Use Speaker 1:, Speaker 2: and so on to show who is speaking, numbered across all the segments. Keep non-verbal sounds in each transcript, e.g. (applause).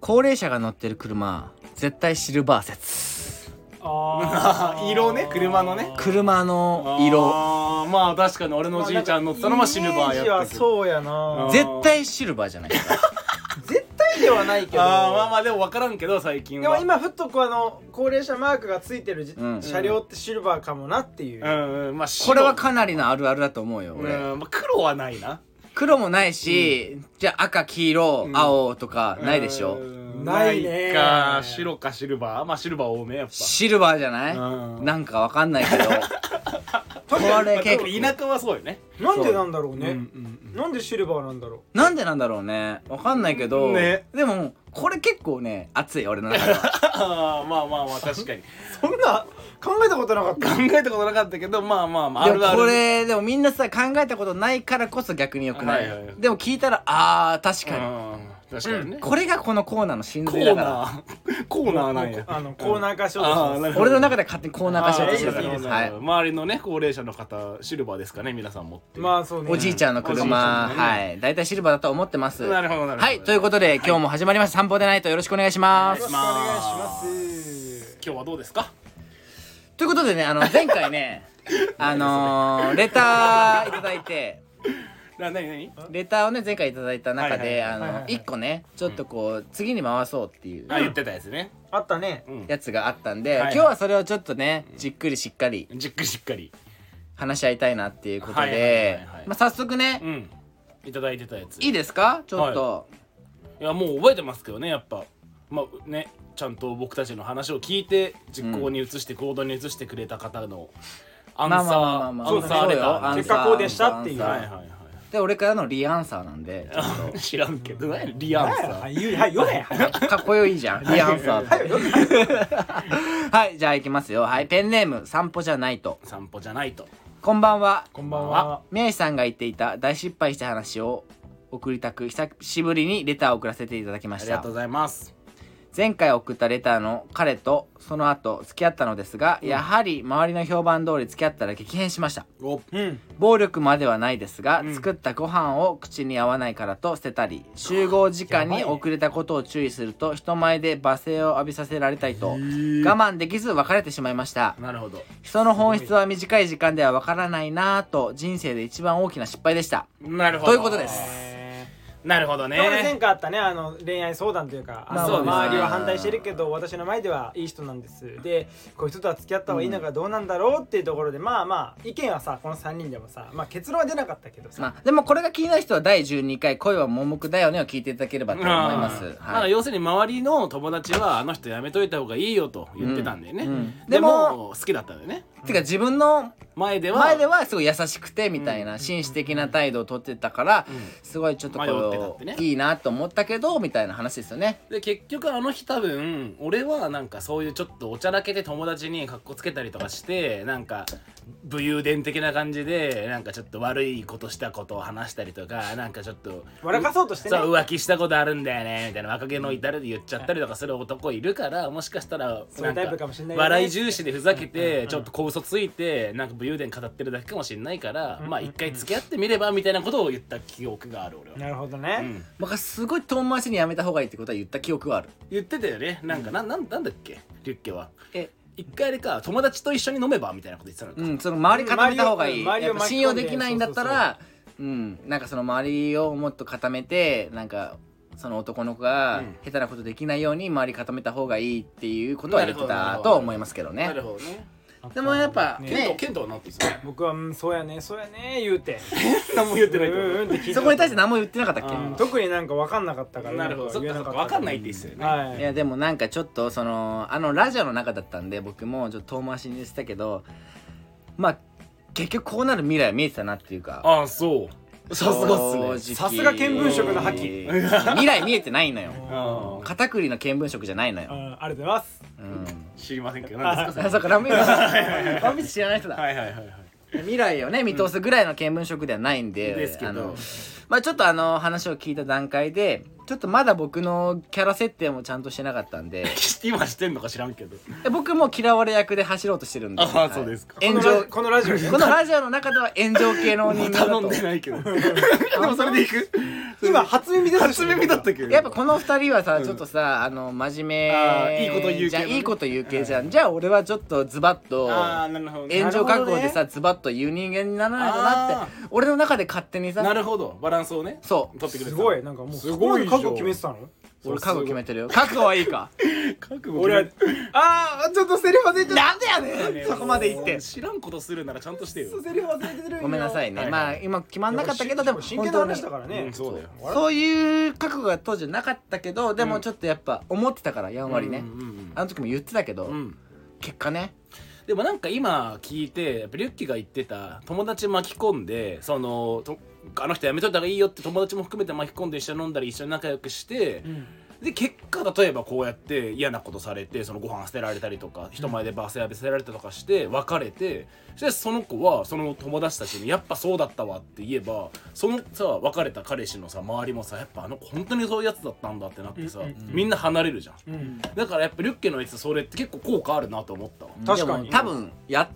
Speaker 1: 高齢者が乗ってる車絶対シルバー説
Speaker 2: あー
Speaker 3: (laughs) 色ね車のね
Speaker 1: 車の色
Speaker 3: あーまあ確かに俺のおじいちゃん乗ってたのもシルバ
Speaker 2: イ
Speaker 3: ー
Speaker 2: メー
Speaker 3: やっ
Speaker 2: ジは
Speaker 3: たけど
Speaker 2: そうやな
Speaker 3: ー
Speaker 1: 絶対シルバーじゃない
Speaker 2: 絶対ではないけど
Speaker 3: あーまあまあでも分からんけど最近
Speaker 2: でも
Speaker 3: は
Speaker 2: 今ふっとこうあの高齢者マークがついてるじ、
Speaker 1: うん
Speaker 2: 車両ってシルバーかもなっていう、
Speaker 3: うんうんまあ白
Speaker 1: これはかなりのあるあるだと思うよ
Speaker 3: う
Speaker 1: 俺
Speaker 3: んまあ黒はないな
Speaker 1: 黒もないしじゃあ赤黄色
Speaker 3: うん
Speaker 1: 青とかないでしょ
Speaker 3: うん
Speaker 2: ないね
Speaker 3: か白かシルバーまあシルバー多めやっぱ
Speaker 1: シルバーじゃない
Speaker 3: うん
Speaker 1: なんかわかんない
Speaker 3: (laughs)
Speaker 1: けどこれ結
Speaker 3: 特に田
Speaker 1: 構
Speaker 3: 舎はそうよね
Speaker 2: なんでなんだろう
Speaker 3: うんう
Speaker 2: ね、
Speaker 3: ん
Speaker 2: なんでシルバーなんだろ
Speaker 1: なんでなんだろうねわかんないけど
Speaker 3: ね
Speaker 1: でもこれ結構ね熱い俺の中では
Speaker 3: あーまあまあまあ確 (laughs) かに
Speaker 2: うそんな考えたことなかっ
Speaker 3: 考えたことなかったけどまあ (laughs) まあまああ
Speaker 1: でも
Speaker 3: るある
Speaker 1: これでもみんなさ考えたことないからこそ逆によくな
Speaker 3: はいはいはいい
Speaker 1: でも聞いたらあー確かに
Speaker 3: うん確かにね
Speaker 1: これがこのコーナーの真
Speaker 3: コ
Speaker 1: 髄だ
Speaker 3: ー
Speaker 1: から
Speaker 3: ナーコーナーなんや
Speaker 2: あのコーナー化しようとし
Speaker 3: あ
Speaker 2: ま
Speaker 3: ー
Speaker 2: す
Speaker 3: なるほど
Speaker 1: 俺の中で勝手にコーナー化しようとしてるか
Speaker 2: あーいいですいいで
Speaker 1: ら
Speaker 2: す
Speaker 1: はい
Speaker 3: 周りのね高齢者の方シルバーですかね皆さん持って
Speaker 2: まあそうね
Speaker 1: おじいちゃんの
Speaker 3: おじいち
Speaker 1: 車、
Speaker 3: ゃんのね
Speaker 1: はい大体シルバーだと思ってます
Speaker 3: なるほどなるほど
Speaker 1: はいということで今日も始まりました「散歩でないとよろしくお願いしま
Speaker 2: よろ
Speaker 1: す
Speaker 2: しくお願いします
Speaker 3: 今日はどうですか
Speaker 1: ということでねあの前回
Speaker 3: (laughs)
Speaker 1: ねあのーレターいただいて
Speaker 3: ななになに
Speaker 1: レターをね前回いただいた中で
Speaker 3: は
Speaker 1: あ
Speaker 3: い
Speaker 2: はいはい
Speaker 1: の
Speaker 2: はい
Speaker 1: 一個ねちょっとこう次に回そうっていう
Speaker 3: あ言ってたやつね
Speaker 2: あったね
Speaker 3: うん
Speaker 1: やつがあったんで
Speaker 3: はい
Speaker 1: 今
Speaker 3: はい
Speaker 1: 日はそれをちょっとねじっくりしっかり
Speaker 3: じっくりしっかり
Speaker 1: 話し合いたいなっていうこと
Speaker 3: はいはいはい
Speaker 1: で
Speaker 3: はい
Speaker 1: まあ早速ね
Speaker 3: うんいただいてたやつ
Speaker 1: いいですかちょっと
Speaker 3: いやもう覚えてますけどねやっぱまあねちゃんと僕たちの話を聞いて実行に移して行動に移してくれた方のアン
Speaker 1: ま
Speaker 3: サ
Speaker 1: あ
Speaker 3: ー
Speaker 1: まあまあまあ
Speaker 3: アンサーレタ
Speaker 1: そうよア
Speaker 3: ー
Speaker 1: ン
Speaker 2: 結
Speaker 1: サー
Speaker 2: 果こうでしたっていう
Speaker 1: アンサー
Speaker 3: はい
Speaker 2: は
Speaker 3: はい
Speaker 2: い
Speaker 3: はい
Speaker 1: で俺からのリアンサーなんで
Speaker 3: あ知らんけど何やリアンサー
Speaker 2: はい言うはい読めはい
Speaker 1: かっこよいじゃんリアンサーって
Speaker 2: 読め
Speaker 1: はい、じゃあ行きますよ。はい、ペンネーム、散歩じゃないと。
Speaker 3: 散歩じゃないと
Speaker 1: こんばんは。
Speaker 2: こんばん
Speaker 3: は
Speaker 2: は
Speaker 1: 宮治さんが言っていた大失敗した話を送りたく、久しぶりにレターを送らせていただきま
Speaker 3: あ
Speaker 1: し
Speaker 3: りが
Speaker 1: た
Speaker 3: とう。ございます
Speaker 1: 前回送ったレターの彼とその後付き合ったのですが、やはり周りの評判通り付き合ったら激変しました。
Speaker 3: お
Speaker 2: うん
Speaker 1: 暴力まではないですが、
Speaker 3: うん
Speaker 1: 作ったご飯を口に合わないからと捨てたり集合時間に遅れたことを注意すると人前で罵声を浴びさせられたりと我慢できず別れてしまいました
Speaker 3: なるほど
Speaker 1: 人の本質は短い時間ではわからないなぁと人生で一番大きな失敗でした
Speaker 3: なるほど
Speaker 1: ということです
Speaker 3: なるほどね
Speaker 2: これ前回あったねあの恋愛相談というか、あの
Speaker 1: まあ
Speaker 3: そうですね
Speaker 2: 周りは反対してるけど私の前ではいい人なんですでこういう人とは付き合った方がいいのかどうなんだろうっていうところで、まあまあ意見はさこの3人でもさ、まあ、結論は出なかったけどさ、
Speaker 1: まあでもこれが気になる人は第12回「恋は盲目だよね」を聞いていただければと思います、
Speaker 3: うんまあ
Speaker 1: はい、
Speaker 3: 要するに周りの友達はあの人やめといた方がいいよと言ってたんだよね、
Speaker 1: うんうん
Speaker 3: で
Speaker 1: で
Speaker 3: も好きだったんだよね
Speaker 1: てか自分の
Speaker 3: 前では
Speaker 1: 前ではすごい優しくてみたいな紳士的な態度をとってたからすごいちょっとこれ
Speaker 3: 迷ってたっ
Speaker 1: を
Speaker 3: てね
Speaker 1: いいなと思ったけどみたいな話ですよね
Speaker 3: で結局あの日多分俺はなんかそういうちょっとおちゃらけて友達にかっこつけたりとかしてなんか武勇伝的な感じでなんかちょっと悪いことしたことを話したりとかなんかちょっと
Speaker 2: 笑かそうとしてね
Speaker 3: そう浮気したことあるんだよねみたいな若気の至るで言っちゃったりとかする男いるからもしかしたら
Speaker 2: そうい
Speaker 3: な
Speaker 2: うんタイプ
Speaker 3: か
Speaker 2: かもしんないよね
Speaker 3: 笑い重視でふざけてちょっとこう嘘ついてなんか武勇伝語ってるだけかもしれないからまあ一回付き合ってみればみたいなことを言った記憶がある俺は。
Speaker 2: なるほどね、
Speaker 3: うん
Speaker 1: 僕すごい遠回しにやめた方がいいってことは言った記憶はある
Speaker 3: 言ってたよねなんか、なん、なんなんだっけリュッケは
Speaker 1: え
Speaker 3: 一回あれか友達と一緒に飲めばみたいなこと言ってたのか、
Speaker 1: うんその周り固めた方がいい
Speaker 2: うん周りを
Speaker 1: やっぱ信用できないんだった
Speaker 2: 巻き込ん
Speaker 1: らうんなんかその周りをもっと固めてなんかその男の子
Speaker 3: う
Speaker 1: が
Speaker 3: ん
Speaker 1: 下手なことできないように周り固めた方がいいっていうことは言って
Speaker 3: なる
Speaker 1: た
Speaker 3: ほど
Speaker 1: と思いますけどね
Speaker 3: なるほどね
Speaker 1: でもやっぱ
Speaker 2: ね
Speaker 3: 剣道
Speaker 1: ね
Speaker 3: 剣道はなんて言って
Speaker 2: 僕は、うん、そうやねそうやね言うて
Speaker 3: た (laughs) の何も言ってない
Speaker 2: うんう
Speaker 3: けど
Speaker 2: んって聞いた
Speaker 1: そこに対して何も言ってなかったっけ
Speaker 3: あー
Speaker 2: 特になんか分かんなかったから
Speaker 3: なるほどそっ
Speaker 2: 言え
Speaker 3: かそ
Speaker 2: な
Speaker 3: っか
Speaker 2: った
Speaker 3: 分かんないって言ってたよね、
Speaker 2: はい
Speaker 1: いやでもなんかちょっとそのあのラジオの中だったんで僕もちょっと遠回しにしたけどまあ結局こうなる未来は見えてたなっていうか
Speaker 3: ああそうさすがっす
Speaker 1: 正直
Speaker 3: ね
Speaker 2: さすが見聞色の覇気
Speaker 1: 未来見えてないのよ
Speaker 3: ああ
Speaker 1: 片栗の見聞色じゃないのよ、
Speaker 2: うんありがとうございます
Speaker 1: うん、
Speaker 3: 知りませ (laughs) んけど何ですか
Speaker 1: あそうかラムビーラムビー知らない人だ、
Speaker 3: はいはいはいはい
Speaker 1: 未来をね見通すぐらいの見聞色ではないんで、
Speaker 3: ですけ
Speaker 1: あの
Speaker 3: ど
Speaker 1: まあちょっとあの話を聞いた段階でちょっとまだ僕のキャラ設定もちゃんとしてなかったんで
Speaker 3: (laughs) 今してんのか知らんけど
Speaker 1: で僕も嫌われ役で走ろうとしてるんで
Speaker 3: あ
Speaker 1: は
Speaker 3: あ
Speaker 1: い
Speaker 3: そうですか
Speaker 1: 炎上こ
Speaker 2: このラジ
Speaker 3: (laughs)
Speaker 2: オこのラジオね
Speaker 1: のラジオの中では炎上系の人間だと
Speaker 3: 頼んでないけどでもそれでいく
Speaker 2: 今初耳です
Speaker 3: 初耳だったっけ
Speaker 1: やっぱこの二人はさ、
Speaker 3: ん
Speaker 1: ちょっとさあの真面
Speaker 3: あー
Speaker 1: 目
Speaker 3: いいこと言う系
Speaker 1: じゃん
Speaker 3: のね
Speaker 1: いいこと言う系じゃん、じゃあ俺はちょっとズバッと
Speaker 3: ああなるほどね
Speaker 1: 炎上覚悟でさ、ズバッと言う人間にならないとなって俺の中で勝手にさ
Speaker 3: なるほどバランスをね
Speaker 1: そう
Speaker 3: 取ってくれて
Speaker 2: す
Speaker 3: た
Speaker 2: ごいなんかもう
Speaker 3: す
Speaker 2: す
Speaker 3: ご
Speaker 2: ご
Speaker 3: い
Speaker 2: い
Speaker 3: じゃん
Speaker 2: 覚悟決めてたの
Speaker 1: 俺覚悟決めてるよ覚悟はいいか
Speaker 3: 覚悟
Speaker 2: 俺はああちょっとセリフ忘れてた
Speaker 1: なんでやねんそこまで言って
Speaker 3: 知らんことするならちゃんとしてよ
Speaker 2: そうセリフ忘れてる
Speaker 1: ごめんなさいね、
Speaker 3: はい
Speaker 1: まあ今決まんなかったけどでも
Speaker 2: 真
Speaker 1: 本
Speaker 2: 剣な
Speaker 1: 当に
Speaker 2: 話だからね、
Speaker 3: うんそうだよ
Speaker 1: そういう覚悟が当時なかったけどで
Speaker 3: う
Speaker 1: も
Speaker 3: ん
Speaker 1: ちょっとやっぱ思ってたからやんわりね、
Speaker 3: うんうん
Speaker 1: あの時も言ってたけど、
Speaker 3: うんうん
Speaker 1: 結果ね
Speaker 3: でもなんか今聞いてやっぱリュッキーが言ってた友達巻き込んでそのとあの人やめといた方がいいよって友達も含めて巻き込んで一緒に飲んだり一緒に仲良くして、
Speaker 2: ん
Speaker 3: で結果例えばこうやって嫌なことされてそのご飯捨てられたりとか人前でバース浴びせられたりとかして別れてそしてその子はその友達たちに「やっぱそうだったわ」って言えばそのさ別れた彼氏のさ周りもさやっぱあの子本当にそういうやつだったんだってなってさ、
Speaker 2: うんうん
Speaker 3: みんな離れるじゃん。
Speaker 2: うん
Speaker 3: だからやっぱリュッケのやつそれって結構効果あるなと思ったわ。
Speaker 2: 確か
Speaker 1: で
Speaker 2: に
Speaker 1: も多分やっ
Speaker 3: っ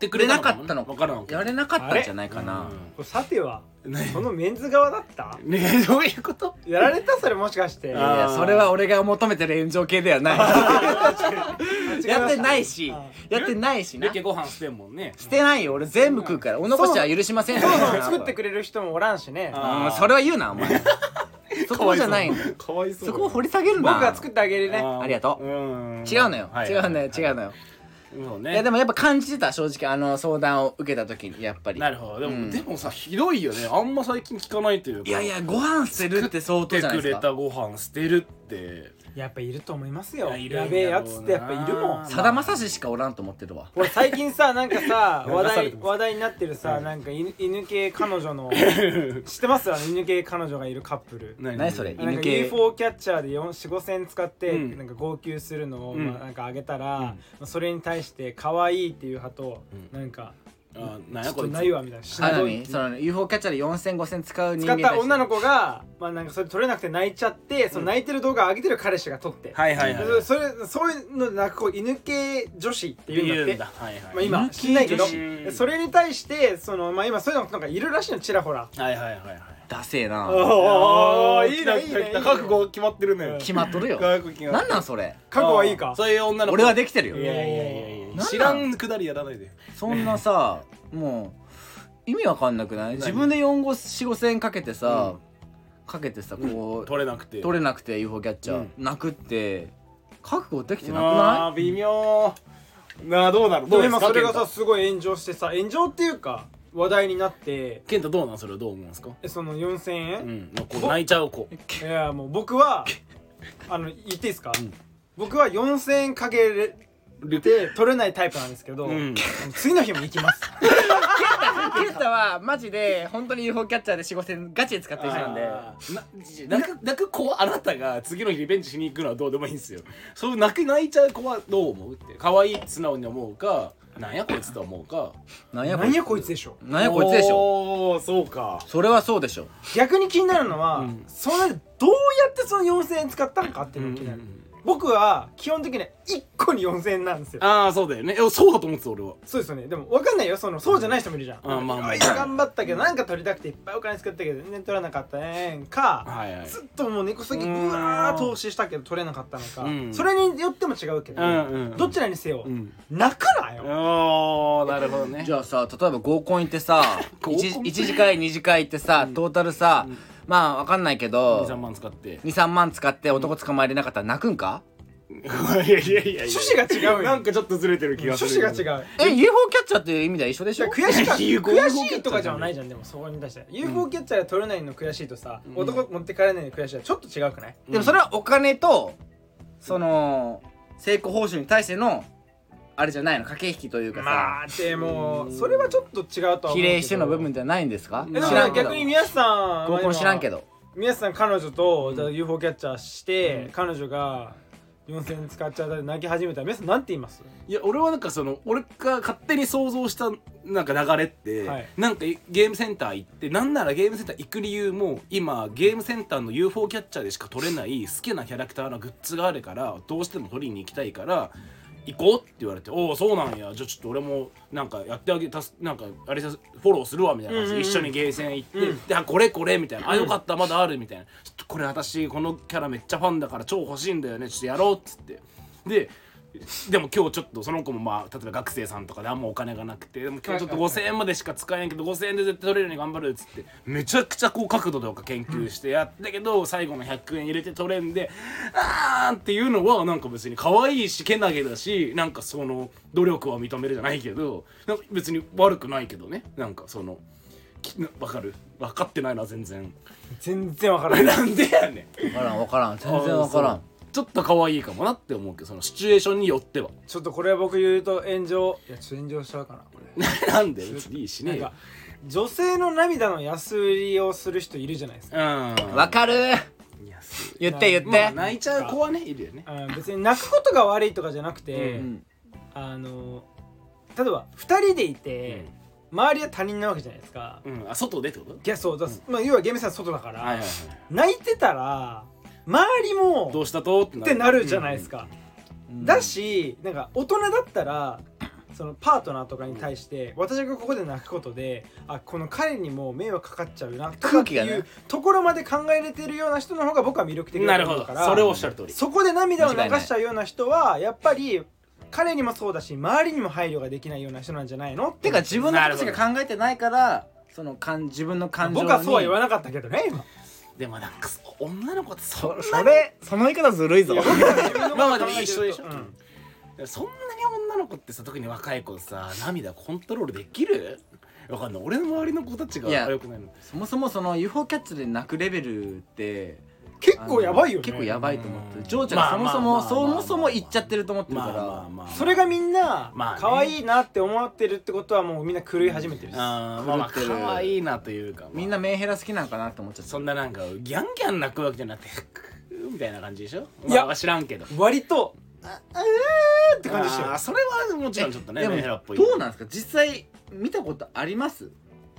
Speaker 3: てく
Speaker 1: く
Speaker 3: れ
Speaker 1: れ
Speaker 3: な
Speaker 1: なか
Speaker 3: かっ
Speaker 1: ったた
Speaker 3: の
Speaker 1: の
Speaker 3: 分からんけど
Speaker 1: やれなかったんじゃないかな、
Speaker 2: さては
Speaker 3: うんね
Speaker 2: そのメンズ側だった
Speaker 3: ねどういうこと
Speaker 2: やられたそれもしかして
Speaker 1: いやい
Speaker 3: あー
Speaker 1: やそれは俺が求めてる炎上系ではないやってないし
Speaker 2: あ
Speaker 1: やってないし
Speaker 3: リュ
Speaker 1: な
Speaker 3: ッケご飯捨てんもんね
Speaker 1: してないよ俺全部食うからお残しは許しません
Speaker 2: そうそう作って
Speaker 1: れ
Speaker 2: くれる人もおらんしね
Speaker 1: う
Speaker 3: あ
Speaker 1: んそれは言うなお前そこじゃないんだよ
Speaker 3: かわいそ
Speaker 1: そこを掘り下げるな
Speaker 2: 僕が作ってあげるね
Speaker 1: ありがとう
Speaker 3: うん
Speaker 1: 違うのよ違うのよ違うの
Speaker 3: よ
Speaker 1: よ
Speaker 3: そう
Speaker 1: い
Speaker 3: ね
Speaker 1: やでもやっぱ感じてた正直あの相談を受けた時にやっぱり
Speaker 3: なるほどで
Speaker 1: う
Speaker 3: も
Speaker 1: ん
Speaker 3: でもさひどいよねあんま最近聞かないというか
Speaker 1: いやいやご飯するって相当
Speaker 3: 捨て
Speaker 1: じゃない
Speaker 3: く
Speaker 1: で
Speaker 3: れ
Speaker 1: すか
Speaker 3: たご飯捨てるって
Speaker 2: やっぱいると思います
Speaker 3: い
Speaker 2: よ
Speaker 3: やいるんだ
Speaker 2: や
Speaker 3: ろ
Speaker 2: べ
Speaker 3: うな
Speaker 2: えやつってやっぱいるもん
Speaker 1: さだまさししかおらんと思ってるわ
Speaker 2: 俺最近さなんかさ
Speaker 3: 流さ
Speaker 2: 話
Speaker 3: れて
Speaker 2: 題
Speaker 3: ます
Speaker 2: 話題になってるさなんか犬犬系彼女の知ってますあの犬系彼女がいるカップル
Speaker 1: 何それ
Speaker 2: なん
Speaker 1: 犬
Speaker 2: か
Speaker 1: 系
Speaker 2: UFO キャッチャーで4 4 5千使って
Speaker 3: うん
Speaker 2: なんか号泣するのを
Speaker 3: うん
Speaker 2: まあなんかあげたらまあそれに対して可愛いっていう派と
Speaker 3: う
Speaker 2: なんか
Speaker 3: あ
Speaker 2: ち
Speaker 3: 何
Speaker 2: ょ
Speaker 3: や
Speaker 2: っ
Speaker 3: ことれ
Speaker 2: ないわみたいなしん
Speaker 1: あ
Speaker 2: どい
Speaker 1: 何その UFO キャッチャーで40005000使う人
Speaker 2: 使
Speaker 1: 間
Speaker 2: っ
Speaker 1: に対
Speaker 2: た
Speaker 1: して
Speaker 2: 女の子がまあなんかそれ取れなくて泣いちゃってその泣いてる動画上げてる彼氏が撮って
Speaker 3: はいはいはい
Speaker 2: でそれそういうの泣く子犬系女子ってい
Speaker 3: 言
Speaker 2: うんだ
Speaker 3: うん
Speaker 2: って
Speaker 3: だはいはい
Speaker 2: まあ、
Speaker 1: 犬
Speaker 2: 今
Speaker 1: 系
Speaker 2: 知んないけど
Speaker 3: 女子
Speaker 2: それに対してその、まあ、今そういうのなんかいるらしいのちらほら
Speaker 3: はいはいはいはい
Speaker 1: ダセえ
Speaker 2: お
Speaker 1: な
Speaker 2: ーおーい
Speaker 3: 来
Speaker 2: い
Speaker 3: た
Speaker 2: ねいい
Speaker 3: 来た
Speaker 2: ね
Speaker 3: 来た覚悟決まってる
Speaker 2: うん
Speaker 3: ね
Speaker 1: 決まっとるよ
Speaker 3: 覚悟決まっ
Speaker 1: なんなんそれ
Speaker 2: 覚悟はいいか
Speaker 3: そういう女の子
Speaker 1: 俺はできてる
Speaker 3: い
Speaker 1: よ
Speaker 3: やいやいやいや
Speaker 1: なんなん
Speaker 3: 知らんくだりやらないで
Speaker 1: そんなさもう意味わかんなくない自分で4 5 4 5千円かけてさかけてさこう
Speaker 3: 取れなくて
Speaker 1: 取れなくて UFO キャッチャー
Speaker 3: う
Speaker 1: 泣くって覚悟できてなく
Speaker 3: あ
Speaker 1: な
Speaker 3: ー微妙なあどうなるどう
Speaker 2: で
Speaker 3: で
Speaker 2: 今
Speaker 3: すか
Speaker 2: それがさ
Speaker 3: 健太
Speaker 2: すごい炎上してさ炎上っていうか話題になって
Speaker 3: 健太どうなんそれどう思うんですか
Speaker 2: えその4000
Speaker 3: う
Speaker 2: 円、
Speaker 3: んこう泣いちゃう子
Speaker 2: いやもう僕はあの言っていいですか、
Speaker 3: ん
Speaker 2: 僕は4000円かけれて取れないタイプなんですけど、
Speaker 3: うん
Speaker 2: 次の日も行き
Speaker 3: (laughs)
Speaker 2: ます
Speaker 1: いケンタはマジで本当に UFO キャッチャーで4 5千円ガチで使ってる人なんで
Speaker 3: あーな泣く泣く子はあなたが次の日リベンジしに行くのはどうでもいいんですよそういう泣く泣いちゃう子はどう思うって可愛いって素直に思うかなんやこいつと思うか
Speaker 1: なんやこい
Speaker 2: 何
Speaker 1: つ
Speaker 2: やこいつでしょ
Speaker 1: なんやこいつでしょ
Speaker 3: おーそうか
Speaker 1: それはそうでしょ
Speaker 2: 逆に気になるのは、
Speaker 3: うん
Speaker 2: それどうやってその4000円使ったのかっていうのが気になる、僕は基本的には1個に4000円なんですよ
Speaker 3: ああそうだよねいやそうだと思ってた俺は
Speaker 2: そうですよねでも分かんないよそのそうじゃない人もいるじゃん、
Speaker 3: うんまあまあ
Speaker 2: いろいろ頑張ったけどなんか取りたくていっぱいお金作ったけど全然取らなかったねか
Speaker 3: はい
Speaker 2: (laughs)
Speaker 3: はい
Speaker 2: ずっともう根こそぎ
Speaker 3: う
Speaker 2: うんわー投資したけど取れなかったのか、
Speaker 3: うん
Speaker 2: それによっても違うけど、
Speaker 3: うんうんうん
Speaker 2: どちらにせよ、
Speaker 3: うん
Speaker 2: 泣くなよ、
Speaker 3: おーなるほどね
Speaker 1: じゃあさ例えば合コン行ってさ
Speaker 3: 合コン
Speaker 1: 1, 次会2次会行ってさ、トータルさ、まあわかんないけど
Speaker 3: 23万使 (laughs) って
Speaker 1: 23万使って男捕まえれなかったら泣くんか、
Speaker 3: いやいやいやいや
Speaker 2: 趣旨が違うよ
Speaker 3: なんかちょっとずれてる気がす
Speaker 2: 趣
Speaker 3: る
Speaker 2: 旨が違う
Speaker 1: え UFO キャッチャーっていう意味では一緒でし
Speaker 2: い
Speaker 1: ょ
Speaker 2: や悔
Speaker 3: (laughs)
Speaker 2: しか
Speaker 3: UFO
Speaker 2: 悔しいとかじゃないじゃんでもそこに対して UFO キャッチャーが取れないの悔しいとさ、男持って帰れないの悔しいはちょっと違うくない
Speaker 1: でもそれはお金とその成功報酬に対してのあれじゃないの駆け引きというかさ、
Speaker 2: まあでもそれはちょっと違うとは思う
Speaker 1: 比例しての部分
Speaker 2: で
Speaker 1: じゃないんですか
Speaker 3: え
Speaker 2: で
Speaker 1: 知
Speaker 2: も
Speaker 1: らんけど
Speaker 2: 逆に宮下さん
Speaker 1: 合コン知らんけど
Speaker 2: 宮下さん彼女とじゃあ UFO キャッチャーして、彼女が4000円使っちゃったで泣き始めたら皆さんなんて言います
Speaker 3: いや俺はなんかその俺が勝手に想像したなんか流れって、
Speaker 2: はい
Speaker 3: なんかゲームセンター行ってなんならゲームセンター行く理由も今ゲームセンターの UFO キャッチャーでしか取れない好きなキャラクターのグッズがあるからどうしても取りに行きたいから行こうって言われて「おおそうなんやじゃあちょっと俺もなんかやってあげたすなんかあれさフォローするわ」みたいな感じで、
Speaker 2: うんうんうん
Speaker 3: 一緒にゲーセン行って「
Speaker 2: うん
Speaker 3: であこれこれ」みたいな「あよかったまだある」みたいな「ちょっとこれ私このキャラめっちゃファンだから超欲しいんだよねちょっとやろう」っつってででも今日ちょっとその子もまあ例えば学生さんとかであんまお金がなくてでも今日ちょっと5,000円までしか使えないけど5,000円で絶対取れるように頑張るっつってめちゃくちゃこう角度とか研究してやったけど最後の100円入れて取れんであーんっていうのはなんか別に可愛いしけなげだしなんかその努力は認めるじゃないけどなんか別に悪くないけどねなんかそのきなわかる分かってないな全然 (laughs)
Speaker 2: 全然わからない
Speaker 3: なんでやねん
Speaker 1: 分からん分からん全然分から
Speaker 3: あー
Speaker 1: ん
Speaker 3: そうちょっと可愛いかもなって思うけどそのシチュエーションによっては
Speaker 2: (laughs)
Speaker 3: (laughs)
Speaker 2: ちょっとこれは僕言うと炎上いやちょっと炎上しちゃうかなこれ
Speaker 3: なんで別にいいし
Speaker 2: なん
Speaker 3: ね
Speaker 2: か女性の涙の安売りをする人いるじゃないですか、
Speaker 3: うん
Speaker 1: 分かる
Speaker 3: 安い
Speaker 1: 言って言っ
Speaker 2: ま
Speaker 1: て
Speaker 2: あ
Speaker 3: 泣いちゃう子はねいるよね
Speaker 2: あの別に泣くことが悪いとかじゃなくて、
Speaker 3: う
Speaker 1: うん
Speaker 2: あの例えば2人でいて、周りは他人なわけじゃないですか、
Speaker 3: うんあ外でってこと
Speaker 2: いやそうだ、まあ、要はゲームさん外だから、
Speaker 3: はいはいはい
Speaker 2: 泣いてたら周りも
Speaker 3: どうしたとって
Speaker 2: ってなるじゃないですか、
Speaker 1: うん
Speaker 2: だしなんか大人だったらそのパートナーとかに対して私がここで泣くことであこの彼にも迷惑かかっちゃうなとかって
Speaker 1: 空気が
Speaker 2: い
Speaker 1: ね
Speaker 2: うところまで考えれてるような人の方が僕は魅力的
Speaker 3: な
Speaker 2: だ
Speaker 3: る
Speaker 2: と
Speaker 3: ほ
Speaker 2: 思う
Speaker 3: ど
Speaker 2: から
Speaker 3: それをおっしゃる通り
Speaker 2: そこで涙を流しちゃうような人はやっぱり彼にもそうだし周りにも配慮ができないような人なんじゃないのって
Speaker 1: てか自分の
Speaker 3: な
Speaker 1: こ
Speaker 3: る
Speaker 1: と
Speaker 3: ほ
Speaker 1: し
Speaker 3: ど
Speaker 1: か考えてないからその感自分の感情に
Speaker 2: 僕はそうは言わなかったけどね今
Speaker 3: でもなんかそう女の子ってそん
Speaker 1: そそれその言い方ずるいぞ
Speaker 3: まあまあでも一緒でしょ
Speaker 2: うん
Speaker 3: なそんなに女の子ってさ特に若い子さ涙コントロールできるわかんない俺の周りの子たちが
Speaker 1: いや
Speaker 3: 良くないの
Speaker 1: そもそもその UFO キャッツで泣くレベルって
Speaker 2: 結構やばいよね
Speaker 1: 結構やばいと思って
Speaker 3: うん
Speaker 1: るジョーちゃんがそもそ
Speaker 3: まあ
Speaker 1: も
Speaker 3: まあ
Speaker 1: そ
Speaker 3: まあまあ
Speaker 1: もそも行っちゃってると思ってる
Speaker 3: まあ
Speaker 1: か
Speaker 3: まあ
Speaker 1: ら
Speaker 3: まあ
Speaker 2: それがみんな
Speaker 3: まあね
Speaker 2: 可愛いなって思ってるってことはもうみんな狂い始めてるし
Speaker 3: あーまあま
Speaker 1: 狂
Speaker 3: あ
Speaker 1: ってる
Speaker 3: 可愛いなというか
Speaker 1: みんなメンヘラ好きなんかなと思っちゃった
Speaker 3: そんななんかギャンギャン泣くわけじゃなくて (laughs) クーみたいな感じでしょ
Speaker 2: いや
Speaker 3: まあ知らんけど
Speaker 2: 割とあえーって感じでした
Speaker 3: あー
Speaker 2: よ
Speaker 3: それはもちろんちょっとね
Speaker 1: で
Speaker 3: メ
Speaker 1: も
Speaker 3: ンヘラっぽい
Speaker 1: どうなんですか実際見たことあります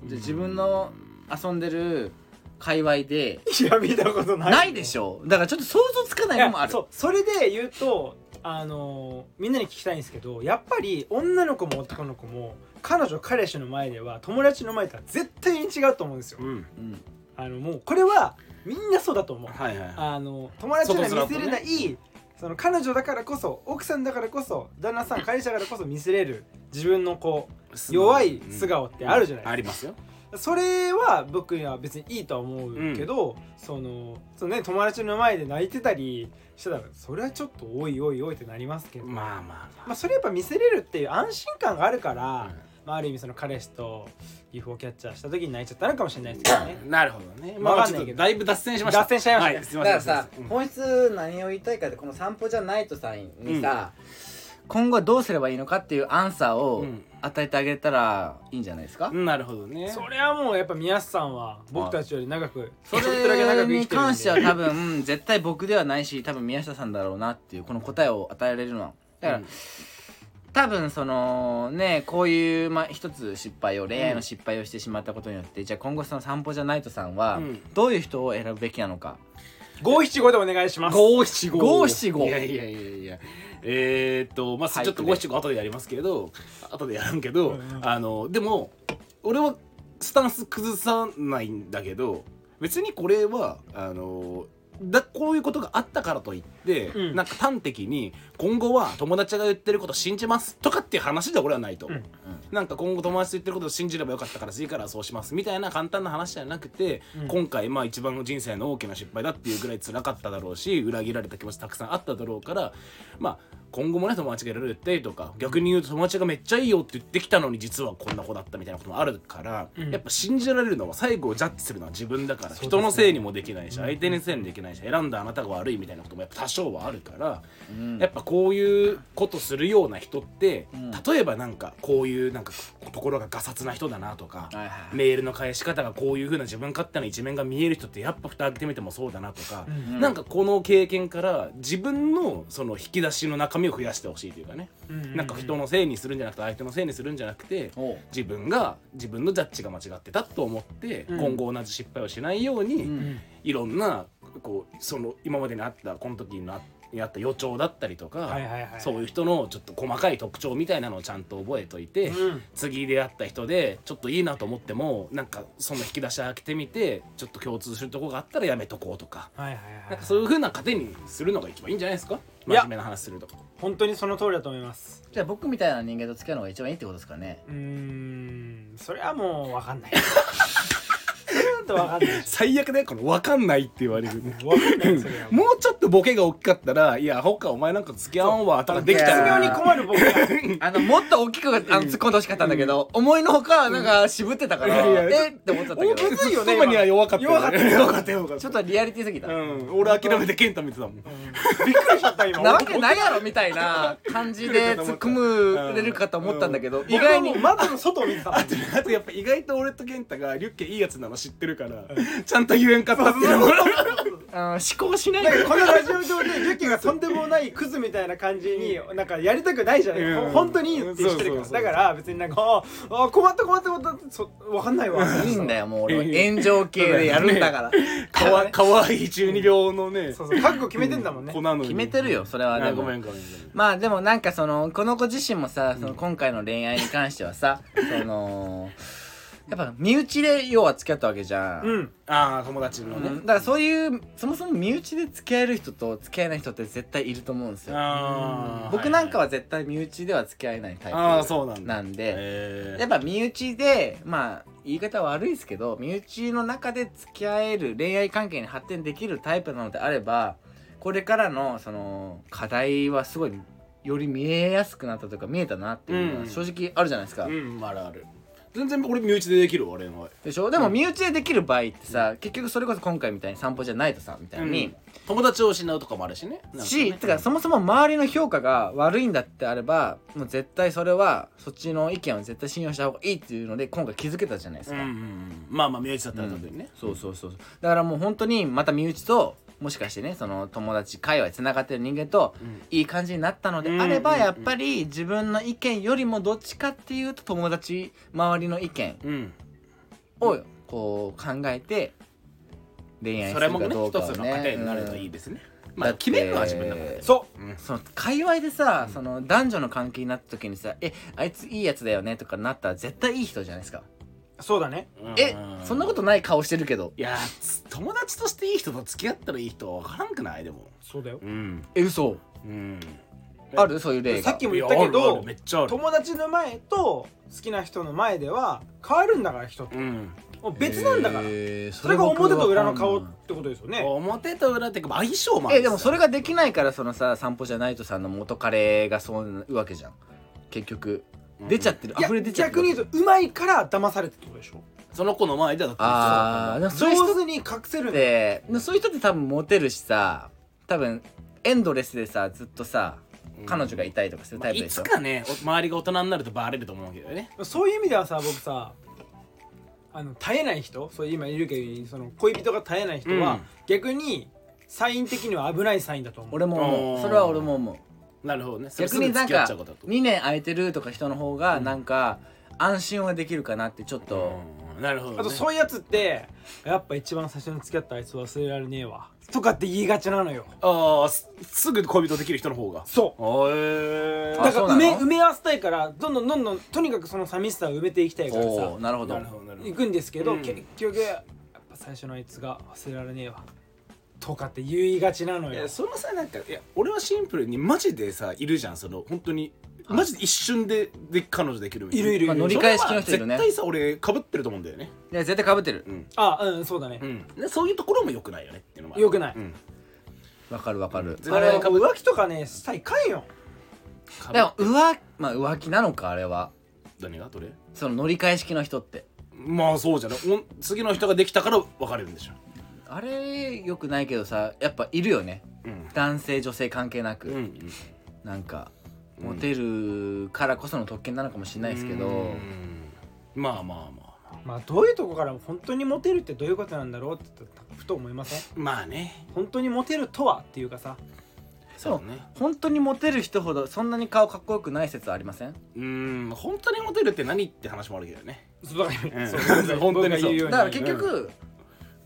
Speaker 3: うん
Speaker 1: で自分の遊んでる界隈で
Speaker 2: いや見たことない
Speaker 1: ないでしょだからちょっと想像つかないいのもあ
Speaker 2: や
Speaker 1: る
Speaker 2: そうそれで言うとあのーみんなに聞きたいんですけどやっぱり女の子も男の子も彼女彼氏の前では友達の前とは絶対に違うと思うんですよ
Speaker 3: うん
Speaker 1: うん
Speaker 2: あのもうこれはみんなそうだと思う
Speaker 3: はいはい
Speaker 2: あの友達には
Speaker 3: 外面
Speaker 2: 見
Speaker 3: と
Speaker 2: せ
Speaker 3: ね
Speaker 2: れない、その彼女だからこそ奥さんだからこそ旦那さん会社だからこそ見せれる自分のこう弱い素顔ってあるじゃないですか、
Speaker 3: ありますよ
Speaker 2: それは僕には別にいいとは思うけど、そのその、ね、友達の前で泣いてたりしてたらそれはちょっとおいおいおいってなりますけど、ま
Speaker 3: まあまあ
Speaker 2: あ、それやっぱ見せれるっていう安心感があるから、
Speaker 3: まあ
Speaker 2: まあ、ある意味その彼氏と UFO キャッチャーした時に泣いちゃったのかもしれないですけどね。
Speaker 3: なるほどね
Speaker 2: わ
Speaker 3: まあ
Speaker 2: かん
Speaker 3: ち
Speaker 2: な
Speaker 3: ょ
Speaker 2: い
Speaker 3: っ
Speaker 2: け
Speaker 3: と
Speaker 2: ど
Speaker 3: だいぶ脱線しました
Speaker 2: 脱線しちゃいましたね
Speaker 3: はいすい
Speaker 1: だ
Speaker 3: ま
Speaker 1: か
Speaker 3: せん
Speaker 1: らさ
Speaker 3: すいません
Speaker 1: 本質何を言いたいかってこの散歩じゃないとさんにさ今後はどうすればいいのかっていうアンサー
Speaker 3: う
Speaker 1: を
Speaker 3: ん
Speaker 1: 与えてあげたらいいんじゃないですか
Speaker 3: うんなるほどね
Speaker 2: それはもうやっぱ宮下さんは僕たちより長く
Speaker 1: そ
Speaker 2: ちょっとだけ長
Speaker 1: れ
Speaker 2: く生き
Speaker 1: に
Speaker 2: てるん
Speaker 1: 関
Speaker 2: で
Speaker 1: しては多分絶対僕ではないし多分宮下さんだろうなっていうこの答えを与えられるのはだから、
Speaker 3: うん
Speaker 1: 多分そのねこういう、まあ、一つ失敗を恋愛の失敗をしてしまったことによって、じゃあ今後その散歩じゃないとさんは、
Speaker 3: うん
Speaker 1: どういう人を選ぶべきなのか
Speaker 2: 五七五でお願いします。
Speaker 3: 五七五
Speaker 1: 五七五
Speaker 3: いやいやいやいやえー、っとまあ
Speaker 1: 俳句で
Speaker 3: ちょっと五七五後でやりますけれど後でやるんけど、
Speaker 2: うんうん
Speaker 3: あのでも俺はスタンス崩さないんだけど別にこれはあのだこういうことがあったからといって、
Speaker 2: うん
Speaker 3: なんか端的に今後は友達が言ってること信じますとかっていう話では俺はないと思う、
Speaker 2: うん
Speaker 3: なんか今後友達と言ってることを信じればよかったから次からはそうしますみたいな簡単な話じゃなくて、
Speaker 2: うん
Speaker 3: 今回まあ一番の人生の大きな失敗だっていうぐらい辛かっただろうし裏切られた気持ちたくさんあっただろうからまあ今後もね友達がいろいろ言ってとか逆に言うと友達がめっちゃいいよって言ってきたのに実はこんな子だったみたいなこともあるから、
Speaker 2: うん
Speaker 3: やっぱ信じられるのは最後をジャッジするのは自分だから、
Speaker 2: そうですね
Speaker 3: 人のせいにもできないし相手にせいにできないし選んだあなたが悪いみたいなこともやっぱ多少はあるから、
Speaker 1: ん
Speaker 3: やっぱこういうことするような人って、
Speaker 1: うん
Speaker 3: 例えばなんかこういうなんかところがガサツな人だなとか、
Speaker 1: はいはい
Speaker 3: メールの返し方がこういう風な自分勝手な一面が見える人ってやっぱ蓋開けてみてもそうだなとか、
Speaker 2: うん
Speaker 3: なんかこの経験から自分のその引き出しの中身を増やしてほしいというかね、なんか人のせいにするんじゃなくて相手のせいにするんじゃなくて、
Speaker 1: おう
Speaker 3: 自分が自分のジャッジが間違ってたと思って、
Speaker 2: うん
Speaker 3: 今後同じ失敗をしないように、
Speaker 1: うん
Speaker 2: うん
Speaker 3: いろんなこうその今までにあったこの時のあにあった予兆だったりとか、
Speaker 2: はいはいはい
Speaker 3: そういう人のちょっと細かい特徴みたいなのをちゃんと覚えといて、
Speaker 2: うん
Speaker 3: 次出会った人でちょっといいなと思ってもなんかその引き出し開けてみてちょっと共通するとこがあったらやめとこうとか。
Speaker 2: はいはいはい
Speaker 3: なんかそういう風な糧にするのが一番いいんじゃないですか
Speaker 2: いや
Speaker 3: 真面目な話すると
Speaker 2: 本当にその通りだと思います
Speaker 1: じゃあ僕みたいな人間と付き合うのが一番いいってことですかね
Speaker 2: うーんそれはもう分かんないそれだと分かんないでし
Speaker 3: 最悪でこの分かんないって言われるね
Speaker 2: ょ分かんないそれは
Speaker 3: もうちょっとボケが大きかったら「いやほかお前なんか付き合わんわ」とかできた
Speaker 1: い
Speaker 2: 絶
Speaker 1: や
Speaker 2: 妙
Speaker 1: ー
Speaker 3: ら
Speaker 2: に困る僕が
Speaker 1: あのもっと大きくあの突っ込んでほしかったんだけど、思いのほかなんか渋ってたから、
Speaker 3: いやいや
Speaker 1: えって思っちゃったけど
Speaker 2: 大きずいよね
Speaker 3: 妻には弱かったよね
Speaker 2: 弱かった
Speaker 3: 弱かった弱かっ
Speaker 1: ち
Speaker 3: た
Speaker 1: ょっとリアリティすぎた、
Speaker 3: うん俺諦めて健太見てたもん
Speaker 2: びっくりしちゃった今
Speaker 1: なわけないやろみたいな感じで突っ込むれるかと思ったんだけど、意
Speaker 2: 意
Speaker 1: 外
Speaker 2: 外
Speaker 1: に
Speaker 2: に窓の外を見てたもん
Speaker 3: あとあとやっぱ意外と俺と健太がリュッケいいやつなの知ってるからちゃんと言えんかったっていうのも
Speaker 1: あの思考しない
Speaker 2: なんかこのラジオ上でユキがとんでもないクズみたいな感じになんかやりたくないじゃない、
Speaker 3: うん
Speaker 2: ほん、本当にいいって言ってる
Speaker 3: うん
Speaker 2: か
Speaker 3: そうそ
Speaker 2: ら
Speaker 3: うそう
Speaker 2: だから別になんかあーあー困った困った困ったそわかんないわ
Speaker 1: いいんだよもう俺は炎上系でやるんだから、
Speaker 3: かわかわいい12秒のね
Speaker 2: そうそう覚悟決めてんだもんね、
Speaker 3: 子なのに
Speaker 1: 決めてるよそれはで
Speaker 3: あ
Speaker 1: も
Speaker 3: ごめんごめんごめん
Speaker 1: まあでもなんかそのこの子自身もさその今回の恋愛に関してはさそのやっぱ身内で要は付き合ったわけじゃん、
Speaker 2: うん
Speaker 3: ああ友達の
Speaker 1: う
Speaker 3: ね、
Speaker 1: んだからそういうそもそも身内で付き合える人と付き合えない人って絶対いると思うんですよ
Speaker 3: あー
Speaker 1: 僕なんかは絶対身内では付き合えないタイプ
Speaker 3: ああそうなんだ
Speaker 1: なんで、
Speaker 3: へ
Speaker 1: やっぱ身内でまあ言い方悪いですけど身内の中で付き合える恋愛関係に発展できるタイプなのであればこれからのその課題はすごいより見えやすくなったというか見えたなっていうの
Speaker 3: う
Speaker 1: は
Speaker 3: ん
Speaker 1: 正直あるじゃないですか、
Speaker 3: うんあるある全然俺身内でできるわ俺の
Speaker 1: でしょでも身内でできる場合ってさ、結局それこそ今回みたいに散歩じゃないとさみたいに、
Speaker 3: 友達を失うとかもあるしねなんかね
Speaker 1: し、てかそもそも周りの評価が悪いんだってあればもう絶対それはそっちの意見を絶対信用した方がいいっていうので今回気づけたじゃないです
Speaker 3: う
Speaker 1: か、
Speaker 3: んうんうんまあまあ身内だったら特にね、
Speaker 1: そうそうそうそうだからもう本当にまた身内ともしかしてねその友達界隈つながってる人間と
Speaker 3: うん
Speaker 1: いい感じになったので
Speaker 3: うん
Speaker 1: あれば
Speaker 3: うんうん
Speaker 1: やっぱり自分の意見よりもどっちかっていうと友達周りの意見
Speaker 3: うん
Speaker 1: をこう考えて恋愛す
Speaker 3: それ
Speaker 1: る
Speaker 3: も
Speaker 1: か
Speaker 3: ね
Speaker 1: どうか
Speaker 3: 一
Speaker 1: を
Speaker 3: つ
Speaker 1: ね
Speaker 3: の糧になるといい
Speaker 1: うん
Speaker 3: ですね、まあ
Speaker 1: だって
Speaker 3: 決めるのは自分だからね
Speaker 2: そ
Speaker 3: うん
Speaker 1: その界隈でさその男女の関係になった時にさ「えあいついいやつだよね」とかなったら絶対いい人じゃないですか
Speaker 2: うそうだね
Speaker 1: えそんなことない顔してるけど
Speaker 3: いやつ友達としていい人と付き合ったらいい人は分からんくないでも
Speaker 2: そうだよ
Speaker 3: うん
Speaker 1: え嘘
Speaker 3: うん
Speaker 1: あるそういう例が
Speaker 2: さっきも言ったけ
Speaker 3: いやあるあ
Speaker 2: ど
Speaker 3: るめっちゃある
Speaker 2: 友達の前と好きな人の前では変わるんだから人って
Speaker 3: うん
Speaker 2: もう別なんだから、
Speaker 1: えー
Speaker 2: それが
Speaker 1: 僕は
Speaker 2: 表と裏の
Speaker 1: わ
Speaker 2: 顔っ
Speaker 1: かんない
Speaker 2: てことですよね
Speaker 3: 表と裏っていうか相性もある
Speaker 1: えでもそれができないからそのさ散歩じゃないとさんの元カレがそういうわけじゃん結局
Speaker 3: うん
Speaker 1: 出ちゃってる、
Speaker 2: いや
Speaker 1: 溢れ出ちゃって
Speaker 2: 逆
Speaker 1: る
Speaker 2: に言うとうまいから騙されてってことでしょ
Speaker 3: その子の前ではだって
Speaker 1: ああでもそういう人
Speaker 2: 上
Speaker 1: っ
Speaker 2: 手に隠せるんだ
Speaker 1: てそういう人って多分モテるしさ多分エンドレスでさずっとさ
Speaker 3: うん
Speaker 1: 彼女がいたりとかする
Speaker 3: ま
Speaker 1: タ
Speaker 3: あ
Speaker 1: イプ
Speaker 3: い
Speaker 1: でし
Speaker 3: つ
Speaker 1: ょ、
Speaker 3: かねお周りが大人になるとバレると思うけどね
Speaker 2: そういう意味ではさ僕さあの絶えない人そう今いるけどその恋人が絶えない人は、
Speaker 3: うん
Speaker 2: 逆にサイン的には危ないサインだと思う
Speaker 1: 俺も思
Speaker 3: お
Speaker 1: う
Speaker 3: ー
Speaker 1: それは俺も思う
Speaker 3: なるほどねそれ
Speaker 1: 逆になんか
Speaker 3: すぐ付き合っちゃうことだと
Speaker 1: 2年空いてるとか人の方がなんか安心はできるかなってちょっと、
Speaker 3: うんなるほど、ね、
Speaker 2: あとそういうやつってやっぱ一番最初に付き合ったあいつ忘れられねえわとかって言いがちなのよ
Speaker 3: ああすすぐ恋人できる人の方が
Speaker 2: そ
Speaker 3: おえ
Speaker 2: う
Speaker 1: あ
Speaker 2: だから埋め
Speaker 1: そうなの
Speaker 2: 埋め合わせたいからどんどんどんどんとにかくその寂しさを埋めていきたいからさ
Speaker 1: おおなるほど
Speaker 3: なるほどなるほど
Speaker 2: 行くんですけど、
Speaker 3: うん
Speaker 2: 結局やっぱ最初のあいつが忘れられねえわとかって言いがちなの
Speaker 3: い
Speaker 2: よ
Speaker 3: やそのさなんかいや俺はシンプルにマジでさいるじゃんその本当にマジで一瞬でで彼女できるみた
Speaker 2: いるいるいる
Speaker 1: まあ乗り
Speaker 3: そ
Speaker 1: 換
Speaker 3: れは
Speaker 1: え式の人いるね
Speaker 3: 絶対さ俺かぶってると思うんだよね
Speaker 1: いや絶対かぶってる
Speaker 3: うん、
Speaker 2: あうんそうだね
Speaker 3: うん、でそういうところもよくないよねっていうのもある
Speaker 2: 良くない
Speaker 3: うん、
Speaker 1: わかるわかる、
Speaker 3: 絶
Speaker 2: あれ
Speaker 3: 対かぶっ
Speaker 2: 浮気とかねしたらいかんよ
Speaker 3: かぶ
Speaker 1: でも浮,、まあ、浮気なのかあれは
Speaker 3: 何がどれ
Speaker 1: その乗り換え式の人って
Speaker 3: まあそうじゃないおん次の人ができたから別れるんでしょ
Speaker 1: あれよくないけどさやっぱいるよね
Speaker 3: うん
Speaker 1: 男性女性関係なく、
Speaker 3: うんうん
Speaker 1: なんか
Speaker 3: うん
Speaker 1: モテるからこその特権なのかもしれないですけど、
Speaker 3: うんまあまあまあまあ
Speaker 2: まあどういうとこからも本当にモテるってどういうことなんだろうってふと思いません
Speaker 3: まあね
Speaker 2: 本当にモテるとはっていうかさ
Speaker 1: そう
Speaker 3: そうね
Speaker 1: 本当にモテる人ほどそんなに顔かっこよくない説ありません
Speaker 3: うん本当にモテるって何って話もあるけどね
Speaker 2: そうだから
Speaker 3: うん
Speaker 2: そうそうそう
Speaker 3: 本当にそ
Speaker 2: 僕が言
Speaker 3: う
Speaker 2: うよう
Speaker 1: だ
Speaker 2: に
Speaker 1: から結局、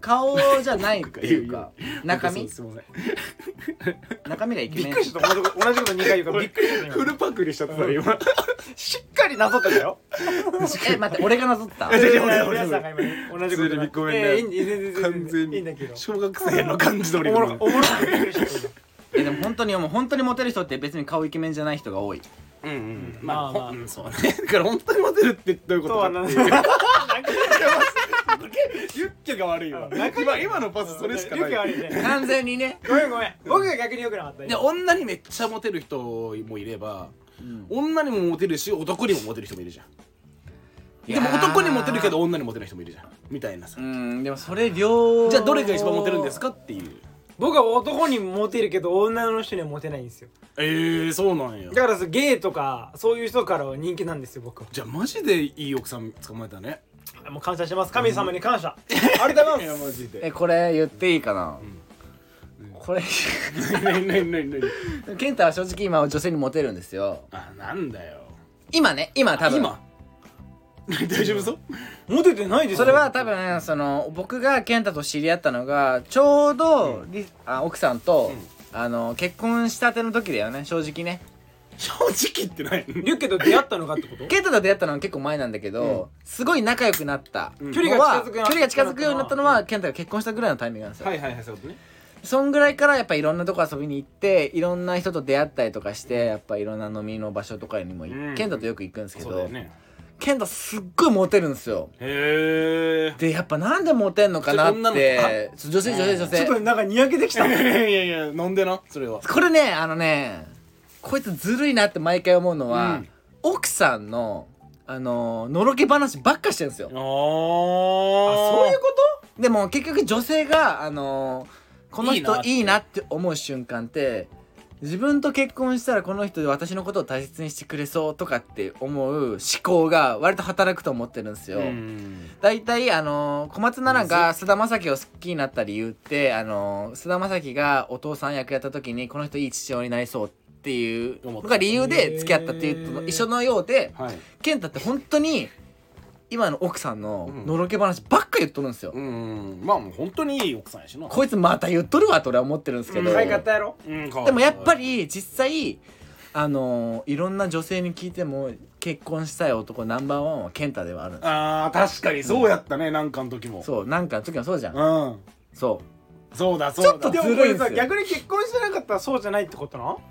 Speaker 1: 顔じゃないっていう
Speaker 3: (laughs)
Speaker 1: か中身
Speaker 3: すいません
Speaker 1: 中身がイケ
Speaker 2: び
Speaker 1: メ
Speaker 2: っ
Speaker 1: ン
Speaker 2: くりした同じこと同じこと2回言うからびっくり (laughs) した
Speaker 3: フ
Speaker 2: 今
Speaker 3: ルパクリしちゃった今
Speaker 2: しっかりなぞってたよ
Speaker 1: え待って俺がなぞ
Speaker 3: (laughs)
Speaker 1: った
Speaker 3: え違う違う
Speaker 2: いやいや俺らさんが今ね同じこと言う
Speaker 3: 普通にごめん
Speaker 2: い
Speaker 3: ね
Speaker 2: やいやいいんだ全然全然
Speaker 3: 完全に
Speaker 2: いいんだけど
Speaker 3: 小学生の感じ通り
Speaker 2: おもろ
Speaker 3: の
Speaker 2: おもろくびっくりした
Speaker 1: えでも本当にもう本当にモテる人って別に顔イケメンじゃない人が多い
Speaker 3: うんうん
Speaker 2: まあ
Speaker 3: まあ、ほ
Speaker 2: まあ
Speaker 3: うんそうねだから本当にモテるってどういうこととか
Speaker 2: は
Speaker 3: って
Speaker 2: ないんだ
Speaker 3: う
Speaker 2: なんか
Speaker 3: ユッケが悪いわ
Speaker 2: 仲
Speaker 3: 今今のパスそれしかない
Speaker 2: よくあるね
Speaker 1: 完全にね、
Speaker 2: ごめんごめん僕が逆に良くなかった
Speaker 3: で
Speaker 2: 今
Speaker 3: 女にめっちゃモテる人もいれば
Speaker 1: うん
Speaker 3: 女にもモテるし男にもモテる人もいるじゃん
Speaker 1: い
Speaker 3: で
Speaker 1: やー
Speaker 3: も男にモテるけど女にモテない人もいるじゃんみたいなさ
Speaker 1: うんでもそれ両
Speaker 3: じゃあどれが一番モテるんですかっていう
Speaker 2: 僕は男にモテるけど女の人にはモテないんですよ
Speaker 3: ええそうなんや
Speaker 2: だからそのゲイとかそういう人からは人気なんですよ僕は
Speaker 3: じゃあマジでいい奥さん捕まえたね
Speaker 2: もう感謝してます神様に感謝ありがとうございます
Speaker 3: マジで
Speaker 1: えこれ言っていいかな、これ
Speaker 3: (laughs) 何何何何
Speaker 1: 健太は正直今女性にモテるんですよ
Speaker 3: あなんだよ
Speaker 1: 今ね今多分
Speaker 3: 今 (laughs) 大丈夫そう
Speaker 2: モテてないです
Speaker 1: (laughs) そ
Speaker 2: よ
Speaker 1: れは多分その僕が健太と知り合ったのがちょうど、りあ奥さんと、あの結婚したての時だよね正直ね
Speaker 3: 正直ってない
Speaker 2: リュッケと出会ったのかってこと
Speaker 1: 健太と出会ったのは結構前なんだけど、すごい仲良くなった、
Speaker 3: うん
Speaker 1: のは
Speaker 2: 距離が近
Speaker 1: 距離が近
Speaker 2: づくようになった
Speaker 1: づくようになったのは健太が結婚したぐらいのタイミングなんですよ、
Speaker 3: い (laughs) はいはいそういうことね
Speaker 1: そんぐらいからやっぱいろんなとこ遊びに行っていろんな人と出会ったりとかしてやっぱいろんな飲みの場所とかにも、
Speaker 3: うん
Speaker 1: 健太とよく行くんですけ
Speaker 3: そうだ
Speaker 1: ど、
Speaker 3: よね
Speaker 1: 健太すっごいモテるんですよ
Speaker 3: へ (laughs) え
Speaker 1: でやっぱなんでモテんのかなっ
Speaker 3: ちょっと女
Speaker 1: てそう女性女性女
Speaker 2: ちょっ
Speaker 1: 性
Speaker 2: となんかにやけてきた
Speaker 3: いやいやいや飲んでなそれは
Speaker 1: これねあのねこいつずるいなって毎回思うのは、
Speaker 3: うん
Speaker 1: 奥さんのあののろけ話ばっかしてるんですよ
Speaker 3: ああそういうこ
Speaker 1: ことでも結局女性があのこの人
Speaker 3: い
Speaker 1: い
Speaker 3: い
Speaker 1: い
Speaker 3: な
Speaker 1: なって思う瞬間って自分と結婚したらこの人で私のことを大切にしてくれそうとかって思う思考が割と働くと思ってるんですよ、
Speaker 3: うん
Speaker 1: 大体あのー小松菜奈が菅田将暉を好きになった理由ってあのー菅田将暉がお父さん役やった時にこの人いい父親になりそうっていうのが理由で付き合ったっていうのと一緒のようで
Speaker 3: はい
Speaker 1: 健太って本当に今の奥さんののろけ話ばっか言っとるんですよ、
Speaker 3: うんまあもう本当にいい奥さんやしな
Speaker 1: こいつまた言っとるわと俺は思ってるんですけど、
Speaker 3: うん
Speaker 2: 可愛かったやろ
Speaker 3: うん
Speaker 1: でもやっぱ
Speaker 3: り
Speaker 1: り実際あのーいろんな女性に聞いても結婚したい男ナンバーワンは健太ではあるんです
Speaker 3: あー確かにそうやったねなんかの時も
Speaker 1: そうなんかの時もそうじゃん
Speaker 3: うん
Speaker 1: そ
Speaker 3: そうだそうだ
Speaker 1: ちょっと
Speaker 2: でも
Speaker 1: ず
Speaker 2: こ
Speaker 1: るい
Speaker 2: れ
Speaker 1: んすよ
Speaker 2: さ逆に結婚してなかったらそうじゃないってことなの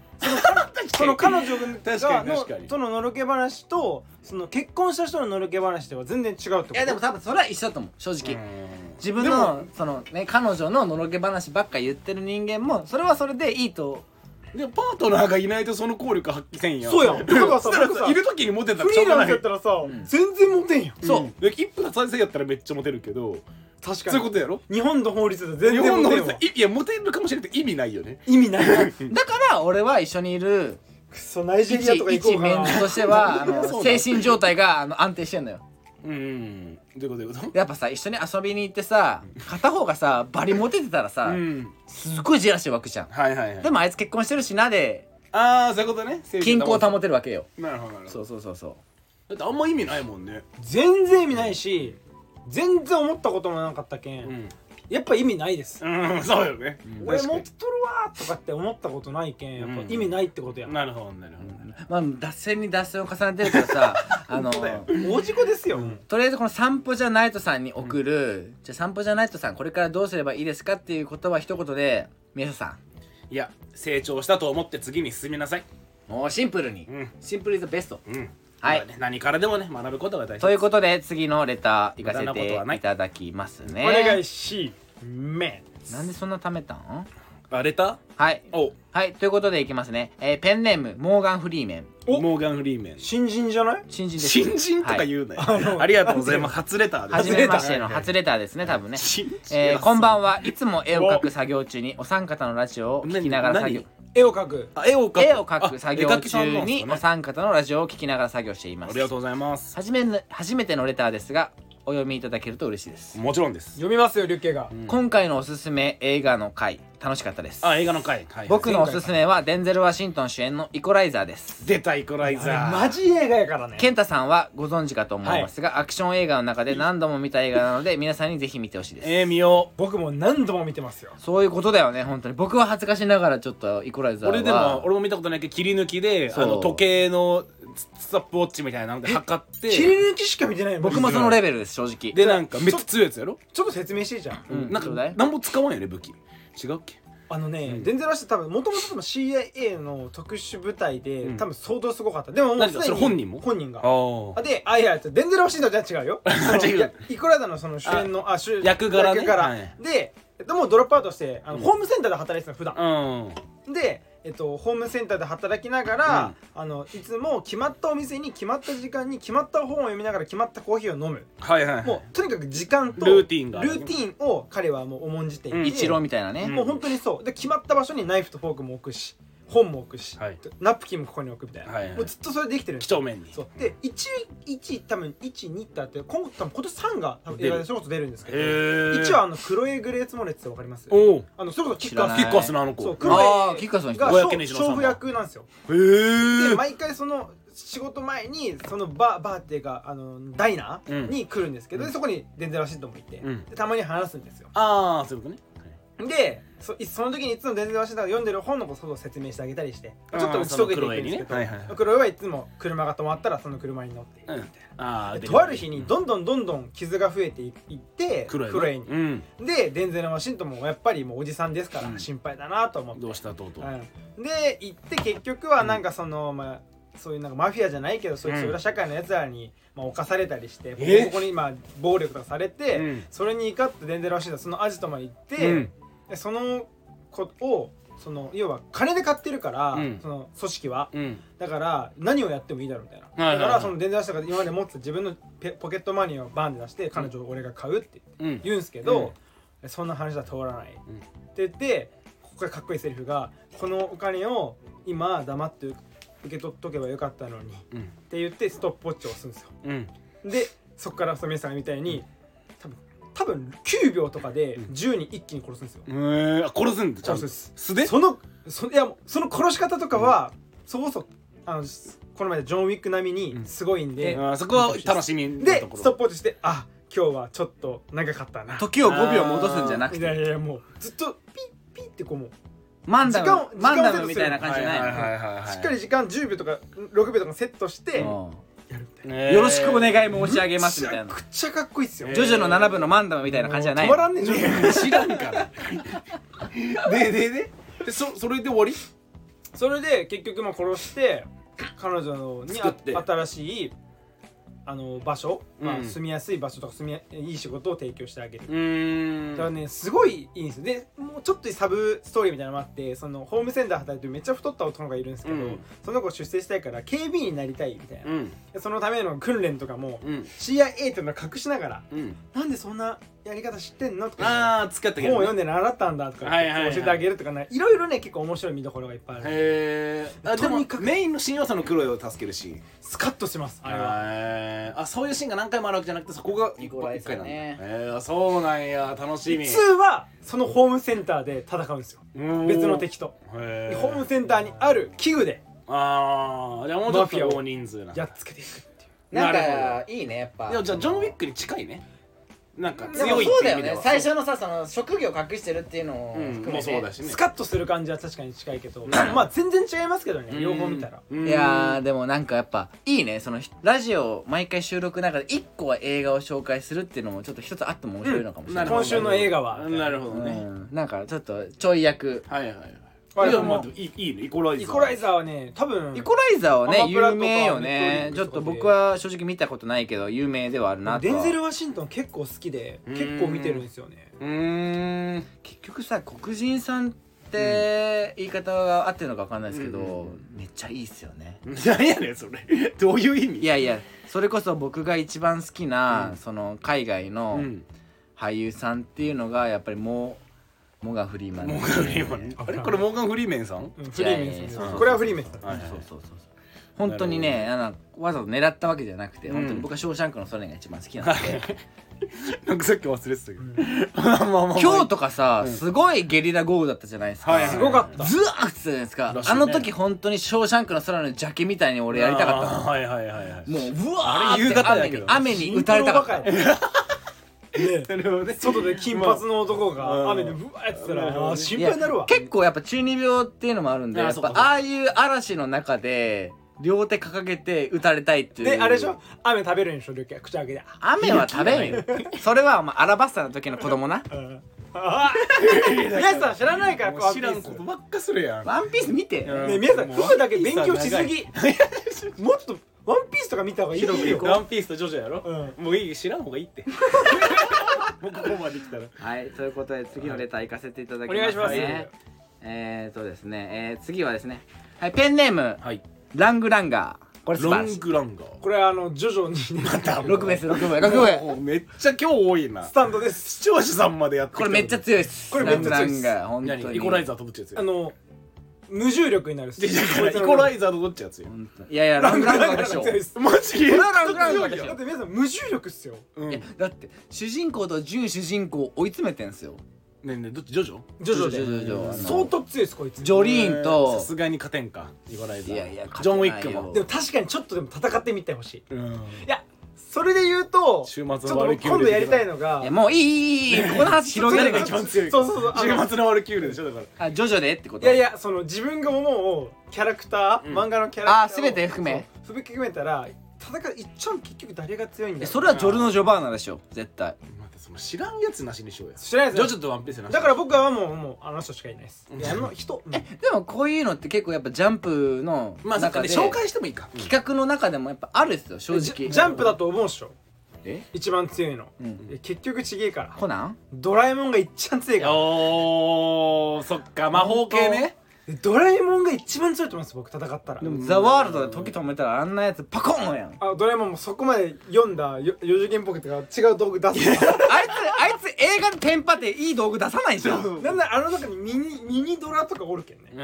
Speaker 2: その彼女
Speaker 3: 確
Speaker 2: が
Speaker 3: かに
Speaker 2: の
Speaker 3: 確かに
Speaker 2: とののろけ話とその結婚した人ののろけ話では全然違うってこ
Speaker 1: う
Speaker 2: と
Speaker 1: いやでも多分それは一緒だと思う正直、
Speaker 3: うん
Speaker 1: 自分のそのね彼女ののろけ話ばっか言ってる人間もそれはそれでいいと
Speaker 3: でもパートナーがいないとその効力発揮せんやん
Speaker 2: そうやんだからさ
Speaker 3: そしたら
Speaker 2: 僕
Speaker 3: さ
Speaker 2: さ
Speaker 3: いる時にモテた
Speaker 2: フ
Speaker 3: らしょ
Speaker 2: リー
Speaker 3: うが
Speaker 2: ラ
Speaker 3: な
Speaker 2: ンスやった
Speaker 3: い
Speaker 2: らさ、全然モテんよ
Speaker 1: そう
Speaker 3: で一夫多妻制やったらめっちゃモテるけど
Speaker 2: 確かに
Speaker 3: そういうことやろ
Speaker 2: 日本の法律で全
Speaker 3: 日
Speaker 2: 然
Speaker 3: 本
Speaker 2: モ
Speaker 3: の
Speaker 2: テ
Speaker 3: 法
Speaker 2: ん
Speaker 3: 律
Speaker 2: わ
Speaker 3: はいいやモテるかもしれないけど意味ないよね
Speaker 2: 意味ないわく
Speaker 1: だから俺は一緒にいる
Speaker 2: そナイジ
Speaker 1: 一
Speaker 2: ェリアとか行こ
Speaker 1: 一
Speaker 2: うか
Speaker 1: メンズと
Speaker 2: な
Speaker 1: してはあ
Speaker 3: そう
Speaker 1: の
Speaker 3: なの
Speaker 1: 精神状態があの安定してんのよ
Speaker 3: うんどういうことどういうこ
Speaker 1: やっぱさ一緒に遊びに行ってさ片方がさバリモテてたら
Speaker 3: と
Speaker 1: さ、
Speaker 3: うん
Speaker 1: すっごいジェラシー湧くじゃん
Speaker 3: はいはいはい
Speaker 1: でもあいつ結婚してるしなで
Speaker 3: ああそういうことね
Speaker 1: 均衡を
Speaker 3: た
Speaker 1: 保てるわけよ
Speaker 3: なるほどなるほど
Speaker 1: そうそうそうそう
Speaker 3: だってあんま意味ないもんね
Speaker 2: 全然意味ないし全然思ったこともなかったけん、
Speaker 3: うん
Speaker 2: やっぱ意味ないです、
Speaker 3: うんそうよね
Speaker 2: 俺
Speaker 3: 確か
Speaker 2: モ
Speaker 3: に
Speaker 2: テとるわーとかって思ったことないけんやっぱ意味ないってことや、
Speaker 3: なるほどなるほど
Speaker 1: まあ脱線に脱線を重ねてるからさあの
Speaker 2: 大事故ですよ、
Speaker 1: とりあえずこの「散歩じゃナイトさんに送る」じゃあ「散歩じゃナイトさんこれからどうすればいいですか?」っていう言葉一言で皆さ
Speaker 3: いや成長したと思って次に進みなさい
Speaker 1: んもうシンプルに、
Speaker 3: うん
Speaker 1: シンプルイズベスト
Speaker 3: うん
Speaker 1: はい
Speaker 3: まあね何からでもね学ぶことが大
Speaker 1: とい
Speaker 3: 切
Speaker 1: うことで次のレター行か
Speaker 3: 無駄なことはな
Speaker 1: せてい
Speaker 3: い
Speaker 1: ただきますね
Speaker 2: お願いしめ
Speaker 1: なんでそんなためたん
Speaker 3: あれた
Speaker 1: はい
Speaker 3: お
Speaker 1: はいということでいきますね、えーペンネームモーガン・フリーメン
Speaker 2: お
Speaker 3: モーガン・フリーメン
Speaker 2: 新人じゃない
Speaker 1: 新人です
Speaker 3: 新人とか
Speaker 1: う
Speaker 3: 言うなよ、
Speaker 2: の
Speaker 3: ありがとうございます初レターで
Speaker 1: は
Speaker 3: す
Speaker 1: じめましての初レターですね、多分ね。
Speaker 3: 新人
Speaker 1: えー、こんばんはいつも絵を描く作業中にお三方のラジオを聞きながら作業
Speaker 3: 何
Speaker 2: 絵を描く
Speaker 3: あ絵を描く
Speaker 1: 絵を描
Speaker 3: あ
Speaker 1: く作
Speaker 3: 絵
Speaker 1: 業
Speaker 3: 描きさんな
Speaker 1: 中
Speaker 3: んです
Speaker 1: に
Speaker 3: かね
Speaker 1: お三方のラジオを聞きながら作業していま
Speaker 3: あ
Speaker 1: す
Speaker 3: りがとうございます
Speaker 1: はじめの初めてのレターですがお読みいただけると嬉しいです、
Speaker 3: もちろんです
Speaker 2: 読みますよリュッケが、
Speaker 3: うん
Speaker 1: 今回のおすすめ映画の回楽しかったです
Speaker 3: あ映画の回、はい
Speaker 1: 僕のおすすめはデンゼル・ワシントン主演のイコライザーです
Speaker 3: 出たイコライザー
Speaker 2: マジ映画やからね
Speaker 1: 健太さんはご存知かと思いますが、アクション映画の中で何度も見た映画なので皆さんにぜひ見てほしいです、
Speaker 3: えー、見よ
Speaker 2: 僕も何度も見てますよ
Speaker 1: そういうことだよね本当に僕は恥ずかしながらちょっとイコライ
Speaker 3: う
Speaker 1: ザーは
Speaker 3: 俺でも俺も見たことないけど切り抜きで
Speaker 1: そう
Speaker 3: あの時計のススタップウォッチみたいなので測って
Speaker 2: 切り抜きしか見てないの
Speaker 1: 僕もそのレベルです正直
Speaker 3: でなんかめっちゃ強いやつやろ、
Speaker 2: ちょっと説明していいじゃん
Speaker 1: うん
Speaker 3: なんか
Speaker 1: ちょうだい
Speaker 3: 何も使わんよね武器違うっけ
Speaker 2: あのね、デンゼル・ワシントン多分もともと CIA の特殊部隊で、
Speaker 3: うん
Speaker 2: 多分相当すごかったでももう
Speaker 3: 何
Speaker 2: す
Speaker 3: が
Speaker 2: でに
Speaker 3: それ本人も
Speaker 2: 本人が
Speaker 3: あ
Speaker 2: あであいやデンゼル・ワシントンじゃ違う
Speaker 3: (laughs)
Speaker 2: よその
Speaker 3: 違う
Speaker 2: いやいくらだのその主演のあ主
Speaker 3: 役柄ね
Speaker 2: 役柄、
Speaker 3: はい
Speaker 2: で、えっと、もうドロップアウトしてあの、
Speaker 3: うん
Speaker 2: ホームセンターで働いてたの普段、
Speaker 3: あうん
Speaker 2: で、えっと、ホームセンターで働きながら、あのいつも決まったお店に決まった時間に決まった本を読みながら決まったコーヒーを飲む
Speaker 3: はいはいはい
Speaker 2: もうとにかく時間と
Speaker 3: ルーティンがあ
Speaker 2: ル
Speaker 3: る
Speaker 2: ーティンを彼はもう重んじていて、
Speaker 3: うん
Speaker 1: 一郎みたいなね、
Speaker 3: うん
Speaker 2: もう本当にそうで決まった場所にナイフとフォークも置くし本も置くし、
Speaker 3: はい
Speaker 2: ナプキンもここに置くみたいな、
Speaker 3: はいはい
Speaker 2: もうずっとそれできてるんで
Speaker 3: 几
Speaker 2: すよ
Speaker 3: 帳面に
Speaker 2: そうで11多分12ってあって今多分今年3が多分映画でそれこそ出るんですけど
Speaker 3: へえ
Speaker 2: 1はあの黒いグレーツモレッツってわかります
Speaker 3: おう
Speaker 2: あのそれこそキッ
Speaker 1: 知
Speaker 2: カ
Speaker 1: ら
Speaker 2: ー
Speaker 1: ない
Speaker 3: キックアスのあの子
Speaker 2: そう
Speaker 3: へ
Speaker 2: 黒
Speaker 1: ああ
Speaker 2: い
Speaker 1: キッカーズの人
Speaker 2: が
Speaker 3: 五百二十の三番
Speaker 2: 勝負役なんですよで
Speaker 3: え
Speaker 2: 毎回その仕事前にそのバーバーっていうかあのダイナーに来るんですけど、
Speaker 3: うん
Speaker 2: でそこにデンゼル・ワシントンもいて、
Speaker 3: うん
Speaker 2: でたまに話すんですよ
Speaker 3: ああそういうことね
Speaker 2: でそいその時にいつもデンゼル・ワシントンが読んでる本のことを説明してあげたりしてちょっと打ち解けていくんですけど
Speaker 3: あーその黒いにねはいはいはい
Speaker 2: 黒いはいつも車が止まったらその車に乗っていくみたい
Speaker 3: あ
Speaker 2: な、
Speaker 3: あ
Speaker 2: でとある日にどんどんどんどん傷が増えていいって
Speaker 3: 黒いの
Speaker 2: に
Speaker 3: うん
Speaker 2: でデンゼル・ワシントンもやっぱりもうおじさんですか
Speaker 3: う
Speaker 2: ら
Speaker 3: ん
Speaker 2: 心配だなと思って
Speaker 3: どうしたとうとう
Speaker 2: うんで行って結局はなんかその、まあそういうなんかマフィアじゃないけどそういう
Speaker 3: うん
Speaker 2: 裏社会のやつらに、まあ、侵されたりしてこ
Speaker 3: え
Speaker 2: こに今暴力とかされて、
Speaker 3: うん
Speaker 2: それに怒ってデンゼル・ワシントンはそのアジトまで行って、
Speaker 3: うん
Speaker 2: でその子をその要は金で買ってるから、
Speaker 3: うん
Speaker 2: その組織は
Speaker 3: うん
Speaker 2: だから何をやってもいいだろうみたいな、
Speaker 3: はいはいはい
Speaker 2: だからそのデンゼル・ワシントンが今まで持ってた自分のペポケットマニーをバンで出して彼女を俺が買うって
Speaker 3: うん
Speaker 2: 言うんすけど、そんな話は通らない、
Speaker 3: うん
Speaker 2: って言ってここからかっこいいセリフが「このお金を今黙って受け取っとけばよかったのに」っ
Speaker 3: うん
Speaker 2: て言ってストップウォッチを押すんですよ
Speaker 3: うん
Speaker 2: でそこから皆さんみたいに多分多分9秒とかで10人一気に殺すんですよ、
Speaker 3: えー、あ殺すんだちゃんと
Speaker 2: 殺す
Speaker 3: 素で
Speaker 2: そのそいやもうその殺し方とかは、そこそあのこの前でジョン・ウィック並みにすごいんで、
Speaker 3: あーそこは楽しみな
Speaker 2: で
Speaker 3: ところ
Speaker 2: ストップウォッチしてあ今日はちょっと長かったな
Speaker 1: 時を5秒戻すんじゃなく
Speaker 2: いや
Speaker 1: て
Speaker 2: いやいやもうずっとピッピッってこうもう
Speaker 1: マンダム
Speaker 2: 時間を
Speaker 1: マンダ
Speaker 2: 時間をセットする
Speaker 1: ムみたいな感じじゃないの、
Speaker 3: はいはいはいはい
Speaker 2: しっかり時間10秒とか6秒とかセットしてや
Speaker 1: うん
Speaker 2: るみたいな
Speaker 3: ね
Speaker 1: よろしくお願い申し上げますみたい
Speaker 2: め
Speaker 1: な
Speaker 2: ちゃくちゃかっこいいっすよ
Speaker 1: ジョジョの7部のマンダムみたいな感じじゃない
Speaker 2: 止まらんねえじゃん
Speaker 3: ね知らんからででででそそれで終わり
Speaker 2: それで結局まあ殺して彼女のに
Speaker 3: 作っ
Speaker 2: あ
Speaker 3: て
Speaker 2: 新しいあの場所、ま
Speaker 3: う
Speaker 2: あ、
Speaker 3: ん
Speaker 2: 住みやすい場所とか住みやいい仕事を提供してあげる、
Speaker 3: うー
Speaker 2: だからねすごいいいんですよでもうちょっとサブストーリーみたいなのもあってそのホームセンターで働いてるめっちゃ太った男の子がいるんですけど、
Speaker 3: うん
Speaker 2: その子出世したいから警備員になりたいみたいな、
Speaker 3: うん
Speaker 2: でそのための訓練とかも
Speaker 3: うん
Speaker 2: CIA っていうのを隠しながら
Speaker 3: うん
Speaker 2: なんでそんなやり方知ってんのとか
Speaker 3: ああ使ったけ
Speaker 2: 本を
Speaker 3: どね
Speaker 2: 読んで習ったんだとか
Speaker 3: はいはいはい
Speaker 2: 教えてあげるとかねいろいろね結構面白い見どころがいっぱいある
Speaker 3: へえあで
Speaker 2: と
Speaker 3: も
Speaker 2: にかく
Speaker 3: メインの新要素の黒いを助けるシーン
Speaker 2: スカッとしますあれは
Speaker 3: へーあそういうシーンが何回もあるわけじゃなくてそこが一
Speaker 1: こら
Speaker 3: 回
Speaker 1: い
Speaker 3: 一
Speaker 1: ですよ
Speaker 3: 回なんだ
Speaker 1: ね
Speaker 3: へーそうなんや楽しみ
Speaker 2: 普通はそのホームセンターで戦うんですよ別
Speaker 3: 別
Speaker 2: の敵と
Speaker 3: ホ
Speaker 2: でホームセンターにある器具で
Speaker 3: ああじゃあもうちょっと大人数な
Speaker 2: やっつけていくっていう
Speaker 1: なん
Speaker 3: な
Speaker 1: かいいねやっぱ
Speaker 3: でもじゃあジョン・ウィックに近いねなんか
Speaker 1: でも
Speaker 3: 強いっ
Speaker 1: そう
Speaker 3: てい
Speaker 1: だよ
Speaker 3: う意味で
Speaker 1: ね
Speaker 3: は
Speaker 1: 最初のさその職業隠してるっていうのも
Speaker 3: うん
Speaker 1: 含
Speaker 3: も
Speaker 1: め
Speaker 3: う
Speaker 1: て、
Speaker 3: そうだしね
Speaker 2: スカッとする感じは確かに近いけどまあ全然違いますけどね両方見たら
Speaker 3: うん
Speaker 1: いやーでもなんかやっぱいいねそのラジオ毎回収録の中で1個は映画を紹介するっていうのもちょっと一つあっても面白いのかもしれない、
Speaker 3: なるほど
Speaker 2: 今週の映画は
Speaker 3: なるほど
Speaker 1: うん
Speaker 3: ね
Speaker 1: なんかちょっとちょい役
Speaker 3: はいはいはい
Speaker 2: はい
Speaker 3: いやまあいいいいねイコライザー
Speaker 2: イコライザーはね多分
Speaker 1: イコライザーは
Speaker 2: ア
Speaker 1: ね
Speaker 2: マプラ
Speaker 1: 有
Speaker 2: とか
Speaker 1: 名よね
Speaker 2: ネットフリック
Speaker 1: ち
Speaker 2: ス
Speaker 1: ょ
Speaker 2: と
Speaker 1: っ
Speaker 2: か
Speaker 1: と
Speaker 2: で
Speaker 1: 僕は正直見たことないけど有名ではあるなと
Speaker 2: デ
Speaker 1: は
Speaker 2: ンゼル・ワシントン結構好きで
Speaker 3: うん
Speaker 2: 結構見てるんですよね
Speaker 3: うーん (laughs)
Speaker 1: 結局さ黒人さんって言い方が合ってるのか分かんないですけど、
Speaker 3: うんうん
Speaker 1: めっちゃいいっすよね
Speaker 3: 何やねんそれどういう意味
Speaker 1: いやいやそれこそ僕が一番好きな、その海外
Speaker 3: う
Speaker 1: の
Speaker 3: ん
Speaker 1: 俳優さんっていうのがやっぱりモモガフリーマン
Speaker 3: モーガン・フリーマンあれこれモーガン・フリーメンさん
Speaker 2: うんフリーメ
Speaker 1: い
Speaker 2: ン
Speaker 1: やいやい
Speaker 2: さ
Speaker 1: や
Speaker 2: んこれはフリーメンさん
Speaker 3: はい
Speaker 1: そうそうそうそう本当にねあのわざと狙ったわけじゃなくて、
Speaker 3: うん
Speaker 1: 本当に僕は「ショーシャンクのソ連」が一番好きなので
Speaker 3: なんかさっき忘れてたけどまあまあまあ
Speaker 1: (laughs) 今日とかさ、
Speaker 3: うん
Speaker 1: すごいゲリラ豪雨だったじゃないですか、
Speaker 3: はい
Speaker 2: すごかった
Speaker 1: ずわーってたじゃないですか、
Speaker 3: らしいね
Speaker 1: あの時本当に「ショーシャンクの空」のジャケみたいに俺やりたかった
Speaker 3: あーはいはいはいはい
Speaker 1: のもううわ
Speaker 3: あれ
Speaker 1: ーっ
Speaker 3: 夕
Speaker 1: て
Speaker 3: 方
Speaker 1: 雨
Speaker 3: やけ
Speaker 1: に
Speaker 3: ど
Speaker 1: 雨に打たれたかった
Speaker 2: た
Speaker 3: なるほどね
Speaker 2: 外で金髪の男
Speaker 3: うん
Speaker 2: が雨でブワーってたら
Speaker 3: うん
Speaker 2: あー心配になるわ
Speaker 1: いや結構やっぱ中二病っていうのもあるんで
Speaker 3: あ
Speaker 1: や
Speaker 3: ー
Speaker 1: っ
Speaker 3: そうか
Speaker 1: ぱああいう嵐の中で両手掲げて打たれたいっていう
Speaker 2: であれでしょ雨食べるんでしょルキは口開けて
Speaker 1: 雨は食べんよそれはお前アラバスタの時の子供な
Speaker 2: うんあー皆さん知らないから
Speaker 3: もう知ら
Speaker 2: ワン
Speaker 3: ん
Speaker 2: ピ
Speaker 3: こ
Speaker 2: ース
Speaker 3: とばっかするやん
Speaker 1: ワンピース見て
Speaker 3: うん
Speaker 2: ね皆さん
Speaker 3: もう
Speaker 2: 服だけ勉強しすぎもっとワンピースとか見た方がいいよ
Speaker 3: ワンピースとジョジョやろ、
Speaker 2: う
Speaker 3: もういい知らん方がいいって (laughs) もうここまで来たら
Speaker 1: はいということで次のレター行かせていただき
Speaker 2: お願いしま
Speaker 1: ますすねえーとですねえー次はですねはいペンネーム
Speaker 3: はい
Speaker 1: ラングランガーこれ素
Speaker 3: ロ
Speaker 1: 晴ら
Speaker 3: ン
Speaker 1: しい
Speaker 3: グランガー
Speaker 2: これあの徐々に
Speaker 3: また
Speaker 1: 6部です6部6部
Speaker 3: もうめっちゃ今日多いな
Speaker 2: スタンドです
Speaker 3: 視聴者さんまでやってき
Speaker 1: こ
Speaker 3: た
Speaker 1: れめっちゃ強いっす
Speaker 2: これめっちゃ強いっす
Speaker 1: ラングランガー本当
Speaker 3: 何
Speaker 1: に
Speaker 3: イコライザーとどっちが強
Speaker 2: あ
Speaker 3: い
Speaker 2: の無重力になる
Speaker 3: いやだからイコライザーとどっちが強い
Speaker 1: 本当にいやいやラングランガーでしょ
Speaker 2: ラングランガーが強いっす
Speaker 3: マジ
Speaker 1: ラングランガーでしょ
Speaker 2: だって皆さん無重力っすよ
Speaker 3: うん
Speaker 1: いや
Speaker 3: ね
Speaker 1: だって主人公と準主人公を追い詰めてんすよ
Speaker 3: えねえどっちジョジョ
Speaker 2: 徐々
Speaker 1: ジョジョジョ
Speaker 2: に
Speaker 1: ジョあの
Speaker 2: 相当強いですこいつ
Speaker 1: ジョリーンと
Speaker 3: さすがに勝てんかイコライザー
Speaker 1: いやいや勝
Speaker 3: ジョ
Speaker 1: て
Speaker 3: ンウ
Speaker 1: ないよ
Speaker 3: ィックも
Speaker 2: でも確かにちょっとでも戦ってみてほしい
Speaker 3: うん
Speaker 2: いやそれで言うと
Speaker 3: 週末の
Speaker 2: ちょっと
Speaker 3: バーベ
Speaker 2: 僕
Speaker 3: キュー
Speaker 2: 今
Speaker 3: で
Speaker 2: 度やりたいのが
Speaker 1: いやもういいいいいいこの話広げ
Speaker 3: 誰
Speaker 1: る
Speaker 3: が
Speaker 1: が
Speaker 3: 一番強い
Speaker 2: そうそうそうあの
Speaker 3: 週末のワルキューレでしょだから
Speaker 1: あジョジョでってこ
Speaker 2: い
Speaker 1: と
Speaker 2: やいやその自分が思うキャラクター、
Speaker 3: うん
Speaker 2: 漫画のキャラクター
Speaker 1: あー全て含め
Speaker 2: そう含めたら戦い一番結局誰が強いんだ
Speaker 1: え
Speaker 2: よ
Speaker 1: それはジョルノ・ジョバーナでしょ絶対
Speaker 3: またその知らんやつなしにしようや
Speaker 2: 知らない
Speaker 3: ジ
Speaker 2: で
Speaker 3: ョ
Speaker 2: す
Speaker 3: ジョとワンピースなし
Speaker 2: だから僕はもうもうあの人しかいないですいやあの
Speaker 1: (laughs)
Speaker 2: 人え
Speaker 1: でもこういうのって結構やっぱジャンプの
Speaker 3: まあなん
Speaker 1: 中
Speaker 3: かね
Speaker 1: で
Speaker 3: 紹介してもいいか
Speaker 1: 企画の中でもやっぱあるですよ正
Speaker 2: ジャ
Speaker 1: 直
Speaker 2: ジャンプだと思うでしょ
Speaker 1: え
Speaker 2: 一番強いの、
Speaker 1: うん
Speaker 2: え結局ちげえから
Speaker 1: コナン
Speaker 2: ドラえもんが一番強いから
Speaker 3: おーそっか魔法系ね
Speaker 2: えドラえもんが一番強いと思います僕戦ったら
Speaker 1: でもザ・ワールドで時止めたらあんなやつパコーンやん
Speaker 2: あドラえもんもそこまで読んだよ四次元ポケットが違う道具出す
Speaker 1: あいつあいつ映画でテンパっていい道具出さないじゃん
Speaker 2: なんならあの中にミニミニドラとかおるけんね
Speaker 3: うん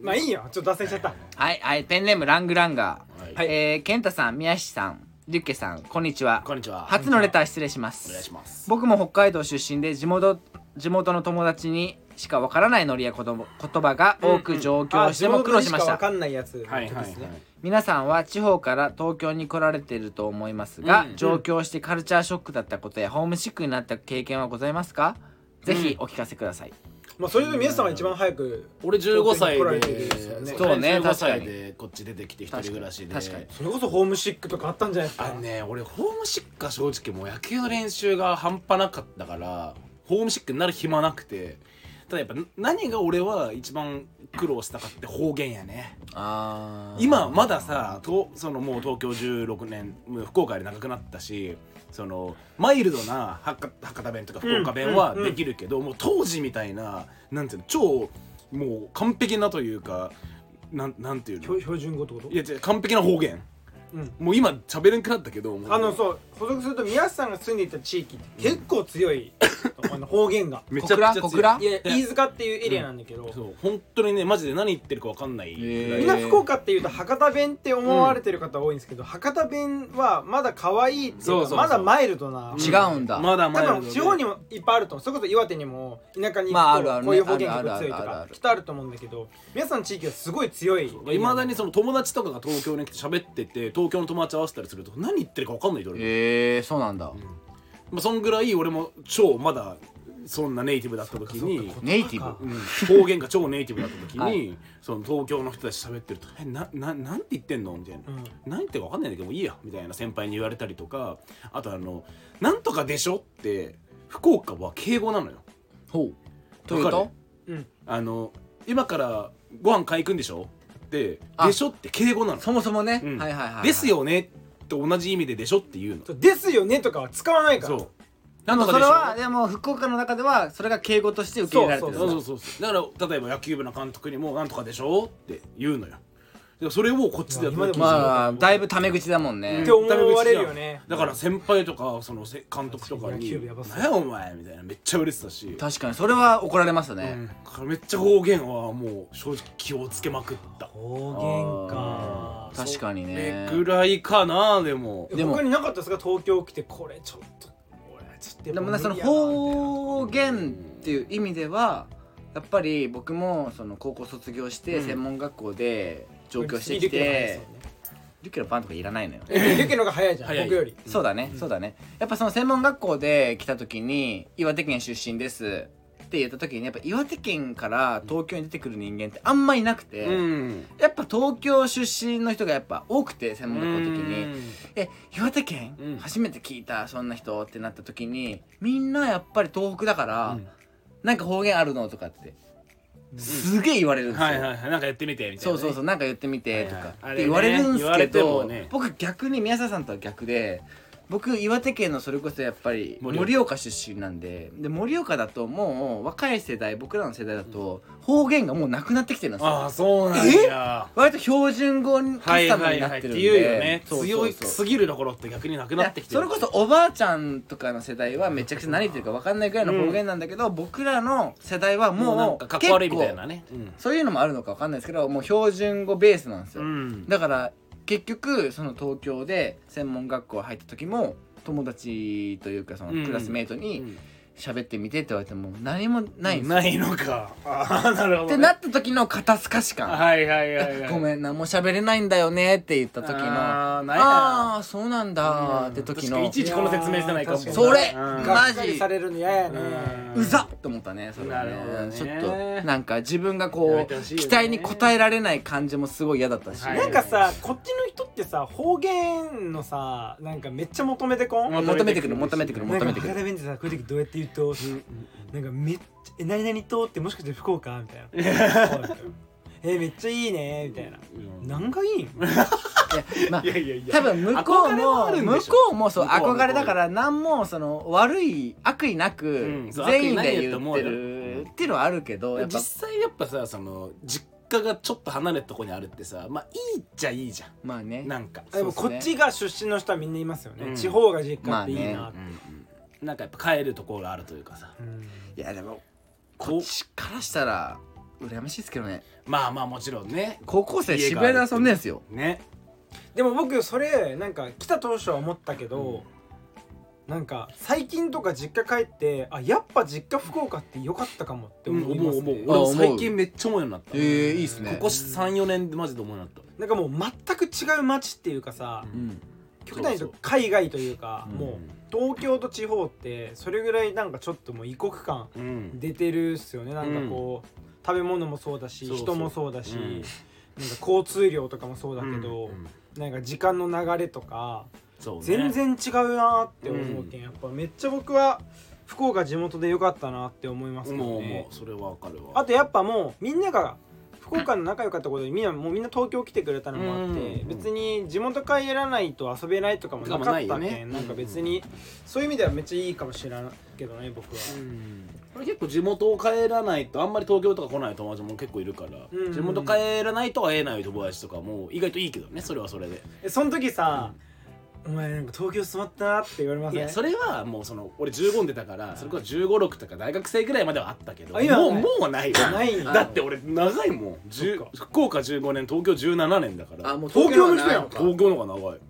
Speaker 2: まあいいよちょっと脱線しちゃった
Speaker 1: はいはいペンネームラングランガー、
Speaker 3: は
Speaker 1: はい、えー、ケンタさん宮下さんリュッケさんこんにちは
Speaker 3: こんにちは
Speaker 1: 初のレター失礼します
Speaker 3: お願いします
Speaker 1: 僕も北海道出身で地元地元の友達にしかわからないノリや言葉言葉が多く上京しても苦労しました、
Speaker 2: あ地元の人かわかんないやつ
Speaker 3: はいはいはい
Speaker 1: 皆さんは地方から東京に来られていると思いますが、
Speaker 3: うん
Speaker 1: 上京してカルチャーショックだったことやホームシックになった経験はございますかぜひお聞かせください、
Speaker 2: まあそれで皆さんが一番早く
Speaker 3: 俺15
Speaker 2: 東京に
Speaker 3: 歳
Speaker 2: 来られてるん
Speaker 3: で
Speaker 2: ですよね
Speaker 1: そうね
Speaker 3: 15歳
Speaker 1: 確か
Speaker 3: でこっち出てきて一人暮らしで
Speaker 1: 確かに
Speaker 2: それこそホームシックとかあったんじゃないです
Speaker 3: あ
Speaker 2: か
Speaker 3: のね俺ホームシックが正直もう野球の練習が半端なかったからホームシックになる暇なくてただやっぱ何が俺は一番苦労したかって方言やね
Speaker 1: あ
Speaker 3: 今まださとそのもう東京16年もう福岡より長くなったしそのマイルドな博博多弁とか福岡弁は
Speaker 2: うんうんうん
Speaker 3: できるけど、もう当時みたいななんていうの超もう完璧なというかなんなんていうの
Speaker 2: 標標準語ってこと
Speaker 3: いや違う完璧な方言
Speaker 2: うん
Speaker 3: もう今喋れんくなったけどもう
Speaker 2: あのそう補足すると宮下さんが住んでいた地域って結構強い、あの方言が
Speaker 3: めちゃくちゃ強い
Speaker 1: 小倉
Speaker 2: いや飯塚っていうエリアなんだけど、
Speaker 3: そう本当にねマジで何言ってるかわかんないぐらい
Speaker 2: みんな福岡っていうと博多弁って思われてる方多いんですけど、博多弁はまだ可愛いっていうか
Speaker 3: そうそうそう
Speaker 2: まだマイルドな、
Speaker 1: 違うんだ、
Speaker 3: まだま
Speaker 2: 多
Speaker 3: だ
Speaker 2: 分地方にもいっぱいあると思うそれこそ岩手にも田舎に
Speaker 1: まあ
Speaker 2: 行
Speaker 1: あるあるね
Speaker 2: くとこういう方言が強いと
Speaker 1: あるあるあるあ
Speaker 2: か
Speaker 1: る
Speaker 2: きっとあると思うんだけど皆さんの地域はすごい強い
Speaker 3: いまだにその友達とかが東京に来て喋ってて東京の友達合わせたりすると何言ってるかわかんないどれも
Speaker 1: えー、そうなんだ、
Speaker 3: まあ、そんぐらい俺も超まだそんなネイティブだった時に、
Speaker 1: ネイティ
Speaker 3: う
Speaker 1: ブ
Speaker 3: ん、方言が超ネイティブだった時に、
Speaker 1: はい
Speaker 3: その東京の人たち喋ってると「えなななんて言ってんの?」みたいな
Speaker 2: うん
Speaker 3: 「何言ってるか分かんないんだけどもういいや」みたいな先輩に言われたりとかあとあの「なんとかでしょ?」って福岡は敬語なのよ。
Speaker 1: ほうというと
Speaker 2: うん
Speaker 3: あの今からご飯買い行くんでしょって「
Speaker 1: あ
Speaker 3: でしょ?」って敬語なの。
Speaker 1: そもそもね、
Speaker 3: うん
Speaker 1: はいはいはいはい
Speaker 3: ですよねと同じ意味で「でしょ?」って言うの。
Speaker 2: そうですよねとかは使わないから
Speaker 3: そう。なん
Speaker 1: そ
Speaker 3: とかで
Speaker 1: れ
Speaker 3: しょ
Speaker 1: はでも福岡の中ではそれが敬語として受け入れられてるんだ
Speaker 3: そうそうそうそうだから例えば野球部の監督にも「なんとかでしょ?」って言うのよでもそれをこっちでやって
Speaker 2: いや今
Speaker 3: る
Speaker 2: でも
Speaker 1: まあだいぶタメ口だもんね
Speaker 2: って思われるよね
Speaker 3: だから先輩とかそのせ監督とか
Speaker 2: 野
Speaker 3: に
Speaker 2: 球部やば
Speaker 3: 「
Speaker 2: そう
Speaker 3: 何やお前」みたいなめっちゃ嬉しさし
Speaker 1: 確かにそれは怒られますね、
Speaker 3: うんめっちゃ方言はもう正直気をつけまくった
Speaker 2: 方言か
Speaker 1: あー確かにね
Speaker 3: それぐらいかなでも
Speaker 1: でも
Speaker 2: 他になかったですか東京来てこれちょっと俺ちょっと
Speaker 1: で
Speaker 2: やっぱ
Speaker 1: もねその
Speaker 2: 無理やなみたいな
Speaker 1: 方言っていう意味ではやっぱり僕もその高校卒業して
Speaker 3: うん
Speaker 1: 専門学校で上京して
Speaker 2: リュ
Speaker 1: き
Speaker 2: ッケの方が早いです
Speaker 1: て
Speaker 2: よ、ね
Speaker 1: 10キロパンとかいらないのよ
Speaker 2: えリュッケの方が早いじゃん
Speaker 3: 早い
Speaker 2: 僕より
Speaker 1: そうだね、そうだねやっぱその専門学校で来た時に岩手県出身ですって言った時にやっぱ岩手県から東京に出てくる人間ってあんまいなくて、
Speaker 3: うん
Speaker 1: やっぱ東京出身の人がやっぱ多くて専門学校の時に、え岩手県、
Speaker 3: うん
Speaker 1: 初めて聞いたそんな人ってなった時にみんなやっぱり東北だから、なんか方言あるのとかってすげえ言われるんですよ、
Speaker 3: はいはいはいなんかやってみてみたい
Speaker 1: そ
Speaker 3: な
Speaker 1: う
Speaker 3: ね
Speaker 1: そうそうなんか言ってみてと
Speaker 3: はいはい
Speaker 1: か
Speaker 3: あ
Speaker 1: っ
Speaker 3: れ
Speaker 1: て
Speaker 3: ね
Speaker 1: 言われるんで
Speaker 3: 言
Speaker 1: す
Speaker 3: わ
Speaker 1: け
Speaker 3: れて
Speaker 1: ど、
Speaker 3: もね
Speaker 1: 僕逆に宮下さんとは逆で僕岩手県のそれこそやっぱり
Speaker 3: 盛岡
Speaker 1: 盛岡出身なんでで盛岡だともう若い世代僕らの世代だと方言がもうなくなってきてるんですよ
Speaker 3: ああそうなんや
Speaker 1: 割と標準語にカ
Speaker 3: は
Speaker 1: ス
Speaker 3: い
Speaker 1: タム
Speaker 3: は
Speaker 1: に
Speaker 3: い
Speaker 1: な
Speaker 3: はい
Speaker 1: っ
Speaker 3: ってて
Speaker 1: るんで、
Speaker 3: いうよね
Speaker 1: そうそうそう
Speaker 3: 強いすぎるところって逆になくなってきて
Speaker 1: そ
Speaker 3: る
Speaker 1: れこそおばあちゃんとかの世代はめちゃくちゃ何言ってるか分かんないぐらいの方言なんだけど、僕らの世代はも
Speaker 3: も
Speaker 1: う
Speaker 3: うなんかかっこ悪いみたいなねうん
Speaker 1: そういうのもあるのか分かんないですけどもう標準語ベースなんですよ、
Speaker 3: うん
Speaker 1: だから結局その東京で専門学校入った時も友達というかそのクラスメート
Speaker 3: う
Speaker 1: に
Speaker 3: ん
Speaker 1: 喋ってみてって言われても何もないんですよ
Speaker 3: ないのかああなるほど
Speaker 1: っ
Speaker 3: ね
Speaker 1: てなった時の肩透かし感
Speaker 3: はいはいはいはい
Speaker 1: ごめんなもう喋れないんだよねって言った時の
Speaker 3: あーないな
Speaker 1: ああそうなんだって時
Speaker 3: 確かに
Speaker 1: の
Speaker 3: いちいちこの説明してないかも
Speaker 2: いやー確か
Speaker 1: そ
Speaker 2: に
Speaker 1: れ
Speaker 3: うん
Speaker 1: マ
Speaker 2: がっかり
Speaker 1: ジ
Speaker 2: されるの嫌やね
Speaker 3: うん
Speaker 1: うざっと思ったねそれはね
Speaker 3: なるほどね
Speaker 1: ちょっとなんか自分がこ
Speaker 3: や
Speaker 1: う、
Speaker 3: めてほしいよね
Speaker 1: 期待に応えられない感じもすごい嫌だったし、
Speaker 3: はい
Speaker 2: なんかさこっちの人ってさ方言のさなんかめっちゃ求めてこん
Speaker 3: うん
Speaker 1: 求めてくる求めてくる
Speaker 2: なん
Speaker 1: 求
Speaker 2: か
Speaker 1: めてく
Speaker 2: 博
Speaker 1: る
Speaker 2: 多弁でさこういう時どうやって言うとなんかめっちゃ「え何々と」ってもしかして福岡みたいな「そうみたいなえめっちゃいいね」みたいな「何がいいん?」
Speaker 1: いやまあ
Speaker 3: いやいやいや
Speaker 1: 多分向こう
Speaker 3: 憧れはあ
Speaker 1: も
Speaker 3: るん
Speaker 1: 向
Speaker 3: でしょ
Speaker 1: こうもそう
Speaker 3: 向こうは
Speaker 1: 憧れだから何もその悪い悪意な
Speaker 3: う
Speaker 1: く
Speaker 3: んそう
Speaker 1: 善意で
Speaker 3: 悪意ないよって
Speaker 1: 言
Speaker 3: 思
Speaker 1: っ
Speaker 3: う
Speaker 1: て
Speaker 3: よ
Speaker 1: るっていうのはあるけどやっぱ
Speaker 3: 実際やっぱさその実家がちょっと離れたとこにあるってさまあいいっちゃいいじゃ
Speaker 1: まあね
Speaker 3: んなんか
Speaker 2: あでも
Speaker 1: そうっ
Speaker 2: こ
Speaker 1: すね
Speaker 2: っちが出身の人はみんな言いますよね、
Speaker 3: うん
Speaker 2: 地方が実家っていい
Speaker 1: ま
Speaker 2: な
Speaker 1: あ
Speaker 2: って、
Speaker 3: なんかやっぱ帰るところあるというかさ
Speaker 2: うん
Speaker 1: いやでもこ
Speaker 3: こ
Speaker 1: っちからしたら羨ましいですけどね
Speaker 3: まあまあもちろんね
Speaker 1: 高校生渋谷で遊んでんすよ
Speaker 3: ね
Speaker 2: でも僕それなんか来た当初は思ったけど、なんか最近とか実家帰ってあやっぱ実家福岡って良かったかもって思い
Speaker 3: 思
Speaker 2: ま
Speaker 3: う
Speaker 2: す、ね
Speaker 3: 思う俺
Speaker 1: あ
Speaker 3: も
Speaker 1: 思う
Speaker 3: 最近めっちゃ思うようになった
Speaker 1: えー、いいっすね
Speaker 3: ここ34年でマジで思うようになっ
Speaker 2: なんかもう全く違う街っていうかさ、
Speaker 3: うん
Speaker 1: うん
Speaker 2: 極端に言うと海外というか
Speaker 1: うん
Speaker 2: もう東京と地方ってそれぐらいなんかちょっともう異国感
Speaker 3: たうん
Speaker 2: 出てるっすよねなんかこう、食べ物もそうだし
Speaker 3: そうそう
Speaker 2: 人もそうだし、
Speaker 3: うん
Speaker 2: なんか交通量とかもそうだけど、
Speaker 3: うん
Speaker 2: なんか時間の流れとか
Speaker 3: そうね
Speaker 2: 全然違うなーって思うけん、やっぱめっちゃ僕は福岡地元でよかったなって思いますけ
Speaker 3: も
Speaker 2: ど
Speaker 3: う
Speaker 2: ね
Speaker 3: もうそれはわかるわ
Speaker 2: あとやっぱもうみんなが福岡の仲良かったことでみんなもうみんな東京来てくれたのもあって、
Speaker 3: うん
Speaker 2: 別に地元帰らないと遊べないとかもなか
Speaker 3: とかもな
Speaker 2: っ
Speaker 3: い
Speaker 2: た
Speaker 3: よ
Speaker 2: けん、
Speaker 3: ね
Speaker 2: なんか別にそういう意味ではめっちゃいいかもしれないけどね僕は。
Speaker 3: うん俺結構地元を帰らないとあんまり東京とか来ない友達も結構いるから、
Speaker 2: うん
Speaker 3: 地元帰らないと会えない友達とかも意外といいけどねそれはそれで
Speaker 2: えその時さ、お前なんか東京住まったなって言われま
Speaker 3: い
Speaker 2: せん
Speaker 3: やそれはもうその俺15出たからそれから1 5 6とか大学生ぐらいまではあったけど
Speaker 2: あ今は
Speaker 3: もう
Speaker 2: ない
Speaker 3: もうないよ
Speaker 2: ないんや
Speaker 3: だって俺長いもん10
Speaker 2: そっか
Speaker 3: 福岡15年東京17年だから
Speaker 1: あもう
Speaker 2: 東京の人やん
Speaker 1: 東
Speaker 3: 東京の方が長い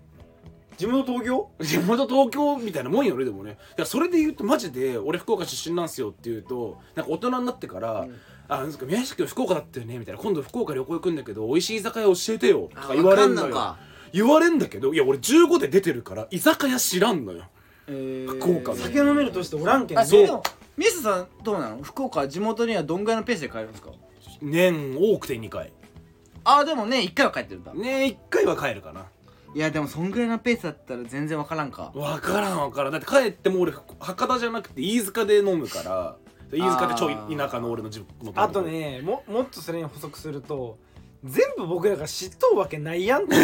Speaker 2: 地元東京
Speaker 3: 地元東京みたいなもんよねでもねいやそれで言うとマジで俺福岡出身なんすよって言うとなんか大人になってから「あなんですか宮下君福岡だったよね」みたいな「今度福岡旅行行くんだけど美味しい居酒屋教えてよ」とか言われんの
Speaker 1: あわかんの
Speaker 3: よ
Speaker 1: か
Speaker 3: 言われんだけどいや俺15で出てるから居酒屋知らんのよ
Speaker 1: 福
Speaker 3: 福岡の
Speaker 2: 酒飲める年っておらんけん
Speaker 1: あ
Speaker 2: ね
Speaker 1: そうでもミスさんどうなの福岡地元にはどんぐらいのペースで帰るんですか
Speaker 3: 年多くて2回
Speaker 1: ああでもね1回は帰ってるんだ
Speaker 3: ね1回は帰るかない
Speaker 1: やでもそんぐらいのペースだったら全然わからんか
Speaker 3: 分からん分からんだって帰っても俺博多じゃなくて飯塚で飲むから飯塚ってちょ
Speaker 1: あ
Speaker 3: い
Speaker 1: ー
Speaker 3: 田舎の俺の地元
Speaker 2: あとねももっとそれに補足すると全
Speaker 1: (laughs)
Speaker 2: 部僕らが知っとうわけないやんって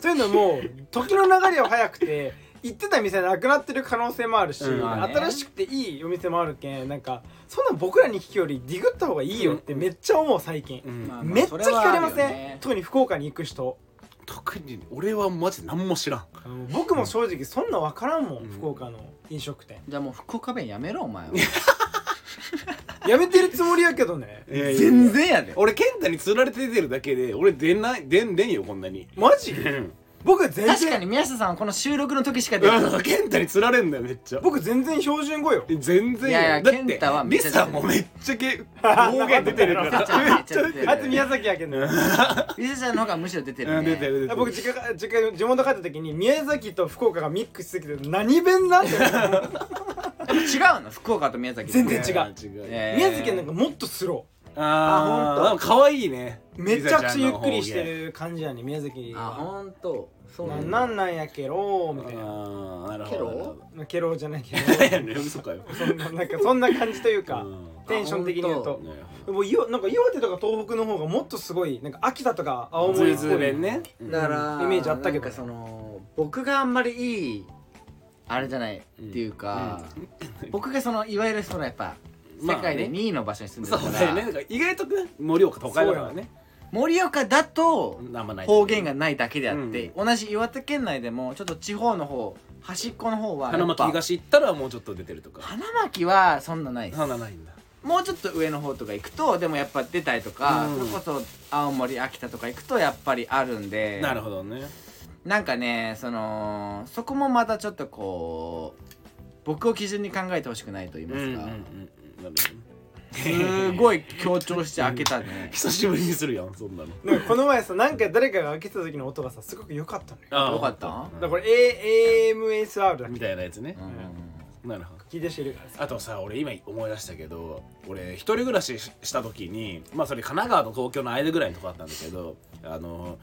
Speaker 2: というのも時の流れは早くて行ってた店なくなってる可能性もあるし、
Speaker 1: うんまあね
Speaker 2: 新しくていいお店もあるけんなんかそんなん僕らに聞くよりディグった方がいいよってめっちゃ思う最近、
Speaker 3: うん
Speaker 1: まあ
Speaker 2: めっちゃ聞かれま
Speaker 1: それ
Speaker 2: せ
Speaker 1: はあ
Speaker 2: ん、
Speaker 1: るよね
Speaker 2: 特に福岡に行く人
Speaker 3: 特に俺はマジで何も知らん
Speaker 2: 僕も正直そんな分からんもん、
Speaker 3: うん
Speaker 2: 福岡の飲食店
Speaker 1: じゃあもう福岡弁やめろお前は
Speaker 2: やめてるつもりやけどね
Speaker 1: 全然やで
Speaker 3: 俺健太に釣られて出てるだけで俺出ない出ん出んよこんなに
Speaker 2: マジ
Speaker 3: うん
Speaker 2: 僕全
Speaker 1: 確か
Speaker 2: 然
Speaker 1: に宮下さんはこの収録の時しか出ない
Speaker 3: うん健太に釣られんだよめっちゃ
Speaker 2: 僕全然標準語よ
Speaker 3: 全然よ
Speaker 1: いやいや
Speaker 3: だって
Speaker 1: 健太はめ
Speaker 3: リ
Speaker 1: っちゃ
Speaker 3: サもめっち
Speaker 1: (laughs)
Speaker 3: ゃけ方言出てるか
Speaker 1: めっちゃ
Speaker 3: ら
Speaker 1: めっちゃ出てる
Speaker 2: あと宮崎やけど、ね、
Speaker 1: ゆずちゃんの方がむしろ出てる
Speaker 3: うん
Speaker 1: ね
Speaker 3: 出てる出てる
Speaker 2: 僕実家実家地元帰った時に宮崎と福岡がミックスしてきて何弁なんだよ
Speaker 1: 違うの福岡と宮崎
Speaker 2: 全然違う
Speaker 3: 違う
Speaker 1: えー
Speaker 2: 宮崎はなんかもっとスロあほ
Speaker 3: あ
Speaker 2: んと
Speaker 3: あほんと可愛いね
Speaker 2: ーめちゃくちゃゆっくり
Speaker 3: リ
Speaker 2: し
Speaker 3: サ
Speaker 2: て
Speaker 3: ち
Speaker 2: る感じやね宮崎
Speaker 1: あ
Speaker 2: は
Speaker 1: ほんとそう
Speaker 2: な
Speaker 1: なんだ
Speaker 2: なんなんやけろーみ
Speaker 3: ゃ
Speaker 2: た
Speaker 3: ん
Speaker 2: い
Speaker 3: の
Speaker 2: な
Speaker 3: 方言あーなる
Speaker 1: ケ
Speaker 3: ほど
Speaker 1: ロ
Speaker 2: まあケローじゃないけど (laughs)
Speaker 3: いやね (laughs) 嘘かよ
Speaker 2: そんななんかそんな感じというか、
Speaker 3: うん
Speaker 2: テンション的に言う
Speaker 1: あ
Speaker 2: と
Speaker 1: ほ
Speaker 3: ね
Speaker 2: もういわなんか岩手とか東北の方がもっとすごいなんか秋田とか青
Speaker 3: ズ
Speaker 2: 森
Speaker 3: イ
Speaker 2: っぽ
Speaker 3: ズ
Speaker 2: い
Speaker 3: イ弁ね
Speaker 1: だから、
Speaker 2: イメージあったけど
Speaker 1: なんかその僕があんまりいいあれじゃないっていうか、僕がそのいわゆるそのやっぱ世
Speaker 3: まあね
Speaker 1: 界で2位の場所に住んで
Speaker 3: そ
Speaker 1: る
Speaker 3: う
Speaker 1: から、
Speaker 3: だよねだから意外とね盛岡都会だからね
Speaker 1: 盛岡だと
Speaker 3: あんまない
Speaker 1: 方言がないだけであって、
Speaker 3: う
Speaker 1: 同じ岩手県内でもちょっと地方の方端っこの方はやっぱ
Speaker 3: 花巻東行ったらもうちょっと出てるとか
Speaker 1: 花巻はそんなないです
Speaker 3: 花ないんだ
Speaker 1: もうちょっと上の方とか行くとでもやっぱ出たりとか、
Speaker 3: うん
Speaker 1: それこそ青森秋田とか行くとやっぱりあるんで
Speaker 3: なるほどね
Speaker 1: なんかねそのそこもまたちょっとこう僕を基準に考えてほしくないと言いますか、
Speaker 3: なる
Speaker 1: すごい強調して開けたね
Speaker 3: 久しぶりにするやんそんなの
Speaker 2: なんかこの前さなんか誰かが開けてた時の音がさすごく良かったのよ
Speaker 3: あ
Speaker 1: よかった
Speaker 2: だからこれ A- AMSR だっけ
Speaker 3: みたいなやつね
Speaker 1: う、ん
Speaker 3: なるほど
Speaker 2: 聞いてしてるからさ
Speaker 3: あとさ俺今思い出したけど俺一人暮らししした時にまあそれ神奈川と東京の間ぐらいのとこだったんだけどあの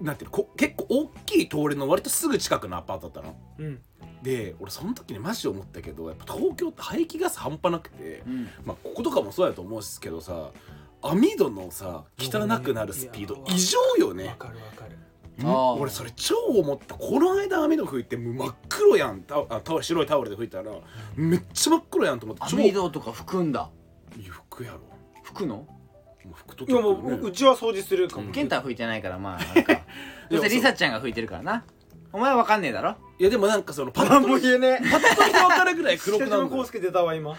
Speaker 3: なんていうのこ結構大きい通りの割とすぐ近くのアパートだったの
Speaker 2: うん
Speaker 3: で俺その時にマジで思ったけどやっぱ東京って排気ガス半端なくて
Speaker 1: う、ん
Speaker 3: まあ、こことかもそうやと思うんですけどさ網戸のさ汚くなるスピード異常よ
Speaker 2: わ
Speaker 3: ね
Speaker 2: かるわかる
Speaker 1: あー
Speaker 3: 俺それ超思ったこの間網戸拭いてもう真っ黒やんタオあタオル白いタオルで拭いたらめっちゃ真っ黒やんと思って超
Speaker 1: 網戸とか拭くんだ
Speaker 3: 服やろ
Speaker 1: 拭くの
Speaker 3: もう拭くと
Speaker 2: いやもううちは掃除するかも
Speaker 3: うん
Speaker 1: 健太は拭いてないからまあなんかそしてりさちゃんが拭いてるからなお前わかんねえだろ
Speaker 3: いやでもなんかそのパッ
Speaker 2: 何
Speaker 3: と
Speaker 2: も
Speaker 3: 見て
Speaker 2: 言えねえ
Speaker 3: パッと見て分かるぐらい黒
Speaker 2: 北
Speaker 3: くなる
Speaker 2: 島
Speaker 3: んだよ
Speaker 2: 康介出たわ今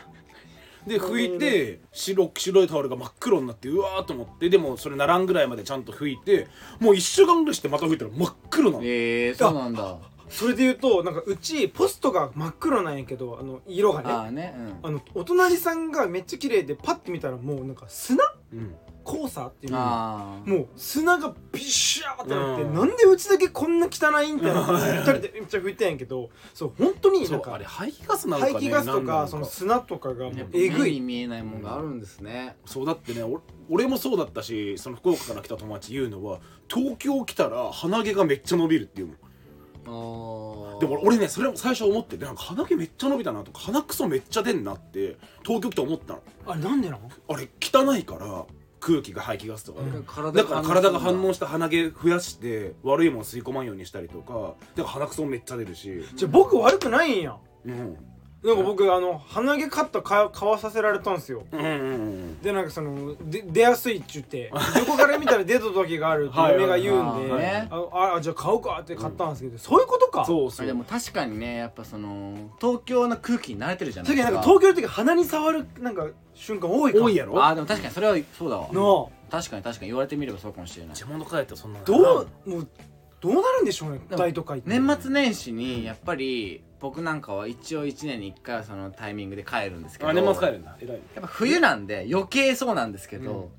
Speaker 3: で拭いて白白いタオルが真っ黒になってうわーと思ってでもそれならんぐらいまでちゃんと拭いてもう一週間ぐらいしてまた拭いたら真っ黒なの
Speaker 1: ええそうなんだ
Speaker 2: それで言うとなんかうちポストが真っ黒なんやけどあの色がね
Speaker 1: あ
Speaker 2: あ
Speaker 1: あねうん
Speaker 2: のお隣さんがめっちゃ綺麗でパッて見たらもうなんか砂
Speaker 3: うん
Speaker 2: 黄砂っていうの
Speaker 1: ああ
Speaker 2: もう砂がビシャーってなって、
Speaker 3: うん
Speaker 2: なんでうちだけこんな汚いんだよ2人でめっちゃ拭いてんやけどそう本当に
Speaker 3: そ
Speaker 2: なん
Speaker 3: うあ
Speaker 2: か
Speaker 3: れ排気ガスなのかね
Speaker 2: 排気ガスと
Speaker 3: 何なの
Speaker 2: かその砂とかがも
Speaker 1: やっぱ
Speaker 2: うえぐ
Speaker 1: 目に
Speaker 2: い
Speaker 1: 見えないもんがあるんですね
Speaker 3: そうだってねお俺もそうだったしその福岡から来た友達言うのは東京来たら鼻毛がめっちゃ伸びるっていうもん
Speaker 1: あー
Speaker 3: でも俺俺ねそれも最初思ってなんか鼻毛めっちゃ伸びたなとか鼻くそめっちゃ出んなって東京来て思ったの
Speaker 2: あれなんでなん
Speaker 3: あれ汚いから空気が排気ガスとかで、
Speaker 2: うん
Speaker 1: 体
Speaker 3: だ
Speaker 1: が反応
Speaker 3: から体が反応
Speaker 1: し
Speaker 3: した鼻毛増やして悪いもの吸い込まんようにしたりとかだから鼻くそめっちゃ出るし、
Speaker 2: じゃあ僕悪くないんや
Speaker 3: うん、
Speaker 2: なんか僕あの鼻毛カットか買わさせられたんすよ
Speaker 3: うんうんうん
Speaker 2: でなんかそので出やすいっちゅって横から見たら出た時があるって
Speaker 3: はい
Speaker 2: 嫁が言うんで、
Speaker 1: はいはい
Speaker 2: ああじゃあ買うかって買ったんですけど、そういうことか
Speaker 3: そうそ
Speaker 1: た
Speaker 3: う
Speaker 1: でも確かにねやっぱその東京の空気に慣れてるじゃない
Speaker 2: 確
Speaker 1: で
Speaker 2: か
Speaker 1: すか
Speaker 2: になんか東京の時鼻に触るなんか瞬間多いかも
Speaker 3: 多いやろ
Speaker 1: あーでも確かにそれはそうだわ
Speaker 2: の
Speaker 1: 確かに確かに言われてみればそうかもしれない
Speaker 3: 地元帰ったらそんなの
Speaker 2: どうもうどうなるんでしょうね
Speaker 1: でも
Speaker 2: 大都会って
Speaker 1: 年末年始にやっぱり僕なんかは一応1年に1回はそのタイミングで帰るんですけど
Speaker 3: あ年末帰るんだ偉いね
Speaker 1: やっぱ冬なんで余計そうなんですけど、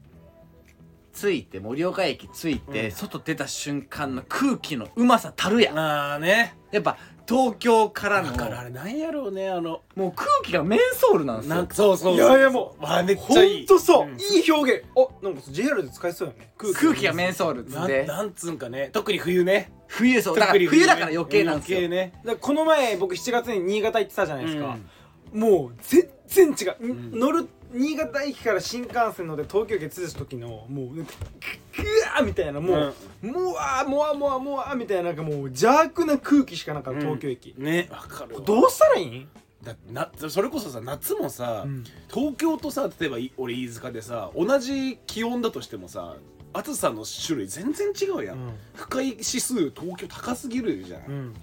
Speaker 1: 着いて盛岡駅着いて、
Speaker 3: うん
Speaker 1: 外出た瞬間の空気のうまさたるやん
Speaker 3: ああね
Speaker 1: やっぱ東京からの
Speaker 3: だからあれなんやろうねあの
Speaker 1: もう空気がメンソールなんです
Speaker 3: なん
Speaker 1: よ
Speaker 3: かそうそう
Speaker 2: い
Speaker 3: い
Speaker 2: やいやもう
Speaker 3: あめっち
Speaker 2: ほ
Speaker 3: ゃい
Speaker 2: ん
Speaker 3: い
Speaker 2: とそう、
Speaker 3: ん
Speaker 2: いい表現あなんか JR で使えそうよね
Speaker 1: 空気空気がメンソールっつっ
Speaker 3: な
Speaker 1: て
Speaker 3: なんつうんかね特に冬ね
Speaker 1: 冬そうだから
Speaker 3: 特に
Speaker 1: 冬
Speaker 3: ね
Speaker 1: だから余計なんですよ、
Speaker 3: 余計ね
Speaker 2: だからこの前僕7月に新潟行ってたじゃないですか、
Speaker 3: うん
Speaker 2: もう全然違う、
Speaker 3: ん
Speaker 2: 乗る新潟駅から新幹線乗って東京駅に着いた時のもうなんかぐわーみたいなもう、もわーもわーもわーもわーみたいななんかもう邪悪な空気しかなかった東京駅、
Speaker 3: ねわかるわ
Speaker 2: どうしたらいいん、
Speaker 3: だってなそれこそさ夏もさ、東京とさ例えばい俺飯塚でさ同じ気温だとしてもさ暑さの種類全然違うやん、
Speaker 2: うん
Speaker 3: 不快指数東京高すぎるじゃん、
Speaker 2: うん、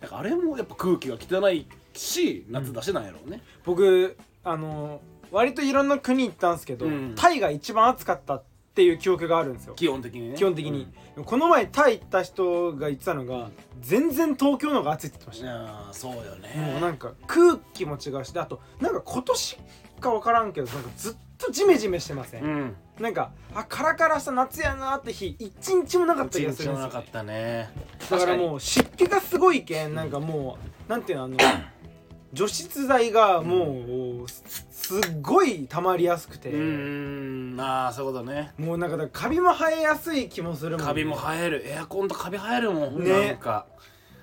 Speaker 3: だからあれもやっぱ空気が汚いし夏出せないやろうね、
Speaker 2: 僕あの割といろんな国行ったんですけど、
Speaker 3: うん
Speaker 2: タイが一番暑かったっていう記憶があるんですよ
Speaker 3: 基本的にね
Speaker 2: 基本的に、、この前タイ行った人が言ってたのが全然東京の方が暑いって言ってまし
Speaker 3: うんい
Speaker 2: た、
Speaker 3: やーそうよね
Speaker 2: もうなんか空気も違うしであとなんか今年か分からんけどなんかずっとジメジメしてません、
Speaker 3: うん
Speaker 2: なんかあカラカラした夏やなって日一日もなかった
Speaker 3: 一
Speaker 2: 気がす
Speaker 3: 日
Speaker 2: るんですよ
Speaker 3: もな
Speaker 2: ね
Speaker 3: かったね
Speaker 2: だからもう湿気がすごいけんなんかもうなんていうのあの除湿剤がもうすすっごい溜まりやすくて、
Speaker 3: うーんああそういうことね
Speaker 2: もうなんかだからカビも生えやすい気もするもん、
Speaker 3: カビも生えるエアコンとカビ生えるもん、
Speaker 2: ね
Speaker 3: なんか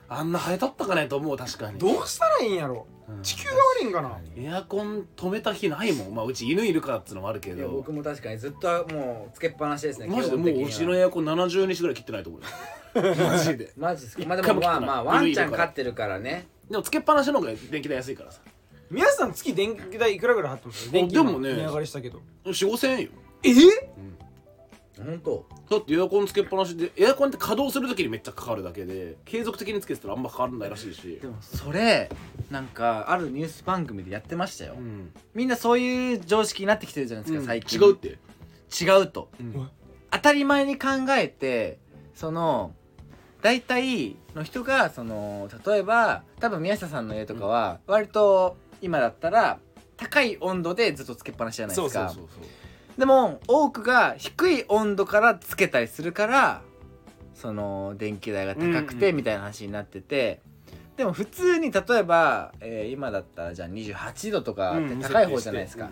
Speaker 3: あんな生えたったかねと思う確かに
Speaker 2: どうしたらいいんやろ
Speaker 3: うん
Speaker 2: 地球が悪いんかな
Speaker 3: エアコン止めた日ないもんまあうち犬いるからってのもあるけ
Speaker 1: いや
Speaker 3: ど
Speaker 1: 僕も確かにずっともうつけっぱなしですね
Speaker 3: マジ
Speaker 1: 基
Speaker 3: でも
Speaker 1: 本的に
Speaker 3: うう
Speaker 1: は
Speaker 3: ちのエアコン70日ぐらい切ってないと思う
Speaker 2: (laughs)
Speaker 3: よマジで
Speaker 1: マジですかまあ
Speaker 3: 一
Speaker 1: で
Speaker 3: 回
Speaker 1: もまあ
Speaker 3: も切ってない
Speaker 1: まあワンちゃん
Speaker 3: 犬いるから
Speaker 1: 飼ってるからね
Speaker 3: でもつけっぱなしの方が電気代安いからさ
Speaker 2: 皆さん月電気代いくらぐらい払ってます電気
Speaker 3: でもね
Speaker 2: 値上がりしたけど
Speaker 3: 45000円よ
Speaker 2: え
Speaker 1: 本当
Speaker 3: だってエアコンつけっぱなしでエアコンって稼働する時にめっちゃかかるだけで継続的につけてたらあんま変わらないらしいし
Speaker 1: でもそれなんかあるニュース番組でやってましたよ、
Speaker 3: うん
Speaker 1: みんなそういう常識になってきてるじゃないですか、最近
Speaker 3: 違うって
Speaker 1: 違うと
Speaker 3: うん
Speaker 1: 当たり前に考えてその大体の人がその例えば多分宮下さんの家とかは割と今だったら高い温度でずっとつけっぱなしじゃないです
Speaker 3: そ
Speaker 1: か
Speaker 3: うそうそうそう
Speaker 1: でも多くが低い温度からつけたりするからその電気代が高く
Speaker 3: うん
Speaker 1: て
Speaker 3: うん
Speaker 1: みたいな話になってて、でも普通に例えば、えー今だったらじゃあ28度とかって高い方じゃないですか、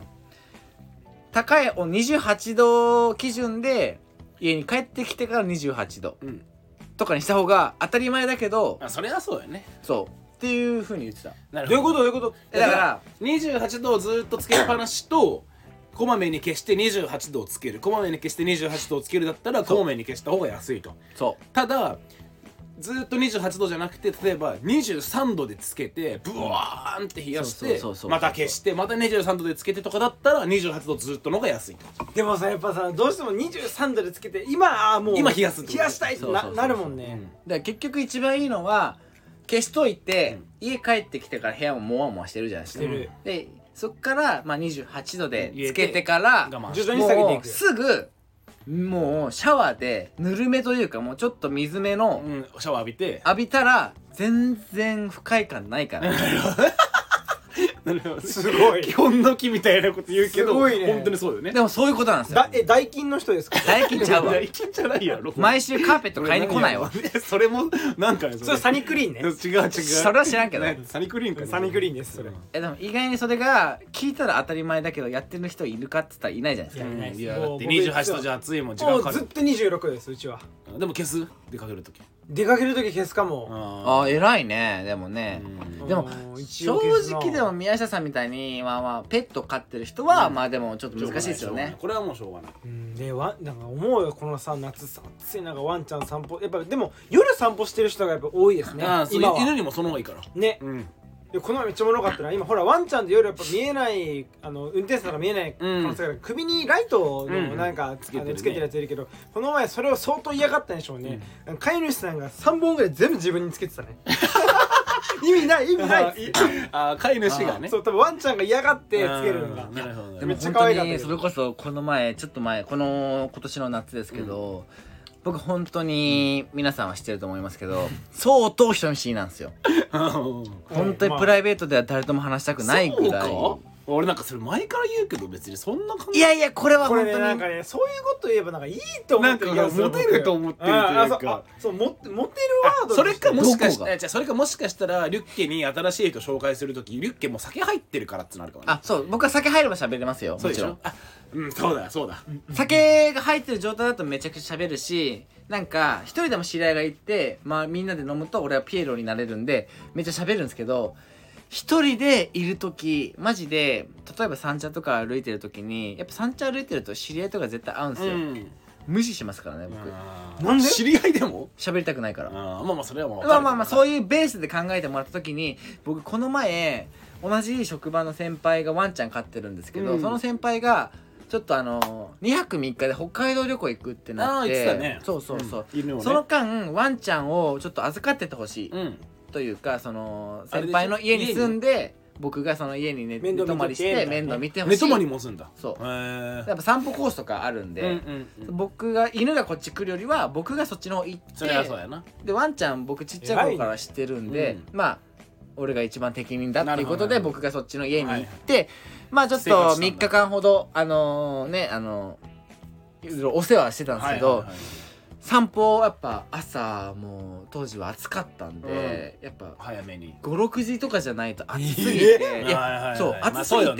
Speaker 1: 高いお28度基準で家に帰ってきてから28度
Speaker 3: うん、うん
Speaker 1: とかにした方が当たり前だけど
Speaker 3: あそれはそうだよね
Speaker 1: そうっていうふうに言ってた
Speaker 3: なる
Speaker 2: どういうこととどういうこと
Speaker 1: えだから
Speaker 3: 28度をずっとつけっぱなしとこまめに消して28度をつけるこまめに消して28度をつけるだったら
Speaker 1: そう
Speaker 3: こまめに消した方が安いと
Speaker 1: そう
Speaker 3: ただずっと28度じゃなくて例えば23度でつけてブワーンって冷やし
Speaker 1: そう
Speaker 3: て
Speaker 1: そうそうそう
Speaker 3: また消してまた23度でつけてとかだったら28度ずっとのが安いと
Speaker 2: でもさやっぱさどうしても23度でつけて今あーもう
Speaker 3: 今冷やすってこと
Speaker 2: 冷やしたいってな
Speaker 1: そうそうそうそう
Speaker 2: なるもんね、
Speaker 1: だから結局一番いいのは消しといて、家帰ってきてから部屋もモワモワしてるじゃないですか
Speaker 2: してる
Speaker 1: でそっから、まあ、28度でつけてから
Speaker 3: 我慢
Speaker 2: 徐
Speaker 3: して
Speaker 2: 々に下げてい
Speaker 1: もう
Speaker 2: く
Speaker 1: すぐもうシャワーでぬるめというかもうちょっと水めの
Speaker 3: うんシャワー浴びて
Speaker 1: 浴びたら全然不快感ないから
Speaker 2: すご
Speaker 3: (laughs)
Speaker 2: い
Speaker 3: 基本の木みたいなこと言うけど
Speaker 2: すごいね
Speaker 3: 本当にそうよね
Speaker 1: でもそういうことなんですよ
Speaker 2: だえ代金の人ですか
Speaker 1: 大金ちゃうわ
Speaker 3: いやいけんじゃないやろ
Speaker 1: 毎週カーペット買いに来ないわ
Speaker 3: それもなんかね
Speaker 2: それサニークリーンね
Speaker 3: 違う違う
Speaker 1: それは知らんけど
Speaker 3: ねサニークリーンか
Speaker 2: サニークリーンですそれ
Speaker 1: えでも意外にそれが聞いたら当たり前だけどやってる人いるかっつったらいないじゃないですか
Speaker 3: うんいやだ
Speaker 2: も
Speaker 3: っ
Speaker 2: う
Speaker 3: て
Speaker 2: 僕
Speaker 3: 28度じゃ暑いもん時
Speaker 2: も
Speaker 3: 間か
Speaker 2: う
Speaker 3: か
Speaker 2: ずっ
Speaker 3: る
Speaker 2: と26ですうちは
Speaker 3: でも消す出かける時
Speaker 2: 出かける時消すかも、
Speaker 1: あ
Speaker 3: あ
Speaker 1: あ偉いねでもね
Speaker 3: うん
Speaker 1: でも
Speaker 2: うん一
Speaker 1: 正
Speaker 2: 応消すな
Speaker 1: 直でも宮下さんみたいにまあまあペット飼ってる人は、まあでもちょっと難しいですよね
Speaker 3: これはもうしょうがない
Speaker 2: うんでわなんか思うよこのさ夏さ暑い中ワンちゃん散歩やっぱでも夜散歩してる人がやっぱ多いですね
Speaker 3: ああそう
Speaker 2: 今は
Speaker 3: 犬にもその方がいいから
Speaker 2: ね
Speaker 3: うん
Speaker 2: でこの前めっちゃおもろかったな今ほらワンちゃんで夜やっぱ見えないあの運転手さんが見えない可能性がある首にライト
Speaker 3: う
Speaker 2: の
Speaker 3: ん
Speaker 2: なんか、つ
Speaker 3: つ
Speaker 2: けて
Speaker 3: けてる
Speaker 2: る
Speaker 3: ね
Speaker 2: つけてるやついるけどこの前それを相当嫌がったんでしょうね、飼い主さんが3本ぐらい全部自分につけてた
Speaker 3: (laughs)
Speaker 2: ね意味ない意味ないっつって
Speaker 3: ああ飼い主がね
Speaker 2: そう多分ワンちゃんが嫌がってつけるんだ
Speaker 3: あーなるほどな
Speaker 1: でも
Speaker 3: る
Speaker 2: めっ
Speaker 3: ほ
Speaker 2: ちゃ
Speaker 1: 本
Speaker 2: 可
Speaker 1: 当
Speaker 2: 愛かったけ
Speaker 1: に
Speaker 2: ど
Speaker 1: それこそこの前ちょっと前この今年の夏ですけど、僕本当に皆さんは知ってると思いますけど相当人見知りなんですよ
Speaker 3: ど
Speaker 1: 本当にプライベートでは誰とも話したくないぐらい
Speaker 3: そうか俺なんかそれ前から言うけど別にそんな感
Speaker 1: い
Speaker 3: じ
Speaker 1: やいやこれは
Speaker 2: こ
Speaker 1: 本
Speaker 2: れ
Speaker 1: 当
Speaker 2: ね
Speaker 1: に
Speaker 2: なんかねそういうこと言えばなんかいいと思ってる気がする
Speaker 3: なんかモテると思ってるというか
Speaker 2: 僕ああそうあそうモテモテるワード
Speaker 3: それかもしかし
Speaker 1: どこ
Speaker 3: た
Speaker 1: が
Speaker 3: らそれかもしかしたらリュッケに新しい人紹介する時リュッケも酒入ってるからってなるかもね
Speaker 1: あそう僕は酒入れば喋れますよ
Speaker 3: そう
Speaker 1: も
Speaker 3: で
Speaker 1: ち
Speaker 3: し
Speaker 1: ろ
Speaker 3: ょ
Speaker 1: ん
Speaker 3: あうんそうだそうだ
Speaker 1: 酒が入ってる状態だとめちゃくちゃ喋るしなんか一人でも知り合いがいて、まあ、みんなで飲むと俺はピエロになれるんでめっちゃ喋るんですけど一人でいる時マジで例えば三茶とか歩いてる時にやっぱ三茶歩いてると知り合いとか絶対会うんですよ、
Speaker 3: ん
Speaker 1: 無視しますからね僕
Speaker 2: なんで
Speaker 3: 知り合いでも
Speaker 1: 喋りたくないから
Speaker 3: あーまあまあそれはもう
Speaker 1: まあまあまあそう
Speaker 3: いう
Speaker 1: いうベースで考えてもらった時に僕この前同じ職場の先輩がワンちゃん飼ってるんですけど、
Speaker 2: うん
Speaker 1: その先輩がちょっとあの2泊3日で北海道旅行行くってなっ
Speaker 3: あー
Speaker 1: て
Speaker 3: 言ってたね
Speaker 1: そうそうそう、
Speaker 3: 犬をね
Speaker 1: その間ワンちゃんをちょっと預かっててほしい
Speaker 3: うん
Speaker 1: というかその
Speaker 3: あれで
Speaker 1: 先
Speaker 3: しょ
Speaker 1: 輩の家に住んで僕がその家に寝
Speaker 2: 面
Speaker 1: 寝
Speaker 2: 倒見とけ
Speaker 1: 泊まりし
Speaker 2: みた
Speaker 1: て
Speaker 2: いなね
Speaker 1: 面倒見てほし
Speaker 3: 寝
Speaker 1: い
Speaker 3: 泊まりもすんだ
Speaker 1: そう
Speaker 3: へー
Speaker 1: やっぱ散歩コースとかあるんで、
Speaker 3: うんうんうん
Speaker 1: 僕が犬がこっち来るよりは僕がそっちの方行って
Speaker 3: それはそうやな
Speaker 1: でワンちゃん僕ちっちゃい頃から知ってるん
Speaker 3: 偉い
Speaker 1: で、
Speaker 3: ね
Speaker 1: まあ俺が一番適任だっていうこと
Speaker 3: な
Speaker 1: で
Speaker 3: るほど
Speaker 1: 僕がそっちの家に行って、まあちょっ
Speaker 3: 生活
Speaker 1: と
Speaker 3: したんだ
Speaker 1: 3日間ほどあのねあのいろいろお世話してたんですけど、
Speaker 3: はいはいはい
Speaker 1: 散歩をやっぱ朝もう当時は暑かったんで、やっぱ
Speaker 3: 早めに
Speaker 1: 56時とかじゃないと暑すぎ
Speaker 3: は
Speaker 1: て
Speaker 3: い
Speaker 1: いや
Speaker 3: はいはい
Speaker 1: そう
Speaker 3: まあ
Speaker 1: 暑すぎて
Speaker 3: そうよ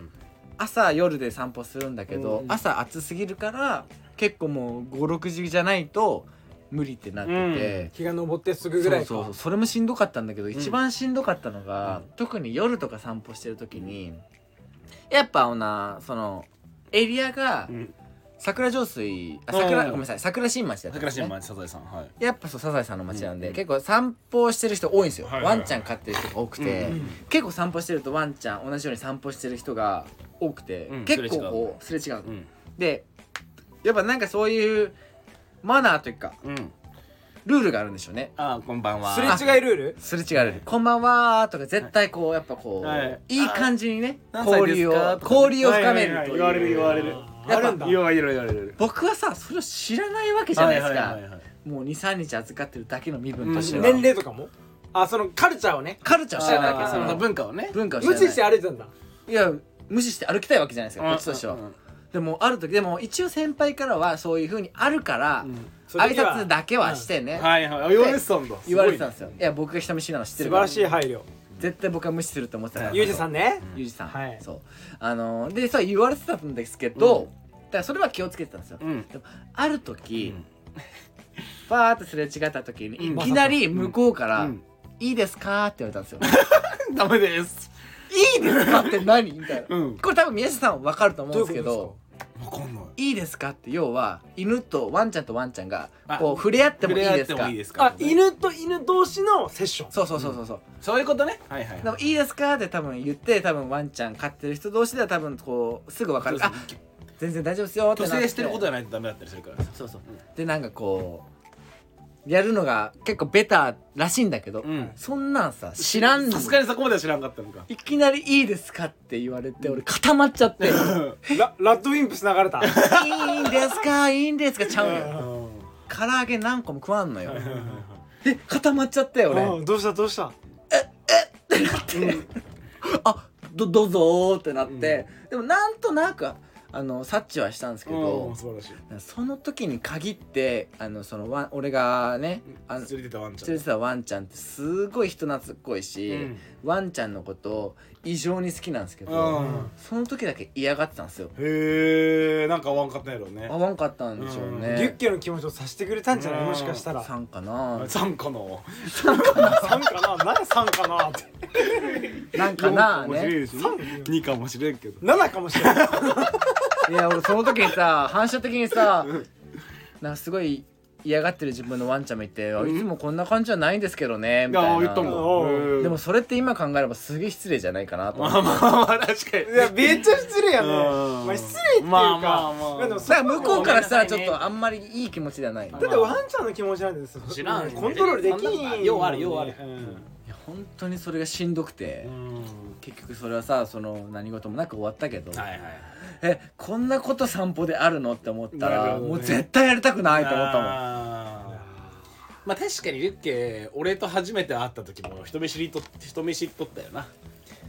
Speaker 3: な
Speaker 1: 朝夜で散歩するんだけど、
Speaker 2: うん
Speaker 1: 朝暑すぎるから結構もう56時じゃないと無理ってなってて。
Speaker 2: 日が昇ってすぐぐらいか
Speaker 1: そうそうそうそれもしんどかったんだけど、
Speaker 3: ん
Speaker 1: 一番しんどかったのが、特に夜とか散歩してる時にやっぱほなそのエリアが
Speaker 3: うんうん
Speaker 1: 桜上水あ
Speaker 3: うんうんう
Speaker 1: 桜
Speaker 3: ん
Speaker 1: ごめんなさい桜新町だったんで
Speaker 3: 桜
Speaker 1: す
Speaker 3: 新
Speaker 1: ね
Speaker 3: 町サザエさんはい
Speaker 1: やっぱそうサザエさんの町なんで、
Speaker 3: うんうん
Speaker 1: 結構散歩してる人多いんですよ、
Speaker 3: はいはいはい
Speaker 1: ワンちゃん飼ってる人が多くて、
Speaker 3: うん
Speaker 2: うん
Speaker 1: 結構散歩してるとワンちゃん同じように散歩してる人が多くて、
Speaker 3: うん
Speaker 1: 結構こうすれ違う
Speaker 3: うん
Speaker 1: でやっぱなんかそういうマナーというか
Speaker 3: うん
Speaker 1: ルールがあるんでしょうね
Speaker 3: あーこんばんは
Speaker 2: すれ違いルール
Speaker 1: すれ違われる「こんばんは」とか絶対こうやっぱこう、
Speaker 3: はい
Speaker 1: い、い感じにね
Speaker 3: 何歳
Speaker 1: 交
Speaker 3: です
Speaker 1: 流
Speaker 3: か
Speaker 1: を
Speaker 3: とかね
Speaker 1: 交流を深める
Speaker 3: はい
Speaker 1: と
Speaker 3: はいはいいう言われる言われる
Speaker 2: あるんだ
Speaker 3: 言われる言われる
Speaker 1: 僕はさそれを知らないわけじゃないですか、
Speaker 3: はいはいはいはい
Speaker 1: もう23日預かってるだけの身分として
Speaker 2: 年
Speaker 1: は、
Speaker 3: うん
Speaker 2: 齢とかもあそのカルチャーをね
Speaker 1: カルチャーを知らないわけ
Speaker 2: あー
Speaker 1: その文
Speaker 3: 文化をね
Speaker 1: 文化を知ら
Speaker 2: 無
Speaker 1: ない
Speaker 2: 視して歩いてたんだ
Speaker 1: いや無視して歩きたいわけじゃないですかこっちとしては、
Speaker 3: うん
Speaker 1: でもある時でも一応先輩からはそういうふうにあるから、
Speaker 3: うん
Speaker 1: 挨拶だけはしてね、
Speaker 3: はいはい言われてたんだ
Speaker 1: 言われてたんですよ
Speaker 3: ごい
Speaker 1: いや僕が人見知りなの知って
Speaker 2: 素晴
Speaker 1: るから
Speaker 2: らしい配慮
Speaker 1: 絶対僕は無視すると思ってたから
Speaker 2: ゆうじさんね
Speaker 1: ゆうじさん、
Speaker 2: はい
Speaker 1: そうあのーでそう言われてたんですけど、
Speaker 3: うん
Speaker 1: だからそれは気をつけてたんですよ、
Speaker 3: うん
Speaker 1: でもある時、
Speaker 3: うん
Speaker 1: バーってすれ違った時に
Speaker 3: うん
Speaker 1: いきなり向こうから「
Speaker 3: うん
Speaker 1: いいですか?」って言われたんですよ「
Speaker 3: ダメです
Speaker 1: (laughs) いいですか?」って何みたいな、
Speaker 3: うん
Speaker 1: これ多分宮下さんは分かると思うんですけ
Speaker 2: どういうこ
Speaker 1: ど
Speaker 3: わかんない
Speaker 1: 「いいですか?」って要は犬とワンちゃんとワンちゃんが
Speaker 3: あ
Speaker 1: こう触れ合ってもいい
Speaker 3: 触れ合
Speaker 1: で
Speaker 3: っ
Speaker 1: す
Speaker 3: ても
Speaker 1: か
Speaker 3: いいですか
Speaker 2: あ犬と犬同士のセッション
Speaker 1: そうそうそうそうそう、
Speaker 3: そういうことねはいはい
Speaker 1: でも「いいですか?」って多分言って多分ワンちゃん飼ってる人同士では多分こうすぐ分かる「あ全然大丈夫ですよ」って
Speaker 3: 虚
Speaker 1: なって
Speaker 3: 勢してることじゃないとダメだったりするから
Speaker 1: そうそうでなんかこうやるのが結構ベタらしいんだけど、
Speaker 3: うん
Speaker 1: そんなんさ知らんの
Speaker 3: さすがにそこまでは知らんかったのか
Speaker 1: いきなり「いいですか?」って言われて俺固まっちゃって「いい
Speaker 2: ララッドウィンプス流れ
Speaker 1: ん
Speaker 2: た
Speaker 1: ですかいいんですか?」ちゃうのよ
Speaker 3: うん
Speaker 1: 唐揚げ何個も食わんのよで固まっちゃったよ
Speaker 2: う
Speaker 1: 俺
Speaker 2: んどうしたどうした
Speaker 1: あどどうぞーってなって、でもなんとなくあの察知はしたんですけど
Speaker 3: うん、素晴らしい
Speaker 1: その時に限ってあのそのワン俺がねあの
Speaker 3: 連れてたワンちゃん
Speaker 1: 連れてたワンちゃんってすごい人懐っこいし、
Speaker 3: うん
Speaker 1: ワンちゃんのこと異常に好きなんですけど、
Speaker 3: うん
Speaker 1: その時だけ嫌がってたんですよ
Speaker 3: へえなんかワンかったんやろうね
Speaker 1: 合わんかったんでしょう
Speaker 3: う
Speaker 2: リュッ
Speaker 1: ね、
Speaker 2: ケの気持ちをさせてくれたんじゃないもしかしたら
Speaker 1: さんかな
Speaker 3: 3個の
Speaker 2: 3かな何3かなって
Speaker 1: なんかな
Speaker 3: 四かもし
Speaker 1: ね
Speaker 3: れんし2かもしれんけど
Speaker 2: 7かもしれない
Speaker 1: いや俺その時にさ反射的にさなんかすごい嫌がってる自分のワンちゃんもいて、いつもこんな感じじゃないんですけどねみたい
Speaker 3: あ
Speaker 1: な
Speaker 3: 言ったんだ
Speaker 2: おう
Speaker 3: へえ
Speaker 1: でもそれって今考えればすげえ失礼じゃないかなと思
Speaker 3: ま
Speaker 1: って
Speaker 3: あまあまあ確かに
Speaker 2: いやめっちゃ失礼やね
Speaker 3: うん
Speaker 2: まあ失礼っていうか
Speaker 3: まあまあまあ
Speaker 2: でもそ
Speaker 1: だ
Speaker 2: れ
Speaker 1: か
Speaker 2: は
Speaker 1: ら向
Speaker 2: も
Speaker 1: こうからしたらち
Speaker 3: ご
Speaker 1: ょ
Speaker 3: め
Speaker 1: っ
Speaker 3: んなさいね
Speaker 1: とあんまりいい気持ちではない、
Speaker 2: だってワンちゃんの気持ちなんですよ
Speaker 3: 知らんよね
Speaker 2: コントロールできん
Speaker 3: そんなのようあるようある
Speaker 2: うん
Speaker 1: いや本当にそれがしんどくて、
Speaker 3: うん
Speaker 1: 結局それはさその何事もなく終わったけど、
Speaker 3: はいはい
Speaker 1: えこんなこと散歩であるのって思った
Speaker 3: なる
Speaker 1: ら、
Speaker 3: ほどね
Speaker 1: もう絶対やりたくないと思ったもん
Speaker 3: あーまあ確かにリュッケ俺と初めて会った時も人見知りと人見知りとったよな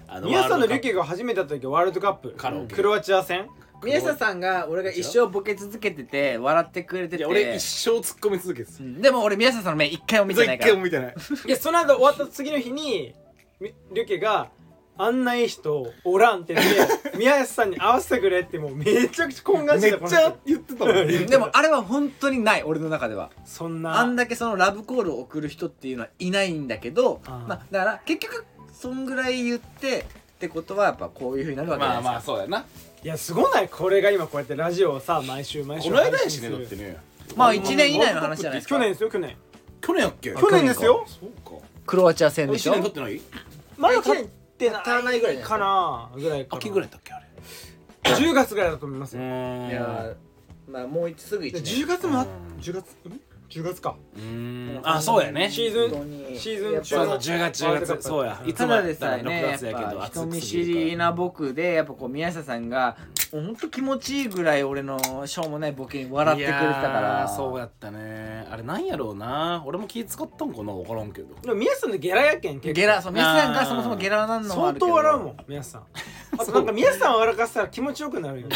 Speaker 3: あ
Speaker 2: 宮下のリュッ
Speaker 3: ワールドカッ
Speaker 2: ケが初めて会った時はワールドカップ
Speaker 3: カラオケ
Speaker 2: クロアチア戦
Speaker 1: 宮下さんが俺が一生ボケ続けてて笑ってくれて
Speaker 3: プい
Speaker 1: て
Speaker 3: や俺一生突っ込み続けて
Speaker 1: う
Speaker 3: た
Speaker 1: んでも俺宮下さんの目一回も見てないから
Speaker 3: 見てない
Speaker 2: いやその後終わった次の日にみリュッケがあんないい人おらんって言
Speaker 3: (laughs)
Speaker 2: って宮下さんに会わせてくれってもうめちゃくちゃ懇願してたこの人
Speaker 3: 言ってた
Speaker 2: ん
Speaker 1: でもあれは本当にない俺の中では
Speaker 2: そんな
Speaker 1: あんだけそのラブコールを送る人っていうのはいないんだけど
Speaker 2: あー
Speaker 1: まあ、だから結局そんぐらい言ってってことはやっぱこういうふうになるわけじゃ
Speaker 3: ま
Speaker 1: な
Speaker 3: あ
Speaker 1: いですか、
Speaker 3: まあそうやな
Speaker 2: いやすごないこれが今こうやってラジオをさ毎週毎週
Speaker 3: この間
Speaker 2: 配信
Speaker 3: やし
Speaker 2: す
Speaker 3: ね
Speaker 2: る
Speaker 3: だってね
Speaker 1: まあ1年以内の話じゃないですか
Speaker 2: 去年ですよ去年
Speaker 3: 去年やっけ
Speaker 1: あ
Speaker 2: 去年ですよ
Speaker 3: そうか
Speaker 1: クロアチア戦でし
Speaker 3: 1
Speaker 1: ょ
Speaker 3: 年経ってない
Speaker 2: まだ経ってない
Speaker 1: 経たないぐらいじゃないですか
Speaker 2: かなぐらいかな
Speaker 3: 秋ぐらいだっけあれ
Speaker 2: 10月ぐらいだと思います
Speaker 3: う
Speaker 2: よ
Speaker 3: ーん
Speaker 1: いやーまあもう一すぐ1年
Speaker 2: 10月もあ
Speaker 3: うん
Speaker 2: 10月ん10月か
Speaker 3: うーんあそうやね
Speaker 2: シーズン
Speaker 1: ン
Speaker 2: シーズン中
Speaker 3: そ
Speaker 2: の
Speaker 3: うそう10月
Speaker 2: ワールドカ
Speaker 3: 10
Speaker 2: ッ
Speaker 3: 月
Speaker 2: プ
Speaker 3: そうやいつ
Speaker 1: た
Speaker 3: もや
Speaker 1: だ
Speaker 3: っ
Speaker 1: で
Speaker 3: た
Speaker 1: さ
Speaker 3: ら
Speaker 1: え
Speaker 3: 6
Speaker 1: ね
Speaker 3: 月や
Speaker 1: や
Speaker 3: け
Speaker 1: っ
Speaker 3: ど
Speaker 1: ぱ
Speaker 3: 暑
Speaker 1: 人
Speaker 3: く
Speaker 1: 見
Speaker 3: す
Speaker 1: 知
Speaker 3: ぎ
Speaker 1: り
Speaker 3: るか
Speaker 1: な僕でやっぱこう宮下さんが本当気持ちいいぐらい俺のしょうもないボケに
Speaker 3: ら
Speaker 1: 笑ってくれてたか
Speaker 3: いや
Speaker 1: ら
Speaker 3: ーそうやったねあれなんやろうな俺も気使ったんかな分からんけど
Speaker 2: でも宮さんのゲラやけん結構
Speaker 1: ゲラそう宮下さんがそもそもゲラなんのもある
Speaker 2: 相
Speaker 1: けど
Speaker 2: 当笑うもん宮 (laughs) さんあとなんか宮さんを笑かしたら気持ちよくなるよね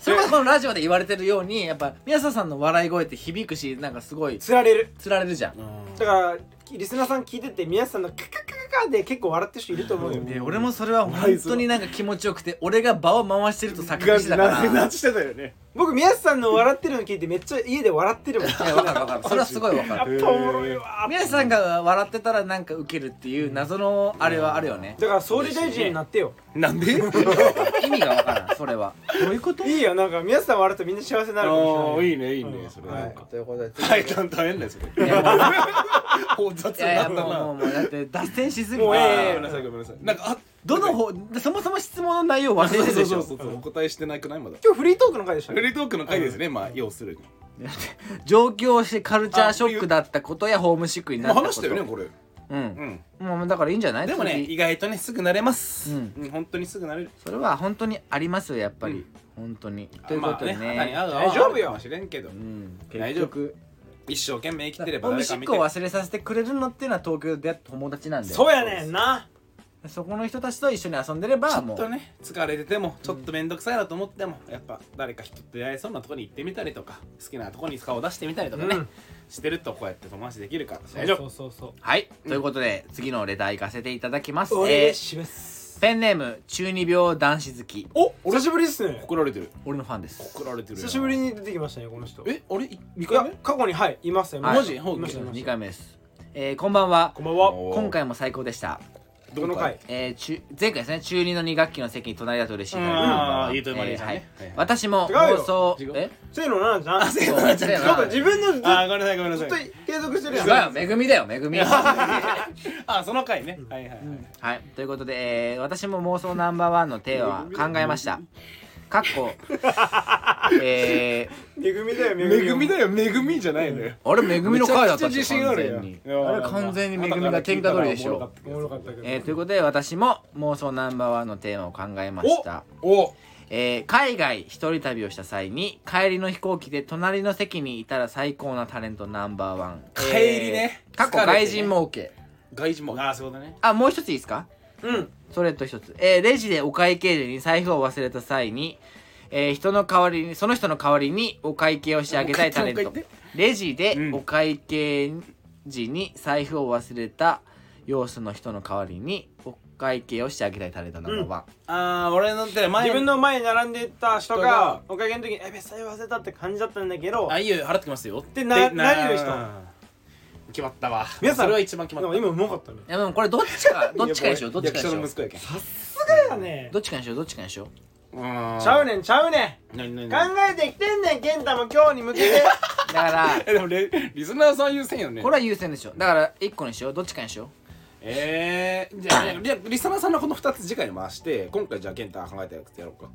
Speaker 1: それこそこのラジオで言われてるようにやっぱ宮下さんの笑い声って響くしなんかすごい
Speaker 2: つられる
Speaker 1: つられるじゃん
Speaker 3: うん
Speaker 2: だからリスナーさん聞いてて宮さんのカカカカカで結構笑ってる人いると思うよ
Speaker 1: で俺もそれは本当になんか気持ちよくて俺が場を回してると錯覚してたからいや
Speaker 3: してたよね
Speaker 2: 僕宮さんの笑ってるの聞いてめっちゃ家で笑ってるもんや
Speaker 1: わかるわかるそれはすごいわかる
Speaker 2: っぱおもろいわ
Speaker 1: 宮下さんが笑ってたらなんかウケるっていう謎のあれはあるよね
Speaker 2: だから総理大臣になってよ
Speaker 3: な
Speaker 1: (laughs)
Speaker 3: んで
Speaker 1: 意味がわからんそれはどういうこと
Speaker 2: いいよなんか宮さん笑うとみんな幸せになるかもし
Speaker 3: あ
Speaker 2: れな
Speaker 3: あ
Speaker 2: い
Speaker 3: いいねいいねそれ
Speaker 2: は
Speaker 3: なん
Speaker 2: い
Speaker 3: か
Speaker 1: ということで
Speaker 3: はい簡単やんねそれ
Speaker 1: いやもう
Speaker 3: (laughs) お雑
Speaker 1: いやいや
Speaker 3: に
Speaker 1: も
Speaker 3: なっ
Speaker 1: う
Speaker 3: た
Speaker 1: もう
Speaker 3: な
Speaker 1: もうだって脱線しすぎて
Speaker 2: もうええ
Speaker 3: あーごめんなさいごめんなさいなんかあ
Speaker 1: どの方そもそも質問の内容忘れてるでしょ
Speaker 3: そうそうそうそうお答えしてなくないまだ
Speaker 2: 今日フリートークの回でした
Speaker 3: フ
Speaker 2: ね
Speaker 3: リートークの回ですねまあ要するに
Speaker 1: 上京してカルチャーショックだったことやホームシックにな
Speaker 3: ま
Speaker 1: っ
Speaker 3: あ
Speaker 1: たこと
Speaker 3: 話したよねこれ
Speaker 1: う
Speaker 3: うんん
Speaker 1: もうだからいいんじゃない
Speaker 3: でもね
Speaker 1: 次
Speaker 3: 意外とねすぐ慣れます
Speaker 1: うん
Speaker 3: うん本当にすぐ慣れる
Speaker 1: それは本当にありますよやっぱり、本当にということでね,、
Speaker 3: まあ肌に合う
Speaker 2: 大丈夫よ
Speaker 3: かもしれんけど
Speaker 1: うん
Speaker 3: 大
Speaker 1: 結
Speaker 3: 丈夫
Speaker 1: 局
Speaker 3: 一生懸命生きてれば
Speaker 1: ホーム
Speaker 3: 誰
Speaker 1: シ
Speaker 3: か
Speaker 1: ッ
Speaker 3: 見
Speaker 1: ク
Speaker 3: て
Speaker 1: を
Speaker 3: る
Speaker 1: 忘れさせてくれるのっていうのは東京で友達なんで
Speaker 2: そうやねんな
Speaker 1: そこの人たちと一緒に遊んでれ
Speaker 3: ちょ
Speaker 1: ばも
Speaker 3: っ
Speaker 1: う
Speaker 3: とね疲れててもちょっと面倒くさいなと思ってもやっぱ誰か人と出会えそうなとこに行ってみたりとか好きなとこに顔出してみたりとかね
Speaker 2: うん
Speaker 3: してるとこうやって友達できるから大丈
Speaker 2: そ
Speaker 3: 夫
Speaker 2: うそうそう
Speaker 1: はい、ということで次のレター行かせていただきます
Speaker 2: そうお
Speaker 1: え
Speaker 2: 願い
Speaker 1: ー
Speaker 2: します
Speaker 1: ペンネーム中二病男子好き
Speaker 2: お久しぶりですね
Speaker 3: 告られてる
Speaker 1: 俺のファンです
Speaker 3: 告られてる
Speaker 2: 久しぶり
Speaker 3: に
Speaker 2: に出てきましたねこの人
Speaker 3: え俺い
Speaker 2: い
Speaker 3: 2
Speaker 2: や
Speaker 3: 回目
Speaker 2: 過去にはいいましたよ
Speaker 1: はい
Speaker 2: マジ
Speaker 3: いましたいま
Speaker 1: 2回目です、えーこんばんは
Speaker 2: こんばんは
Speaker 3: おー
Speaker 1: 今回も最高でした、
Speaker 2: どの回
Speaker 1: えー中前回ですね中二の2学期の席に隣だと嬉しいな
Speaker 3: うん
Speaker 1: こんばんは
Speaker 3: あーゆうとりマリーさんね
Speaker 1: えーはい
Speaker 3: はい
Speaker 1: 私も
Speaker 2: 違うよ
Speaker 1: 放送
Speaker 3: 違う
Speaker 1: え
Speaker 2: せーのななちゃん
Speaker 3: あせ
Speaker 2: ち
Speaker 3: ー
Speaker 2: ょ
Speaker 3: のなちゃん
Speaker 1: 違う
Speaker 2: っと自分のず
Speaker 3: あーごめんなさいごめんな
Speaker 2: ず
Speaker 3: さ
Speaker 2: っと
Speaker 3: い
Speaker 2: 継続してる
Speaker 1: 違
Speaker 2: や
Speaker 1: うんよめぐみだよめぐみ (laughs) は
Speaker 3: あその回ねはいはいはい
Speaker 1: いということで、えー私も妄想ナンバーワンのテーマは考えましたかっこえー、
Speaker 2: めぐみだよめ
Speaker 3: めぐみ
Speaker 2: だ
Speaker 3: だよめぐみじゃないのよ
Speaker 1: あれめぐみの回だったっ
Speaker 3: め
Speaker 1: け
Speaker 3: ちゃくちゃ自信あ
Speaker 1: 完
Speaker 3: る
Speaker 1: 全
Speaker 3: やん
Speaker 1: に
Speaker 3: いや
Speaker 1: あれ完全にめぐみが喧嘩取りでしょ
Speaker 2: おもろかったけど
Speaker 1: えーということで私も妄想ナンバーワンのテーマを考えました、
Speaker 3: お
Speaker 1: えー海外一人旅をした際に帰りの飛行機で隣の席にいたら最高なタレントナンバーワン
Speaker 3: 帰りね
Speaker 1: えー過去
Speaker 3: 疲れてね
Speaker 1: 外人も OK
Speaker 3: 外人もああそうだね
Speaker 1: あもう一ついいですか
Speaker 2: うん
Speaker 1: それと一つ、えーレジでお会計時に財布を忘れた際に、えー人の代わりにその人の代わりにお会計をしてあげたいタレン
Speaker 3: お
Speaker 1: ト
Speaker 3: 会計
Speaker 1: レジで
Speaker 3: うん
Speaker 1: お会計時に財布を忘れた様子の人の代わりにお会計をしてあげたいタレントナンバーワン、
Speaker 3: ああ俺のって前
Speaker 2: 自分
Speaker 3: の
Speaker 2: の前に並んでた人
Speaker 3: 人が
Speaker 2: がおかげの時に「えべさえ忘れた」って感じだったんだけど
Speaker 3: あいいよ払ってきますよって
Speaker 2: ななる人
Speaker 3: 決まったわ
Speaker 2: 皆さん
Speaker 3: それは一番決
Speaker 2: な
Speaker 3: ま
Speaker 2: ん
Speaker 3: った
Speaker 2: か今うまかったね
Speaker 1: いやでもこれどっち
Speaker 3: (laughs)
Speaker 1: かどっちかにしようどっちかに
Speaker 3: 役
Speaker 1: しよ
Speaker 3: 者の
Speaker 1: う
Speaker 3: 息子やけん
Speaker 2: そうやね
Speaker 1: どっちかにしようどっちかにしよう
Speaker 2: ちゃうねんちゃうね
Speaker 3: なになに
Speaker 2: ん
Speaker 3: な
Speaker 2: 考
Speaker 3: に
Speaker 2: えてきてんねん健太も今日に向けて
Speaker 1: だから
Speaker 3: えでもレリスナーさん優先よね
Speaker 1: これは優先でしょだから1個にしようどっちかにしよ
Speaker 3: えー、じゃあいやリスナーさんのこの2つ次回に回して今回じゃあ健太が考えたやつやろうか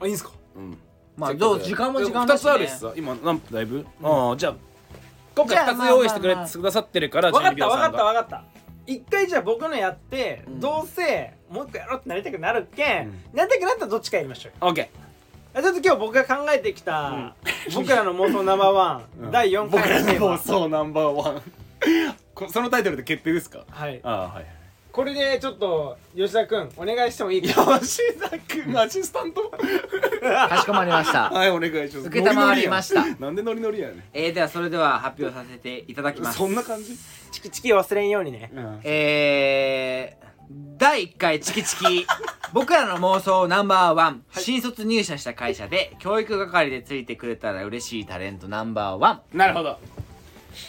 Speaker 2: あいいんすか
Speaker 3: うん
Speaker 1: うまあ
Speaker 3: せっかく
Speaker 1: どう時間も時間だ
Speaker 3: でも二
Speaker 1: し、
Speaker 3: つ
Speaker 1: ね、
Speaker 3: あるしさ今何分だいぶ、ああじゃあ今
Speaker 1: じゃあ
Speaker 3: 回2つ用意してくれ
Speaker 1: まあまあまあ
Speaker 3: くださってるから
Speaker 2: 分かった分
Speaker 3: ジュニビオ
Speaker 2: か
Speaker 3: さ
Speaker 2: っ
Speaker 3: ん
Speaker 2: た
Speaker 3: が
Speaker 2: 分かった一回じゃあ僕のやって
Speaker 1: うん
Speaker 2: どうせもう一個やろうってなりたくなるけんなりたくなったらどっちかやりましょうよ
Speaker 3: オッケ
Speaker 2: あちょっと今日僕が考えてきた僕らの妄想ナンバーワ
Speaker 3: ー、う
Speaker 2: ン
Speaker 3: ん
Speaker 2: 第4
Speaker 3: 僕
Speaker 2: 回
Speaker 3: らの
Speaker 2: テーマ
Speaker 3: 放送ナンバーワン (laughs) こそのタイトルで決定ですか
Speaker 2: はい
Speaker 3: ああはい
Speaker 2: これでちょっと吉田君お願いしてもいいか
Speaker 3: 吉田君アシスタント
Speaker 1: (laughs) かしこまりました
Speaker 3: (laughs) はいお願いします
Speaker 1: 受けたまわりました
Speaker 3: ノリノリやんなんでノリノリやね
Speaker 1: えー、ではそれでは発表させていただきます
Speaker 3: そんな感じ
Speaker 2: チキチキ忘れんようにね
Speaker 3: うん
Speaker 1: えー、第1回チキチ (laughs) キ僕らの妄想ナンバーワン、新卒入社した会社で教育係でついてくれたら嬉しいタレントナンバーワン
Speaker 3: なるほど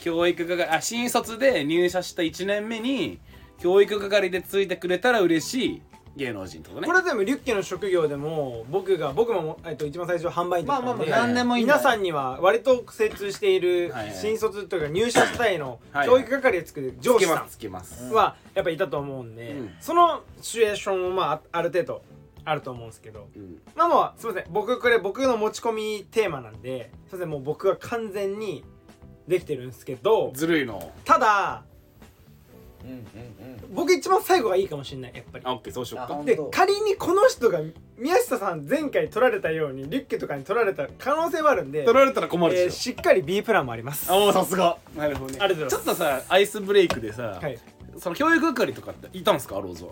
Speaker 3: 教育係あ新卒で入社した1年目に教育係でついてくれたら嬉しい芸能人とかね
Speaker 2: これでもリュッケの職業でも僕が僕も、えっと、一番最初販売員
Speaker 1: ま
Speaker 2: だっ
Speaker 1: あまあ
Speaker 2: たん
Speaker 1: まあ
Speaker 2: で、
Speaker 1: 何でもいいんだ
Speaker 2: 皆さんには割と精通している
Speaker 3: はいはい
Speaker 2: 新卒というか入社したいの
Speaker 3: はい
Speaker 2: 教育係で作る上
Speaker 3: つ
Speaker 2: 司
Speaker 3: け
Speaker 2: さ
Speaker 3: ま
Speaker 2: ん
Speaker 3: すつけます、
Speaker 2: はやっぱいたと思うんで、
Speaker 3: うん
Speaker 2: そのシチュエーションもまああある程度あると思うんですけど
Speaker 3: うん
Speaker 2: まあまあすいません僕これ僕の持ち込みテーマなんですいませんもう僕は完全にできてるんですけど
Speaker 3: ずるいの
Speaker 2: ただ
Speaker 1: うんうん
Speaker 2: 僕一番最後がいいかもしれないやっぱり
Speaker 3: あオッケーそうしよう
Speaker 1: あ
Speaker 3: か
Speaker 2: で
Speaker 1: 本当
Speaker 2: 仮にこの人が宮下さん前回取られたようにリュッケとかに取られた可能性はあるんで
Speaker 3: 取られたら困る
Speaker 2: えー
Speaker 3: でし
Speaker 2: しっかり B プランもあります
Speaker 3: ょ、あおーさすがなるほどね
Speaker 2: ありがとうござい
Speaker 3: ちょ
Speaker 2: ま
Speaker 3: っとさアイスブレイクでさ、
Speaker 2: はい、
Speaker 3: その教育係とかっていたんすかアローズは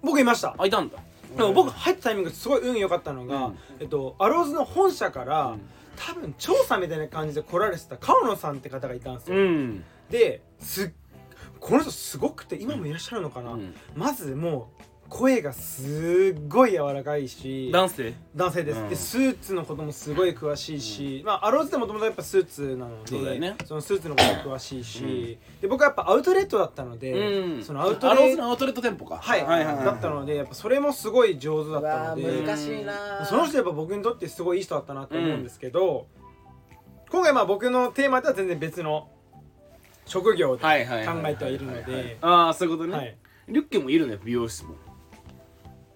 Speaker 2: 僕いました
Speaker 3: あいたんだ
Speaker 2: でも僕入ったタイミングすごい運良かったのが、
Speaker 3: うん
Speaker 2: えっと、アローズの本社から、
Speaker 3: うん
Speaker 2: 多分調査みたいな感じで来られてた川野さんって方がいたんですよ、
Speaker 3: うん
Speaker 2: ですっこの人すごくて今もいらっしゃるのかな、
Speaker 3: うん
Speaker 2: まずもう声がすっごい柔らかいし
Speaker 3: 男性
Speaker 2: 男性です、
Speaker 3: うん
Speaker 2: でスーツのこともすごい詳しいし、まあアローズでもともとやっぱスーツなので
Speaker 3: そうだよね
Speaker 2: そのスーツのことも詳しいし、で僕はやっぱアウトレットだったので、そのアウト
Speaker 3: アロー
Speaker 2: レッ
Speaker 3: ズ
Speaker 2: ト
Speaker 3: のアウトレット店舗か
Speaker 2: はい、だったのでやっぱそれもすごい上手だったので、
Speaker 3: うわー難
Speaker 1: しいなー
Speaker 2: その人やっぱ僕にとってすごいいい人だったなと思うんですけど、今回まあ僕のテーマとは全然別の職業で考
Speaker 3: はいはい
Speaker 2: えてはいるので
Speaker 3: ああそういうことね、
Speaker 2: はい
Speaker 3: リュッケもいるね美容室も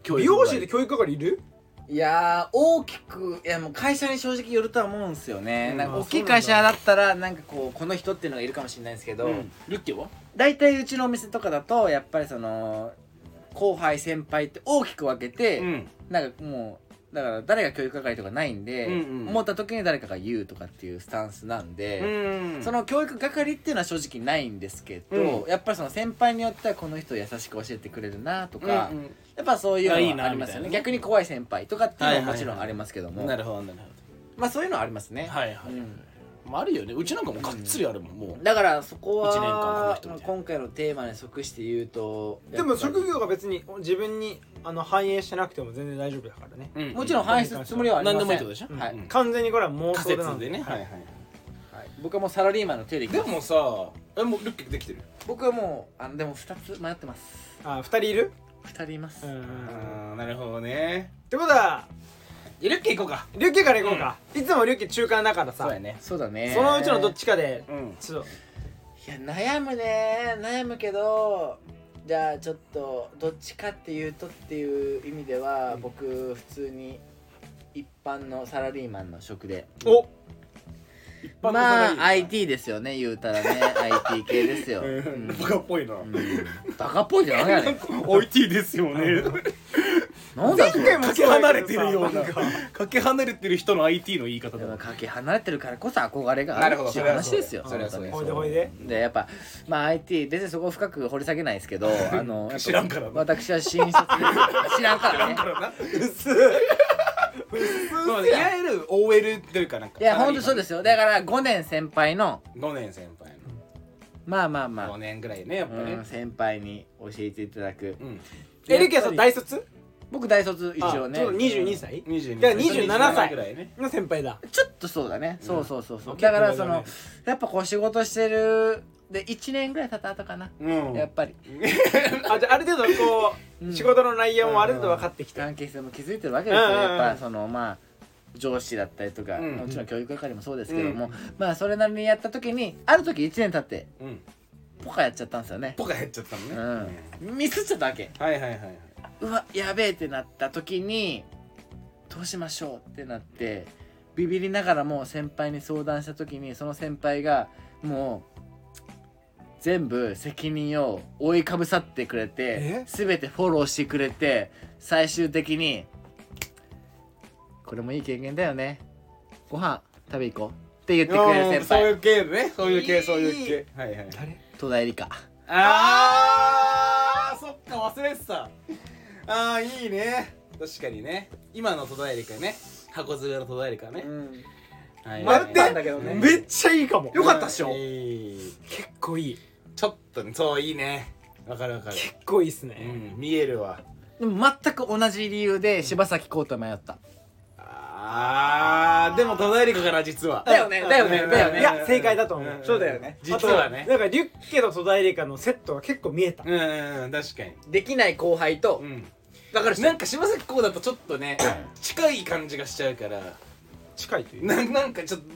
Speaker 3: 教
Speaker 2: 美
Speaker 3: 育係
Speaker 2: 容師で教育係いる
Speaker 1: いやー大きくいやもう会社に正直よるとは思うんですよね、
Speaker 3: うん
Speaker 1: なんか
Speaker 2: まあ
Speaker 1: 大きい
Speaker 2: そうなんだ
Speaker 1: 会社だったらなんかこうこの人っていうのがいるかもしれないんですけど、
Speaker 3: うんリュッケは
Speaker 1: 大体うちのお店とかだとやっぱりその後輩先輩って大きく分けて、
Speaker 3: ん
Speaker 1: なんかもうだから誰が教育係とかないんで、
Speaker 3: うんうん
Speaker 1: 思った時に誰かが言うとかっていうスタンスなんで、
Speaker 3: うん
Speaker 1: その教育係っていうのは正直ないんですけど、
Speaker 3: う
Speaker 1: やっぱりその先輩によってはこの人優しく教えてくれるなとか、
Speaker 3: うん
Speaker 1: やっぱそういう
Speaker 3: あいい
Speaker 1: の
Speaker 3: な
Speaker 1: はありますよ
Speaker 3: みた
Speaker 1: ね
Speaker 3: いな
Speaker 1: 逆に怖い先輩とかっていうの
Speaker 3: はい
Speaker 1: も
Speaker 3: はいはい
Speaker 1: もちろんありますけど
Speaker 3: う
Speaker 1: も、
Speaker 3: んなるほどなるほ
Speaker 1: まあそういうのはありますね、
Speaker 3: どはいは
Speaker 1: う
Speaker 3: い、
Speaker 1: ん
Speaker 3: まあ、あるよねうちなんかもうがっつりあるもん、もう
Speaker 1: だからそこ
Speaker 3: 一年間この
Speaker 1: は
Speaker 3: 人みたいな
Speaker 1: 今回のテーマに即して言うと
Speaker 2: でも職
Speaker 1: 業
Speaker 2: 業が別に自分にあの反映してなくても全然大丈夫だからね、
Speaker 3: う
Speaker 1: もちろん反映するつもりはありません
Speaker 3: 何でもいいってことでしょ
Speaker 1: はい
Speaker 3: うん
Speaker 2: 完全にこれは妄
Speaker 3: 仮
Speaker 2: 想な
Speaker 3: 説
Speaker 2: ん
Speaker 3: でね、
Speaker 2: はい
Speaker 3: いはい
Speaker 1: はい僕はもうサラリーマンの手でいき
Speaker 3: で
Speaker 1: ます
Speaker 3: もさえもうルッケできてる
Speaker 1: 僕はもうあのでも2つ迷ってます
Speaker 2: あ2人いる
Speaker 1: 2人います、
Speaker 2: うんうんうん
Speaker 3: あなるほどね
Speaker 2: ってことは
Speaker 3: ルッケ行こうか
Speaker 2: リュッケからいこうか、いつもリュッケ中間だからさそ,、
Speaker 3: ね
Speaker 1: そうだね
Speaker 2: のうちのどっちかで
Speaker 3: うん
Speaker 2: ちょっと
Speaker 1: いや悩むね悩むけどじゃあちょっとどっちかっていうとっていう意味では、僕普通に一般のサラリーマンの職で
Speaker 2: お
Speaker 1: まあ IT ですよね言うたらね IT 系ですよ、うん
Speaker 3: バカっぽいな
Speaker 1: うんバカっぽいじゃない
Speaker 3: (laughs)
Speaker 1: やねん
Speaker 3: IT ですよね
Speaker 1: なんだそれ
Speaker 2: も
Speaker 3: かけ離れてるようなかけ離れてる人の IT の言い方
Speaker 1: で
Speaker 3: だ
Speaker 1: も
Speaker 3: な
Speaker 1: かけ離れてるからこそ憧れがあ
Speaker 3: な
Speaker 1: る
Speaker 3: る
Speaker 1: っ
Speaker 3: ほど
Speaker 1: てい
Speaker 3: そうれは
Speaker 1: 話
Speaker 3: そう
Speaker 1: ですよ
Speaker 3: それは
Speaker 1: 本当に
Speaker 2: ほいでほいで
Speaker 1: でやっぱまあ IT 別にそこ深く掘り下げないですけどあのやっぱ
Speaker 3: 知らんからな
Speaker 1: 私は新卒です知らんからね
Speaker 2: 薄い
Speaker 3: まあいわゆる OL というかなんか
Speaker 1: いや本当そうですよだから5年先輩の
Speaker 3: 5年先輩
Speaker 1: まあまあ
Speaker 3: の5
Speaker 1: ま
Speaker 3: 年ぐらいねやっ
Speaker 1: あ、
Speaker 3: ぱね
Speaker 1: うん、先輩に教えていただく
Speaker 3: うん
Speaker 2: えリュッケさん
Speaker 1: やっぱり
Speaker 2: 大卒
Speaker 1: 僕大卒一応ね
Speaker 2: あちょうど22歳
Speaker 3: 22
Speaker 2: だから27歳
Speaker 3: ぐらいね
Speaker 2: の先輩だ
Speaker 1: ちょっとそうだね、そうそうそうそう
Speaker 3: 結
Speaker 1: だ
Speaker 3: 構
Speaker 1: から
Speaker 3: だ
Speaker 1: そ
Speaker 3: ね
Speaker 1: のやっぱこう仕事してるで1年ぐらい経った後かな、
Speaker 3: うん
Speaker 1: やっぱり
Speaker 2: あじゃあある程度こ
Speaker 1: う
Speaker 2: うん仕事の内容もある程度分かってきて
Speaker 1: 関係性も気づいてるわけですよ、
Speaker 2: うんうんうん
Speaker 1: やっぱそのまあ上司だったりとか、
Speaker 3: うん
Speaker 1: もちろん教育係もそうですけども、まあそれなりにやった時にある時1年経って
Speaker 3: うん
Speaker 1: ポカやっちゃったんですよね
Speaker 3: ポカ減っちゃったのね
Speaker 1: うんミスっちゃったわけ
Speaker 3: はいはいはいはいう
Speaker 1: わやべえってなった時にどうしましょうってなってビビりながらも先輩に相談した時にその先輩がもう全部責任を覆いかぶさってくれて
Speaker 2: え
Speaker 1: 全てフォローしてくれて最終的に「これもいい経験だよねご飯食べ行こう」って言ってくれる先
Speaker 3: そうい
Speaker 1: 輩
Speaker 3: う系ねそういう
Speaker 2: い
Speaker 3: 系
Speaker 2: い
Speaker 3: そういう系はいはい
Speaker 2: 誰
Speaker 1: 戸田恵梨香
Speaker 3: あーそっか忘れてたあーいいね確かにね今の戸田恵梨香ね箱詰めの戸田恵梨香ね、はい
Speaker 2: 待って
Speaker 1: だけどね
Speaker 2: めっちゃいいかもよかったっしょ
Speaker 3: いい
Speaker 2: 結構いい
Speaker 3: ちょっとねそういいねわかるわかる
Speaker 2: 結構いいっす
Speaker 3: う
Speaker 2: ね
Speaker 3: ん見えるわ
Speaker 1: でも全く同じ理由で柴咲コウと迷った
Speaker 3: あーでも戸田恵梨香から実は
Speaker 1: だよねだよねだよね
Speaker 2: いや正解だと思うん
Speaker 1: そうだよね
Speaker 3: 実は
Speaker 2: あ
Speaker 3: ね
Speaker 2: となんかリュッケと戸田恵梨香のセットが結構見えた
Speaker 3: うんうんうん確かに
Speaker 1: できない後輩と
Speaker 3: うん
Speaker 1: だから
Speaker 3: なんか柴咲コウだとちょっとね近い感じがしちゃうから
Speaker 2: 近いという
Speaker 3: ななんかちょっと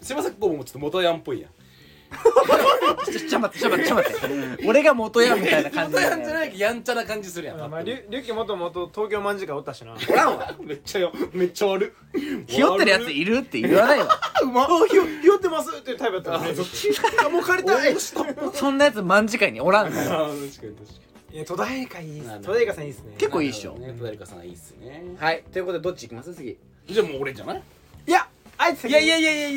Speaker 3: 柴咲コウもちょっと元ヤンっぽいやん
Speaker 1: ちょちょっと待ってちょっと待ってちょっと待って俺が元ヤンみたいな感じ
Speaker 3: 元
Speaker 1: だ
Speaker 3: ヤ
Speaker 1: よ
Speaker 3: ン
Speaker 1: ね
Speaker 3: じゃないけどやんちゃな感じするやん
Speaker 2: まありゅ龍騎もともと東京まんじゅうがおったしな
Speaker 3: おらんわめっちゃよめっちゃ悪い
Speaker 1: ひよってるやついるって言わないわ
Speaker 2: うまっひよひよってますっていうタイプだったもんね
Speaker 3: あそっち
Speaker 2: あもう借りたい
Speaker 1: そんなやつ間近におらんの
Speaker 3: あ
Speaker 1: よ
Speaker 3: ー確かに確か
Speaker 2: いや戸田恵華いいっ
Speaker 3: なる
Speaker 2: す
Speaker 3: ほど
Speaker 2: 戸田恵華さんいいっすね
Speaker 1: 結
Speaker 3: に
Speaker 1: 構いいっしょ
Speaker 3: なるほどね戸田恵梨香さんいいっすね
Speaker 1: はいということでどっち行きます次
Speaker 3: じゃあもう俺じゃない
Speaker 2: いやあいつ
Speaker 3: い
Speaker 2: 先に
Speaker 3: やいやいやいやい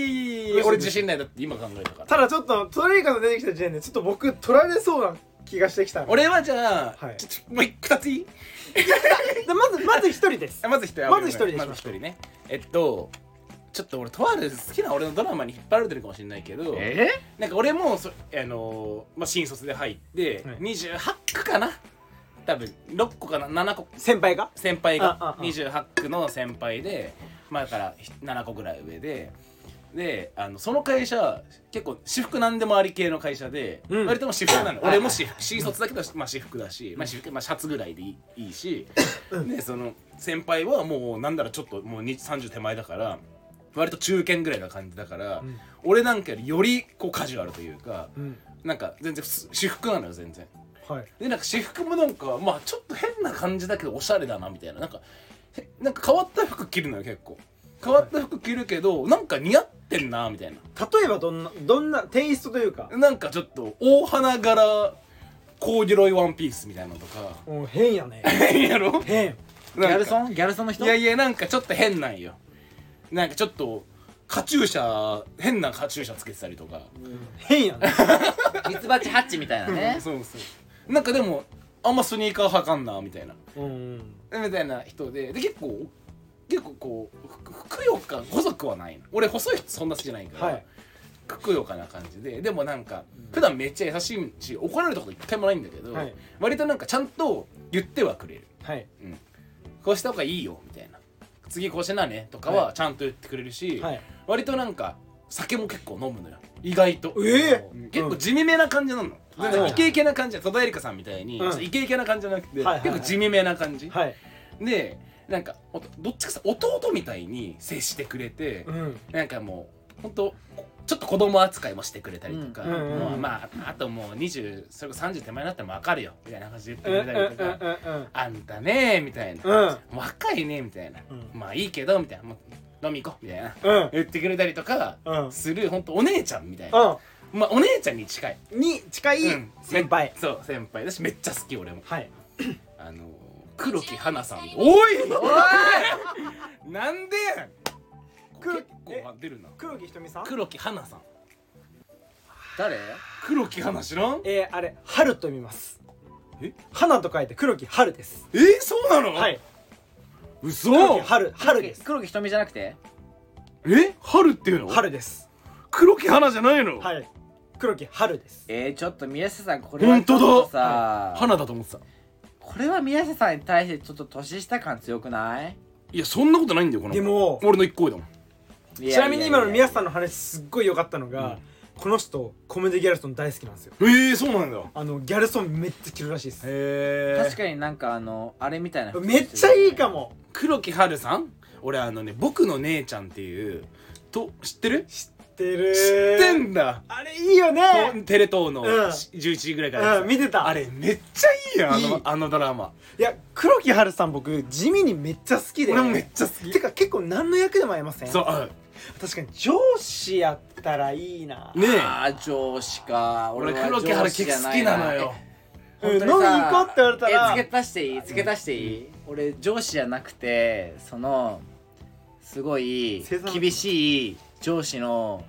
Speaker 3: やいや俺自信ないだって今考えたから
Speaker 2: ただちょっと戸田恵梨香さん出てきた時点でちょっと僕取られそうな気がしてきたの
Speaker 3: 俺はじゃあ、
Speaker 2: はい
Speaker 3: ちょちょもう一ついい
Speaker 2: でまずまず一人です
Speaker 3: あまず一人
Speaker 2: まず一人にしま
Speaker 3: ま
Speaker 2: しょう
Speaker 3: ず一人ねえっとちょっと俺とある好きな俺のドラマに引っ張られてるかもしれないけど
Speaker 1: え
Speaker 3: なんか俺もそあのーまあ、新卒で入って、
Speaker 2: はい
Speaker 3: 28区かな多分6個かな7個
Speaker 2: 先輩が
Speaker 3: 先輩
Speaker 2: あ
Speaker 3: が
Speaker 2: ああ
Speaker 3: 28区の先輩でまあだからひ7個ぐらい上でであのその会社結構私服なんでもあり系の会社で、
Speaker 2: うん
Speaker 3: 割ともう私服なの
Speaker 1: はい
Speaker 3: 俺も私服新卒だけど、まあ、私服だし、まあ、私服、まあ、シャツぐらいでいいいいしでその先輩はもうなんだらちょっともうに30手前だから割と中堅ぐらいな感じだから、
Speaker 2: うん
Speaker 3: 俺なんかよりよりこうカジュアルというか
Speaker 2: うん
Speaker 3: なんか全然普通私服なのよ全然。
Speaker 2: はい
Speaker 3: でなんか私服もなんかまあちょっと変な感じだけどおしゃれだなみたいななんかへなんか変わった服着るのよ結構変わった服着るけどなんか似合ってんなみたい
Speaker 2: 例えばどんなどんなテイストというか
Speaker 3: ななんかちょっと大花柄コーデュロイワンピースみたいなのとか
Speaker 2: もう変やね
Speaker 3: 変やろ
Speaker 2: (laughs) 変
Speaker 1: ギャル
Speaker 3: ン
Speaker 1: ソンギャルソンの人
Speaker 3: いやいやなんかちょっと変なんよなんかちょっとカチューシャ変なカチューシャつけてたりとか
Speaker 2: 変やね
Speaker 1: ミツバチハッチみたいなね
Speaker 3: そうそうなんかでもあんまスニーカー履かんなみたいな
Speaker 2: うん
Speaker 3: みたいな人でで結構結構こうふふくよか細くはないの俺細い人そんな好きじゃないから、
Speaker 2: はい
Speaker 3: ふくよかな感じででもなんか普段めっちゃ優しいし怒られたこと一回もないんだけど、
Speaker 2: はい
Speaker 3: 割となんかちゃんと言ってはくれる、
Speaker 2: はい
Speaker 3: うん、こうした方がいいよみたいな次こうしなねとかはちゃんと言ってくれるし、
Speaker 2: はい
Speaker 3: 割となんか酒も結構飲むのよ意外と
Speaker 2: ええ
Speaker 3: うん結構地味めな感じなの、全
Speaker 1: は
Speaker 3: 然
Speaker 1: い
Speaker 3: イケイケな感じ戸田恵梨香さんみたいに、
Speaker 2: うん
Speaker 3: ちょっとイケイケな感じじゃなくて、
Speaker 2: はいはいはい
Speaker 3: 結構地味めな感じ、
Speaker 2: はい
Speaker 3: でなんかおとどっちかさ弟みたいに接してくれて、
Speaker 2: うん
Speaker 3: なんかもうほんとこちょっと子供扱いもしてくれたりとか、
Speaker 2: うんうんうんうん
Speaker 3: もうまああともう20それこそ30手前になっても分かるよみたいな感じで言っ
Speaker 2: うん
Speaker 3: て
Speaker 2: うん
Speaker 3: くれたりとか、
Speaker 2: うん
Speaker 3: あんたねみたいな、
Speaker 2: うん
Speaker 3: 若いねみたいな、
Speaker 2: うん
Speaker 3: まあいいけどみたいなもう飲み行こうみたいな
Speaker 2: うん
Speaker 3: 言ってくれたりとか
Speaker 2: うん
Speaker 3: するほんとお姉ちゃんみたいな、
Speaker 2: う
Speaker 3: まあお姉ちゃんに近い、
Speaker 2: んに近い
Speaker 3: うん
Speaker 2: 先輩
Speaker 3: めそう先輩だしめっちゃ好き俺も
Speaker 2: はい
Speaker 3: あの黒木花さんおい
Speaker 1: おい
Speaker 3: なんでやん
Speaker 2: 黒
Speaker 3: 結構出るな
Speaker 2: 黒木ひとみさん
Speaker 3: 黒木花さん
Speaker 1: 誰
Speaker 3: 黒木花知らん
Speaker 2: えー、あれ春と見ます
Speaker 3: え
Speaker 2: 花と書いて黒木春です
Speaker 3: えそうなの
Speaker 2: はい
Speaker 3: 嘘
Speaker 2: 黒木春春です
Speaker 1: 黒木瞳じゃなくて
Speaker 3: え春っていうの
Speaker 2: 春です
Speaker 3: 黒木花じゃないの
Speaker 2: はい黒木春です
Speaker 1: えー、ちょっと宮下さんこれはちょっ
Speaker 3: ほん
Speaker 1: と
Speaker 3: と
Speaker 1: さ
Speaker 3: 花だと思ってた
Speaker 1: これは宮下さんに対してちょっと年下感強くない
Speaker 3: いやそんなことないんだよこの
Speaker 2: でも
Speaker 3: 俺の一個上だもん
Speaker 2: ちなみに今の宮
Speaker 1: 下
Speaker 2: 下さんの話すっごい良かったのが、この人コメディギャルソン大好きなんですよ
Speaker 3: えー、そうなんだへ
Speaker 2: あのギャルソンめっちゃ着るらしいです
Speaker 3: え
Speaker 1: 確かになんかあのあれみたいな服着てる
Speaker 2: めっちゃいいかも
Speaker 3: 黒木春さん俺あのね僕の姉ちゃんっていうと知ってる
Speaker 2: 知ってる
Speaker 3: 知ってんだ
Speaker 2: あれいいよね
Speaker 3: テレ東の
Speaker 2: うん
Speaker 3: 11時ぐらいからやって
Speaker 2: う
Speaker 3: た
Speaker 2: ん見てた
Speaker 3: あれめっちゃいいやんあ
Speaker 2: いい
Speaker 3: のあのドラマ
Speaker 2: いや黒木春さん僕地味にめっちゃ好きで
Speaker 3: 俺もめっちゃ好
Speaker 2: てか結構何の役でも合いません
Speaker 3: そうあ
Speaker 2: 確かに上司やったらいいな
Speaker 3: ねえ
Speaker 1: あー上司か
Speaker 3: 俺
Speaker 1: は
Speaker 3: 黒木春結構好きなのよ
Speaker 1: 上司じゃないなえ
Speaker 2: うん飲み行こうって言われたら
Speaker 1: え付け足していい付け足していい、俺上司じゃなくてそのすごい
Speaker 2: 生産
Speaker 1: 厳しい上司の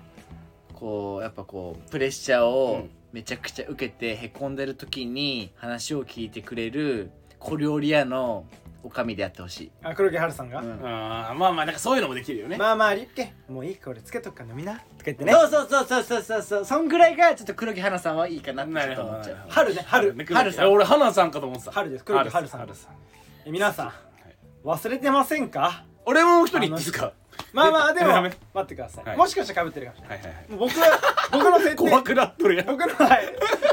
Speaker 1: こうやっぱこうプレッシャー
Speaker 3: う
Speaker 1: を
Speaker 3: ん
Speaker 1: めちゃくちゃ受けてへこんでる時に話を聞いてくれる小料理屋のおかみでやってほしい、
Speaker 2: あ黒木春さんが、
Speaker 1: うん
Speaker 3: あーまあまあなんかそういうのもできるよね、
Speaker 2: まあまあリュッケもういいか俺つけとくから飲みなとか言ってね
Speaker 1: そうそうそうそうそうそうそうそんぐらいがちょっと黒木花さんはいいかなってちょっと思っちゃう
Speaker 3: なるほど
Speaker 2: 春ね春
Speaker 3: ね
Speaker 1: 春さん
Speaker 3: いや俺花さんかと思ってた
Speaker 2: 春です黒木春さん
Speaker 3: 春さん
Speaker 2: え皆さん忘れてませんか
Speaker 3: 俺もう一人言っていいですか
Speaker 2: まあまあでも
Speaker 3: ダメ
Speaker 2: 待ってください、
Speaker 3: はい
Speaker 2: もしかしたら被ってるかもしれない
Speaker 3: はいはいはい
Speaker 2: もう僕は僕の設定
Speaker 3: 怖くなっとるやん
Speaker 2: 僕の、はい、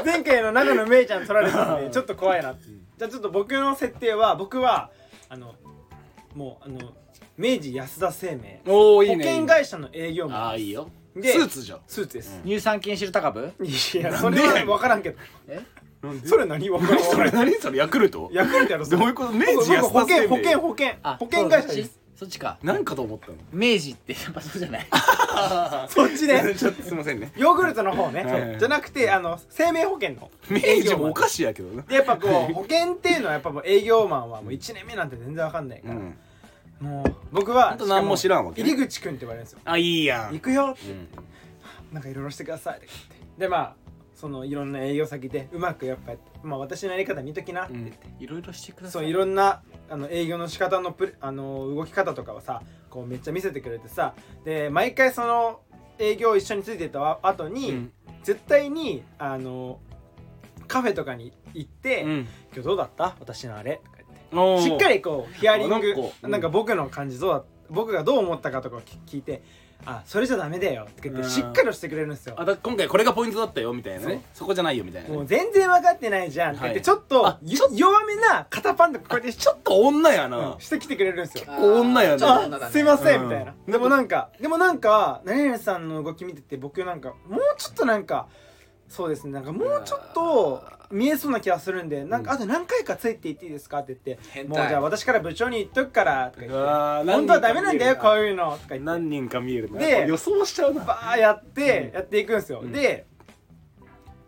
Speaker 2: 前回の長野めいちゃん取られたんでちょっと怖いなってじゃあちょっと僕の設定は僕はあのもうあの明治安田生命
Speaker 3: おおいい
Speaker 2: 保
Speaker 3: ね
Speaker 2: 険会社の営業
Speaker 3: あ
Speaker 2: マ
Speaker 3: あ
Speaker 2: ン
Speaker 3: い
Speaker 2: で
Speaker 3: い
Speaker 2: す
Speaker 3: よ
Speaker 2: で
Speaker 3: スーツじゃん
Speaker 2: スーツです、
Speaker 1: 乳酸菌シルタ株
Speaker 2: いやそれは分からんけど
Speaker 1: え
Speaker 2: それ何分からん
Speaker 3: 何それ何それヤクルト
Speaker 2: ヤクルトやろそ
Speaker 3: どう
Speaker 2: れ
Speaker 3: いうこと明
Speaker 2: 僕
Speaker 3: 治安
Speaker 2: 僕保
Speaker 3: 田生
Speaker 2: 険保険
Speaker 3: 命
Speaker 2: 保険
Speaker 1: あ
Speaker 2: 保険会社
Speaker 1: そっ
Speaker 2: で
Speaker 1: ち
Speaker 2: す
Speaker 1: そっちか
Speaker 3: なんかと思ったの
Speaker 1: 明治ってやっぱそうじゃない
Speaker 2: そっちね
Speaker 3: ちょっとすいませんね
Speaker 2: ヨーグルトの方ね、
Speaker 3: はいはい
Speaker 2: じゃなくてあの生命保険の
Speaker 3: 明治もお菓子やけどな
Speaker 2: でやっぱこう保険っていうのはやっぱもう営業マンはもう1年目なんて全然わかんないか
Speaker 3: う
Speaker 2: ら、
Speaker 3: ん
Speaker 2: もう僕は
Speaker 3: ほんと何も知らんわけ
Speaker 2: しかも入口くんって言われるんですよ
Speaker 3: あいいや
Speaker 2: 行くよ
Speaker 3: うん
Speaker 2: なんかいろいろしてくださいって言ってでまあそのいろんな営業先でうまくやっぱまあ私のやり方見ときなって言って、
Speaker 1: いろいろしてくださ
Speaker 2: そ
Speaker 1: いう
Speaker 2: いろんなあの営業の仕方のプレあの動き方とかをさこうめっちゃ見せてくれてさで毎回その営業一緒についてった後に、
Speaker 3: うん
Speaker 2: 絶対にあのカフェとかに行って、今日どうだった私のあれ」とか言って
Speaker 3: う
Speaker 2: し
Speaker 3: ん
Speaker 2: っかりこうヒアリン
Speaker 3: あ
Speaker 2: グ
Speaker 3: な
Speaker 2: な
Speaker 3: んか
Speaker 2: ん
Speaker 3: うん
Speaker 2: か僕の感じどうだ僕がどう思ったかとかを聞聞いて「あそれじゃダメだよ」って言っ
Speaker 3: う
Speaker 2: て
Speaker 3: ん
Speaker 2: しっかりしてくれるんですよ
Speaker 3: あ。だ今回これがポイントだったよみたいなねそこじゃないよみたいなね
Speaker 2: もう全然分かってないじゃんって言って
Speaker 3: はい
Speaker 2: ちょっと
Speaker 3: あ
Speaker 2: ゆ弱めな肩パンとかこうやってち
Speaker 3: ちょっと女やな、
Speaker 2: ょしてきてくれるんですよ。
Speaker 3: 構女やね
Speaker 1: あー
Speaker 2: あすいません、
Speaker 3: うん
Speaker 2: みたいなでもなんかでもなんか何々さんの動き見てて僕なんかもうちょっとなんかそうですねなんかもうちょっと見えそうな気がするんでなんかあと何回かついていっていいですかって言って「
Speaker 1: 変
Speaker 2: もう
Speaker 1: 態
Speaker 2: じゃあ私から部長に言っとくから」とか言って
Speaker 3: あー
Speaker 2: 本当はダメなんだよこう
Speaker 3: う
Speaker 2: いうのとか言って
Speaker 3: 何人か見えるな
Speaker 2: で
Speaker 3: やっぱ予想しちゃうな
Speaker 2: バーやって
Speaker 3: うん
Speaker 2: やっていくんですよ、
Speaker 3: うん
Speaker 2: で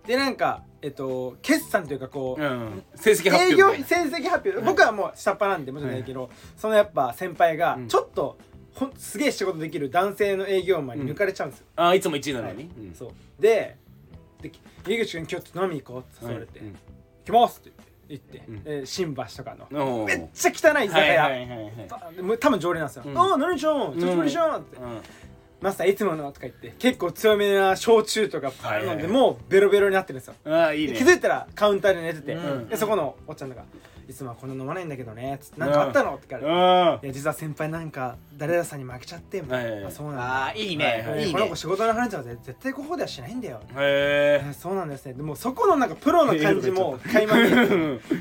Speaker 2: でなんかえっと決算というかこう、
Speaker 3: うん成績発
Speaker 2: 営
Speaker 3: 表みた
Speaker 2: 業
Speaker 3: いな
Speaker 2: 成績発表、僕はもう下っ端なんでもちろんないけど、そのやっぱ先輩が
Speaker 3: うん
Speaker 2: ちょっと、ほんすげえ仕事できる男性の営業マンに抜かれちゃうんですよ、
Speaker 3: あーいつも1位なのに、うん
Speaker 2: そうでで井口君今日飲み行こうって誘われて「
Speaker 3: うん
Speaker 2: 行きます」って言って、
Speaker 3: うん
Speaker 2: えー新橋とかの、
Speaker 3: お
Speaker 2: めっ
Speaker 3: ー
Speaker 2: ちゃ汚い居酒
Speaker 3: はい
Speaker 2: 屋、
Speaker 3: はいはいはい
Speaker 2: ばもう多分常連なんですよ「
Speaker 3: うん
Speaker 2: ああ何じゃん久しぶりじゃん」って、
Speaker 3: うん
Speaker 2: マスターいつものとか言って結構強めな焼酎とか
Speaker 3: はいはい
Speaker 2: 飲んでもうベロベロになってるんですよ、
Speaker 3: ああいいね
Speaker 2: 気づいたらカウンターで寝てて、
Speaker 1: うん
Speaker 2: でそこのおっちゃんとか「いつもはこんな飲まないんだけどね」つって「なんかあったの?」って言われて。
Speaker 3: あ
Speaker 2: いや実は先輩なんか誰々さんに負けちゃってみたいな、
Speaker 3: はいはいはい
Speaker 2: あそうなん
Speaker 1: あーいいね
Speaker 3: は
Speaker 2: だ、
Speaker 3: い
Speaker 1: いい
Speaker 2: この
Speaker 1: ね
Speaker 2: 子仕事の話は絶絶対ここではしないんだよ、
Speaker 3: あへ
Speaker 2: えそうなんですねでもそこのなんかプロの感じも垣間見え
Speaker 3: (laughs)
Speaker 2: て
Speaker 3: え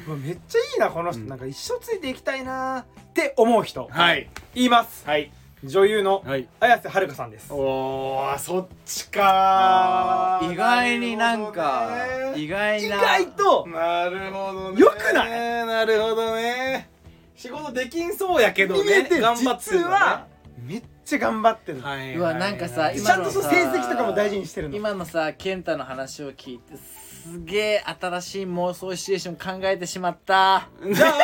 Speaker 2: もうめっちゃいいなこの人、
Speaker 3: うん
Speaker 2: なんか一生ついていきたいなーって思う人、
Speaker 3: はい
Speaker 2: 言います
Speaker 3: (laughs) はい
Speaker 2: 女優の
Speaker 3: はい
Speaker 2: 綾瀬はるかさんです
Speaker 3: おーそっちかー
Speaker 1: 意外になんか
Speaker 3: なるほどね
Speaker 1: 意外
Speaker 2: 意
Speaker 1: な
Speaker 2: 外と
Speaker 3: なるほどね
Speaker 2: よくない
Speaker 3: なるほどね仕事できんそうやけど
Speaker 2: 見え
Speaker 3: ね
Speaker 2: て
Speaker 3: 頑張ってん
Speaker 2: 実
Speaker 3: だね
Speaker 2: はめっちゃ頑張ってるの、
Speaker 3: はいはいはい、
Speaker 1: うわなんかさ
Speaker 2: ちゃ
Speaker 1: 今
Speaker 2: ん
Speaker 1: の
Speaker 2: と
Speaker 1: さ
Speaker 2: そう成績とかも大事にしてるの
Speaker 1: 今のさ健太の話を聞いてすげえ新しい妄想シチュエーション考えてしまった
Speaker 2: じゃあ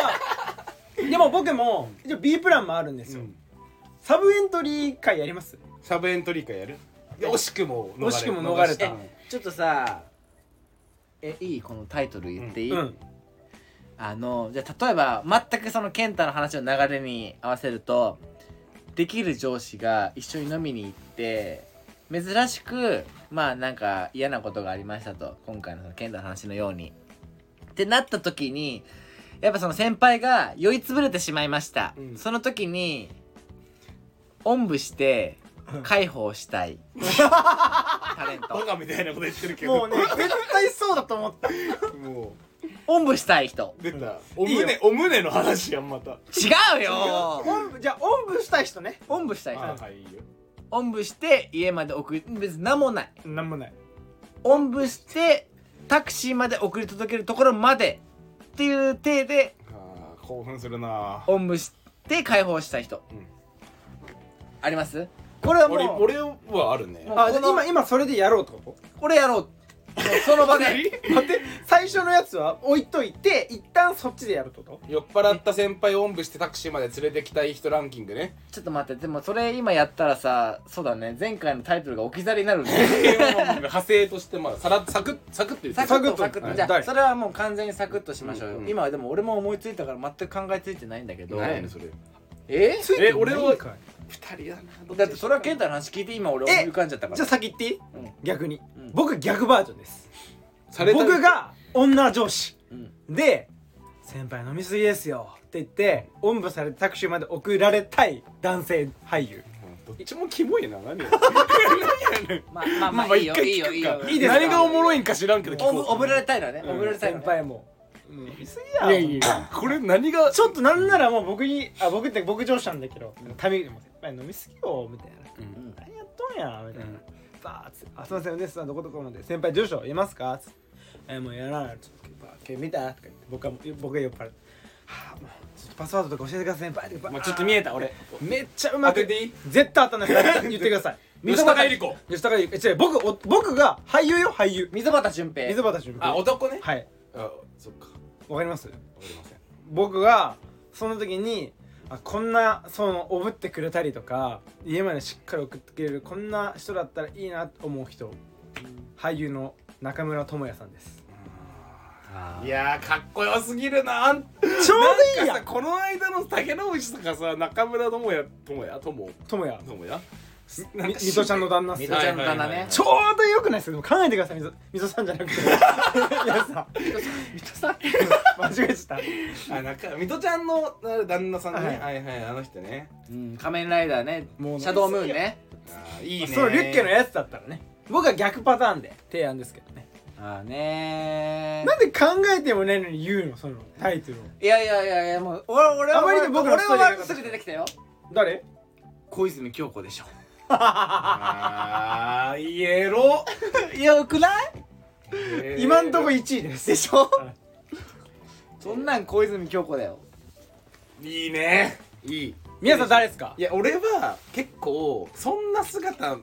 Speaker 2: でも僕も一応 B プランもあるんです
Speaker 3: う
Speaker 2: よ、
Speaker 3: ん
Speaker 2: サブエントリー会やります
Speaker 3: サブエントリー会やるいや惜しくも
Speaker 2: 惜しくも逃れた
Speaker 1: ちょっとさえいいこのタイトル言っていい、
Speaker 2: うん
Speaker 1: あのじゃあ例えば全くその健太の話の流れに合わせるとできる上司が一緒に飲みに行って珍しくまあなんか嫌なことがありましたと今回のその健太の話のように。ってなった時にやっぱその先輩が酔いつぶれてしまいました、
Speaker 3: うん
Speaker 1: その時におんぶして介抱したいタレン
Speaker 3: バ
Speaker 1: ト
Speaker 3: カみたいなこと言ってるけど
Speaker 2: もうね絶対そうだと思った
Speaker 3: も
Speaker 1: おんぶしたい人
Speaker 3: う出たお
Speaker 2: いいよ
Speaker 3: 胸お胸の話やんまた
Speaker 1: 違うよ
Speaker 2: おんぶじゃあおんぶしたい人ね
Speaker 1: おんぶしたい人
Speaker 3: あはいいいよ
Speaker 1: おんぶして家まで送り別に何もない
Speaker 2: なんもない
Speaker 1: おんぶしてタクシーまで送り届けるところまでっていう体で
Speaker 3: あー興奮するな
Speaker 1: おんぶして解放した人、
Speaker 3: うん
Speaker 1: あります
Speaker 2: これはもう
Speaker 3: 俺俺はあるね
Speaker 1: もう
Speaker 2: あじゃ
Speaker 1: こ
Speaker 2: あ
Speaker 1: の
Speaker 2: 今今それでやろうってこ
Speaker 1: これやろうその場で
Speaker 2: と待って最初のやつは置いといて一旦そっちでやるってこと
Speaker 3: 酔っ払った先輩をおんぶしてタクシーまで連れてきたい人ランキン
Speaker 2: (laughs)
Speaker 3: グね
Speaker 1: ちょっと待ってでもそれ今やったらさそうだね前回のタイトルが置き去りになるね
Speaker 3: 派生としてまあさらサクッサクッて言っ
Speaker 1: (laughs)
Speaker 3: て
Speaker 1: サ
Speaker 3: る
Speaker 1: ク
Speaker 2: サク
Speaker 1: ッとサクッ
Speaker 2: ッと
Speaker 1: と
Speaker 2: はい
Speaker 1: じゃあ
Speaker 2: 誰
Speaker 1: それはもう完全にサクッとしましょうよ、
Speaker 3: うんうん
Speaker 1: 今はでも俺も思いついたから全く考えついてないんだけど
Speaker 3: 何やねんそれ
Speaker 1: え
Speaker 2: ついてない
Speaker 3: 俺はい
Speaker 2: かい
Speaker 3: 二人だな
Speaker 1: だってそれは健太の話聞いて今俺思い浮かんじゃったから
Speaker 2: じゃあ先言っていい、
Speaker 1: うん
Speaker 2: 逆に、
Speaker 1: うん
Speaker 2: 僕逆バージョンです
Speaker 3: された
Speaker 2: 僕が女上司
Speaker 1: うん
Speaker 2: で「先輩飲みすぎですよ」って言っておんぶされてタクシーまで送られたい男性俳優
Speaker 3: どっちもキモいな何や
Speaker 1: まあまあま
Speaker 3: (laughs) ま
Speaker 1: あ
Speaker 3: あ
Speaker 1: いいよ
Speaker 3: 一回
Speaker 1: いいよいいよ
Speaker 3: 聞くか
Speaker 1: いいです
Speaker 3: 何がおもろいんか知らんけど聞
Speaker 1: おぶ
Speaker 3: こ
Speaker 1: おぶられたいのね
Speaker 3: うん
Speaker 1: おぶられたいの
Speaker 2: 先
Speaker 1: ね
Speaker 2: 輩も
Speaker 3: うん
Speaker 2: いす
Speaker 3: ういやいやいやこれ何が
Speaker 2: ちょっとなんならもう僕にあ僕って僕上司なんだけどタミでも先輩飲みすぎよみたいな
Speaker 3: うん
Speaker 2: 何やっとんやみたいな、
Speaker 3: うん
Speaker 2: バーッつってあすいませんお姉さんどこどこまで先輩住所いますか?」つってえもうやらない」つってバーッ見た?」とか言って僕は僕が酔っ払って「はあもうちょっとパスワードとか教えてください先輩」とか
Speaker 3: まあちょっと見えた俺
Speaker 2: めっちゃうま
Speaker 3: 当て
Speaker 2: く
Speaker 3: ていい
Speaker 2: 絶対当たんないから言ってください
Speaker 3: (laughs) 吉高由里子
Speaker 2: 吉高由里子え違う僕お僕が俳優よ俳優
Speaker 1: 溝端淳平
Speaker 2: 水端淳平
Speaker 3: あ男ね
Speaker 2: はい
Speaker 3: あそっか
Speaker 2: わかります
Speaker 3: わかりません
Speaker 2: 僕がその時にあこんなそのおぶってくれたりとか家までしっかり送ってくれるこんな人だったらいいなと思う人俳優の中村智也さんです
Speaker 3: いやーかっこよすぎるなあん
Speaker 2: ちょうどいい
Speaker 3: なん
Speaker 2: や
Speaker 3: かさこの間の竹野内とかさ中村智也智也智
Speaker 2: 智也
Speaker 3: 智也
Speaker 2: みみとちゃんの旦那っす
Speaker 1: 水
Speaker 2: よ
Speaker 1: 戸ちゃんの旦那
Speaker 3: はいはいは
Speaker 1: ね
Speaker 3: い
Speaker 2: ちょうどよくないですかでも考えてくださいみぞみぞさんじゃなくて (laughs) 皆さん
Speaker 1: 水戸さん
Speaker 2: 間違えちゃっ
Speaker 3: あ中水戸ちゃんのあ旦那さんね、
Speaker 2: はい
Speaker 3: はいはいあの人ね
Speaker 1: うん仮面ライダーね
Speaker 2: もう
Speaker 1: シャドームーンね
Speaker 3: あーいい
Speaker 2: た
Speaker 3: ね
Speaker 2: そうリュッケのやつだったらね僕は逆パターンで提案ですけどね
Speaker 1: ああねー
Speaker 2: なんで考えてもないのに言うのそのタイトルを
Speaker 1: いやいやいやいやもう俺俺は
Speaker 2: あまりに僕の
Speaker 1: 俺
Speaker 2: ストーリーが
Speaker 1: はすぐ出てきたよ
Speaker 2: 誰
Speaker 1: 小泉京子でしょ
Speaker 3: あーイエロ
Speaker 1: よくない
Speaker 3: (laughs)
Speaker 2: 今んとこ1位です
Speaker 1: でしょ
Speaker 2: はい
Speaker 1: そんなん小泉京子だよ
Speaker 3: いいねいい
Speaker 2: 皆さん誰ですか
Speaker 3: いや俺は結構そんな姿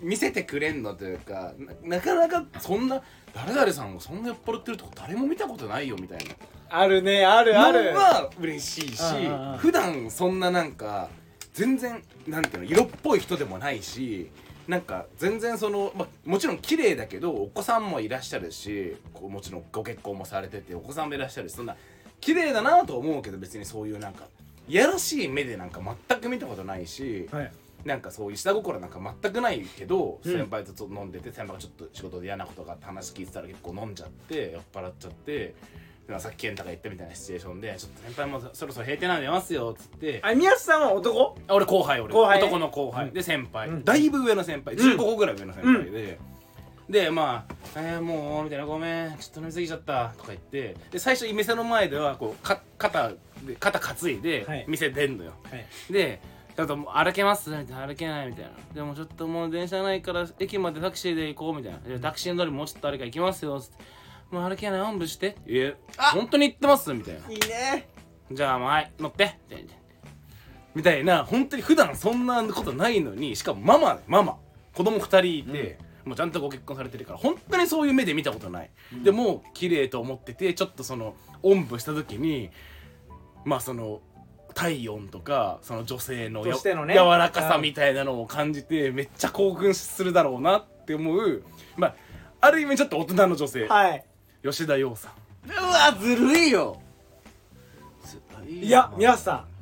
Speaker 3: 見せてくれんのというかななかなかそんな誰々さんがそんな酔っ払ってるとこ誰も見たことないよみたいな
Speaker 2: あるねあるある
Speaker 3: のは嬉しいし
Speaker 2: うんうんうん
Speaker 3: 普段そんななんか全然なんていうの色っぽい人でもないしなんか全然その、まあ、もちろん綺麗だけどお子さんもいらっしゃるしこうもちろんご結婚もされててお子さんもいらっしゃるしそんな綺麗だなとは思うけど別にそういうなんかいやらしい目でなんか全く見たことないし、
Speaker 2: はい
Speaker 3: なんかそういう下心なんか全くないけど、
Speaker 2: うん
Speaker 3: 先輩とちょっと飲んでて先輩がちょっと仕事で嫌なことがあって話聞いてたら結構飲んじゃって酔っ払っちゃってでさっき健太が言ったみたいなシチュエーションで「ちょっと先輩もそろそろ閉店なんで出ますよ」っつって
Speaker 2: あ宮下さんは男
Speaker 3: あ俺後輩俺
Speaker 2: 後輩ね
Speaker 3: 男の後輩、
Speaker 2: うん
Speaker 3: で先輩、
Speaker 2: うん
Speaker 3: だいぶ上の先輩
Speaker 2: うん
Speaker 3: 15個ぐらい上の先輩で、でまあ「えー、もう」みたいな「ごめんちょっと飲みすぎちゃった」とか言ってで最初店の前ではこうか肩で肩担い
Speaker 2: は
Speaker 3: で
Speaker 2: い
Speaker 3: 店出んのよ、
Speaker 2: はい
Speaker 3: でだともう歩けますみたいな歩けないみたいなでもちょっともう電車ないから駅までタクシーで行こうみたいなでタクシー乗りもうちょっと誰か行きますよつってもう歩けないおんぶしてえ本当に行ってますみたいない
Speaker 1: いね
Speaker 3: じゃあもうはい乗ってみたいなみたいな本当に普段そんなことないのにしかもママママ子供2人いて、もうちゃんとご結婚されてるから本当にそういう目で見たことない、でもう綺麗と思っててちょっとそのおんぶした時にまあその体温とかその女性のや
Speaker 2: としてのね
Speaker 3: 柔らかさみたいなのを感じてめっちゃ興奮するだろうなって思うまあある意味ちょっと大人の女性、
Speaker 2: はい
Speaker 3: 吉田羊さん
Speaker 1: うわずるいよ
Speaker 2: いや宮下さん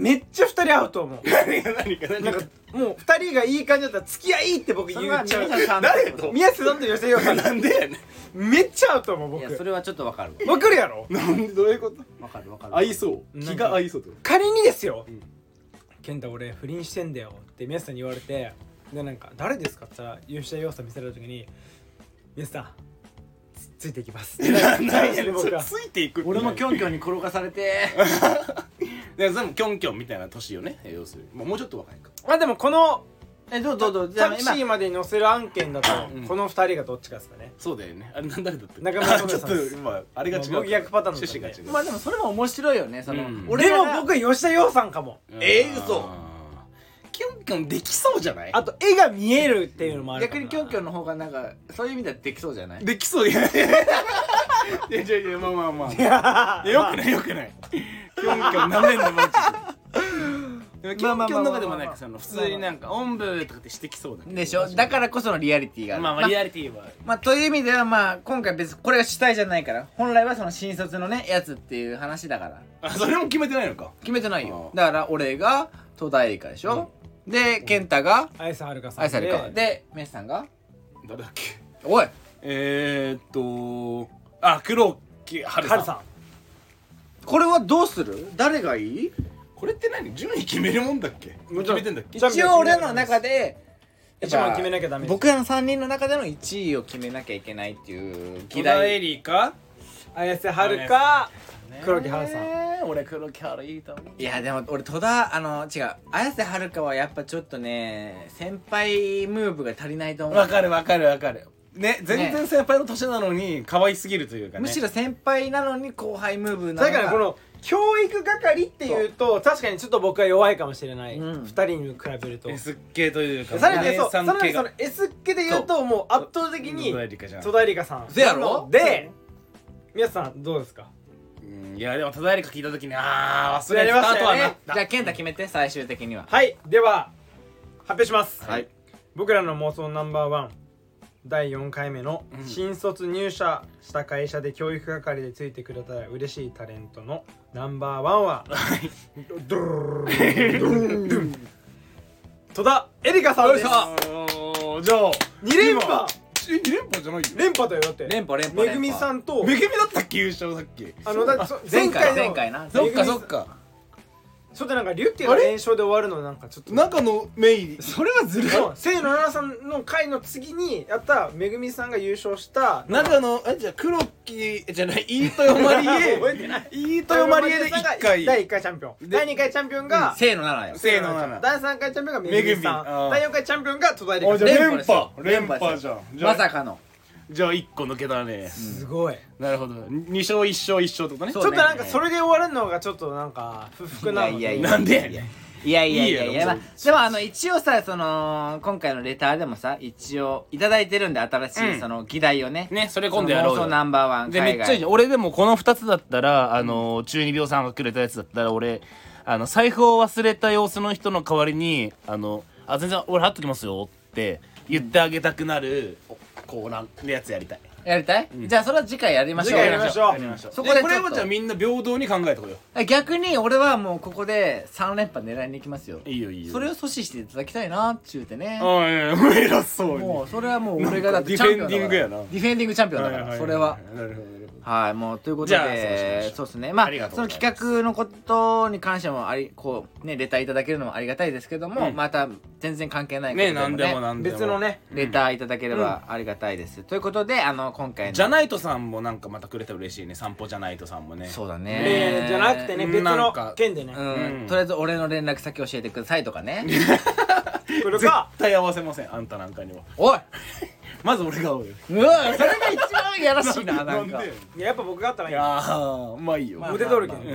Speaker 2: めっちゃ2人合うと思う
Speaker 3: (laughs) 何が何が何
Speaker 2: なんかもう2人がいい感じだったら付き合いって僕言っちゃう
Speaker 1: 誰
Speaker 2: 宮下さんと吉田洋さん
Speaker 3: なんでやね
Speaker 2: (laughs) めっちゃ合うと思う
Speaker 1: いやそ
Speaker 2: 僕
Speaker 1: れはちょっとわかる
Speaker 2: わかるやろ
Speaker 3: ん。なんでどういうこと
Speaker 1: わわかるわかる
Speaker 3: 合いそう。
Speaker 2: なんか
Speaker 3: 気が合いそうってこ
Speaker 2: 仮にですよ
Speaker 3: うん
Speaker 2: 健太俺不倫してんだよって宮下さんに言われてでなんか誰ですかって言ったら吉田洋さん見せられた時に宮下さんつついていき (laughs) ます
Speaker 3: と。なん
Speaker 2: 大
Speaker 3: や
Speaker 2: 好き
Speaker 3: ねん
Speaker 2: 僕は
Speaker 3: ついていく。
Speaker 1: 俺もキ
Speaker 3: ョン。
Speaker 1: ョンキョンに転がされて
Speaker 3: でもキョンキョンみたいな年よね。要するに、まあもうちょっと若いか。
Speaker 2: まあでもこの
Speaker 1: えどうどうどうじ
Speaker 2: タ
Speaker 1: ゃあ
Speaker 2: クシ
Speaker 1: 今
Speaker 2: ーまでに載せる案件だと
Speaker 3: うん
Speaker 2: この2人がどっちかですかね
Speaker 3: そうだよね。あれなんだっけ。
Speaker 2: 中村智
Speaker 3: ち
Speaker 2: 也
Speaker 3: ょっ
Speaker 2: さん
Speaker 3: とまああれが違うから。
Speaker 2: もう僕逆パターンだった
Speaker 3: 趣
Speaker 2: んで
Speaker 3: 旨が違う。
Speaker 1: まあでもそれも面白いよねその、
Speaker 3: うん
Speaker 1: 俺
Speaker 2: でも
Speaker 1: らが
Speaker 2: 僕は吉田洋さんかも
Speaker 1: えー嘘
Speaker 3: あーキョンキョンできそうじゃない？
Speaker 2: あと絵が見えるっていうのもあるか
Speaker 1: 逆
Speaker 2: も
Speaker 1: にキョンキョンの方がなんかそういう意味ではできそうじゃない
Speaker 3: できそういや。いやいやいやまあまあまあ。い
Speaker 2: な
Speaker 3: やよくないよくない。キョンキョンなめんなマジで。でもキョンキョンの中でもなんかその普通になんかおんぶとかってしてきそうだけど
Speaker 1: でしょだからこそのリアリティがある
Speaker 3: まあまあリアリティは。
Speaker 1: まあという意味ではまあ今回別にこれが主体じゃないから本来はその新卒のねやつっていう話だから
Speaker 3: あそれも決めてないのか。
Speaker 1: 決めてないよ
Speaker 3: あ
Speaker 1: だから俺が戸田恵梨香でしょ、で健太が
Speaker 2: 愛さんはるかさん
Speaker 1: 愛されか
Speaker 2: で
Speaker 1: でメスさんが
Speaker 3: 誰だっけ。
Speaker 1: おい
Speaker 3: えー、っとあ黒木春さん
Speaker 2: 春さん
Speaker 1: これはどうする誰がいい
Speaker 3: これって何順位決めるもんだっけ決めてんだっけ
Speaker 2: じゃあ
Speaker 1: 一応俺の中でやっ
Speaker 2: 一番
Speaker 1: ぱ
Speaker 2: 決めなきゃダメです
Speaker 1: 僕らの3人の中での1位を決めなきゃいけないっていう議
Speaker 2: 木田
Speaker 1: 題
Speaker 2: 恵梨か綾瀬はるか黒木華さん
Speaker 3: ん俺黒木原いいと思う
Speaker 1: いやでも俺戸田あの違う綾瀬はるかはやっぱちょっとね先輩ムーブが足りないと思う
Speaker 3: わかるわかるわかるね全然先輩の年なのに可愛すぎるというかね
Speaker 1: むしろ先輩なのに後輩ムーブなの
Speaker 2: だ
Speaker 1: が
Speaker 2: からこの教育係っていうと確かにちょっと僕は弱いかもしれない、
Speaker 1: うん
Speaker 2: 2人に比べると
Speaker 3: S 系というか
Speaker 2: さらにね
Speaker 3: ね
Speaker 2: そうさ
Speaker 3: さん
Speaker 2: らに
Speaker 3: 系
Speaker 2: そ
Speaker 3: が
Speaker 2: の S 系で言うともう圧倒的に
Speaker 3: 戸田恵梨香じゃん
Speaker 2: 戸田恵梨香さん
Speaker 1: せやろ
Speaker 2: で皆さんどうですか
Speaker 3: うんいやでも戸田恵梨香聞いた時にああ忘
Speaker 2: や
Speaker 3: れ
Speaker 2: り
Speaker 3: て
Speaker 2: ま
Speaker 3: た
Speaker 2: した
Speaker 3: と
Speaker 2: よ
Speaker 3: は
Speaker 2: ね
Speaker 3: なった
Speaker 1: じゃあ健太決めて最終的には
Speaker 2: はいでは発表します、
Speaker 1: はい
Speaker 2: 僕らの妄想ナンバーワン第4回目の
Speaker 3: うん
Speaker 2: 新卒入社した会社で教育係でついてくれたら嬉しいタレントのナンバーワンはドゥルルルルルルルルル戸田恵梨香さんです
Speaker 3: おーじゃあ
Speaker 2: 2連覇
Speaker 3: え2連覇じゃないよ
Speaker 2: 連覇だよだって
Speaker 1: 連覇連覇
Speaker 2: めぐみさんと
Speaker 3: めぐみだったっけ優勝さっき
Speaker 2: あのだってそ
Speaker 1: 前回
Speaker 2: の
Speaker 1: 前回な
Speaker 2: そ
Speaker 3: そ
Speaker 2: っ
Speaker 3: っ
Speaker 2: か
Speaker 3: か
Speaker 2: そ
Speaker 3: そ
Speaker 2: っ
Speaker 3: っか
Speaker 2: ちょっとなんかリュッケが連勝で終わるのなんかちょっと
Speaker 3: 中のメインそれはずるい
Speaker 2: そう清野菜名さんの回の次にやっためぐみさんが優勝した
Speaker 3: 中のえじゃあ黒木じゃない飯豊まり
Speaker 2: (laughs) 覚えてない
Speaker 3: え飯豊まりえで1回
Speaker 2: 第1回チャンピオン第2回チャンピオンが
Speaker 1: せーのならよ
Speaker 3: せーのなら
Speaker 2: 第3回チャンピオンがめぐみさん
Speaker 3: めぐみあー
Speaker 2: 第4回チャンピオンが戸田恵
Speaker 3: あ
Speaker 2: 梨
Speaker 3: じ
Speaker 2: 香
Speaker 3: ゃあ
Speaker 2: さ
Speaker 1: 連
Speaker 2: ん
Speaker 1: 覇ですよ
Speaker 3: 連覇じゃんじゃあ
Speaker 1: まさかの
Speaker 3: じゃあ1個抜けたね
Speaker 2: すごい
Speaker 3: なるほど2勝1勝1勝ってことね
Speaker 2: ち
Speaker 1: そ
Speaker 2: ょ
Speaker 1: う
Speaker 2: っとなんかそれで終わるのがちょっとなんか不服なの
Speaker 1: いやいやいや
Speaker 3: なんで
Speaker 1: いやいやいや
Speaker 3: い
Speaker 1: い
Speaker 3: いや
Speaker 1: や
Speaker 3: ろ
Speaker 1: まあでもあの一応さその今回のレターでもさ一応いただいてるんで新し
Speaker 3: う
Speaker 1: い
Speaker 3: ん
Speaker 1: その議題をね
Speaker 3: ねそれ今度やろう
Speaker 1: その妄想
Speaker 3: よ
Speaker 1: ナンバーワン
Speaker 3: でめっ
Speaker 1: 海
Speaker 3: ちゃい
Speaker 1: 外
Speaker 3: いじゃん俺でもこの2つだったらあの、中二病さんがくれたやつだったら俺あの財布を忘れた様子の人の代わりに「あのあ全然俺払っときますよ」って言ってあげたくなる、こうなんやつやりたい
Speaker 1: やりたいじゃあそれは次回やりましょう
Speaker 2: 次回やりましょう
Speaker 3: やりましょう
Speaker 1: そこでちょっと
Speaker 3: これはじゃあみんな平等に考えてこよ
Speaker 1: 逆に俺はもうここで3連覇狙いに行きますよ
Speaker 3: ういいよいいよ
Speaker 1: それを阻止していただきたいなっちゅうてね
Speaker 3: あいやいや偉そうに
Speaker 1: もうそれはもう俺がだって
Speaker 3: なん
Speaker 1: チ
Speaker 3: か
Speaker 1: ャンピオンだから
Speaker 3: ディフェンディングやな
Speaker 1: ディフェンディングチャンピオンだからそれは
Speaker 3: なるほどなるほど
Speaker 1: はいもうということ
Speaker 3: じゃあそうしまし
Speaker 1: で
Speaker 3: ょう
Speaker 1: そうですねまあ
Speaker 3: ありがとう
Speaker 1: そ
Speaker 3: ご
Speaker 1: の
Speaker 3: ざいます
Speaker 1: 企画のことに関してもありこうねレターいただけるのもありがたいですけども、
Speaker 3: うん
Speaker 1: また全然関係ないこと
Speaker 3: ねなんでもなんでも
Speaker 2: 別のね
Speaker 1: レターいただければありがたいです、ということであの今回の
Speaker 3: じゃないとさんもなんかまたくれたら嬉しいね散歩じゃないとさんもね
Speaker 1: そうだね
Speaker 2: えーじゃなくてね別
Speaker 3: な
Speaker 2: の
Speaker 3: んか
Speaker 2: 件でね
Speaker 1: うん、
Speaker 3: うん
Speaker 1: とりあえず俺の連絡先教えてくださいとか
Speaker 3: (laughs)
Speaker 1: ね
Speaker 2: これ
Speaker 3: 絶
Speaker 2: か
Speaker 3: 対合わせませんあんたなんかには
Speaker 1: おい
Speaker 3: まず俺が合うよ
Speaker 1: うわそれが一番やらしい
Speaker 3: (laughs)
Speaker 1: ななんか
Speaker 3: で
Speaker 2: いややっぱ僕があったら
Speaker 3: い
Speaker 2: いいな
Speaker 3: やーまあいいよ
Speaker 1: まあ
Speaker 2: 腕取るけん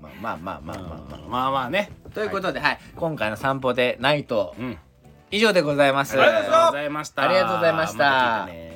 Speaker 1: まあまあまあまあまあまあまあ
Speaker 3: まあまあね
Speaker 1: ということで、はい、今回の散歩でナイト
Speaker 3: うん
Speaker 1: 以上でございます。
Speaker 3: ありがとうございました
Speaker 1: ありがとうございました
Speaker 3: また聞いてね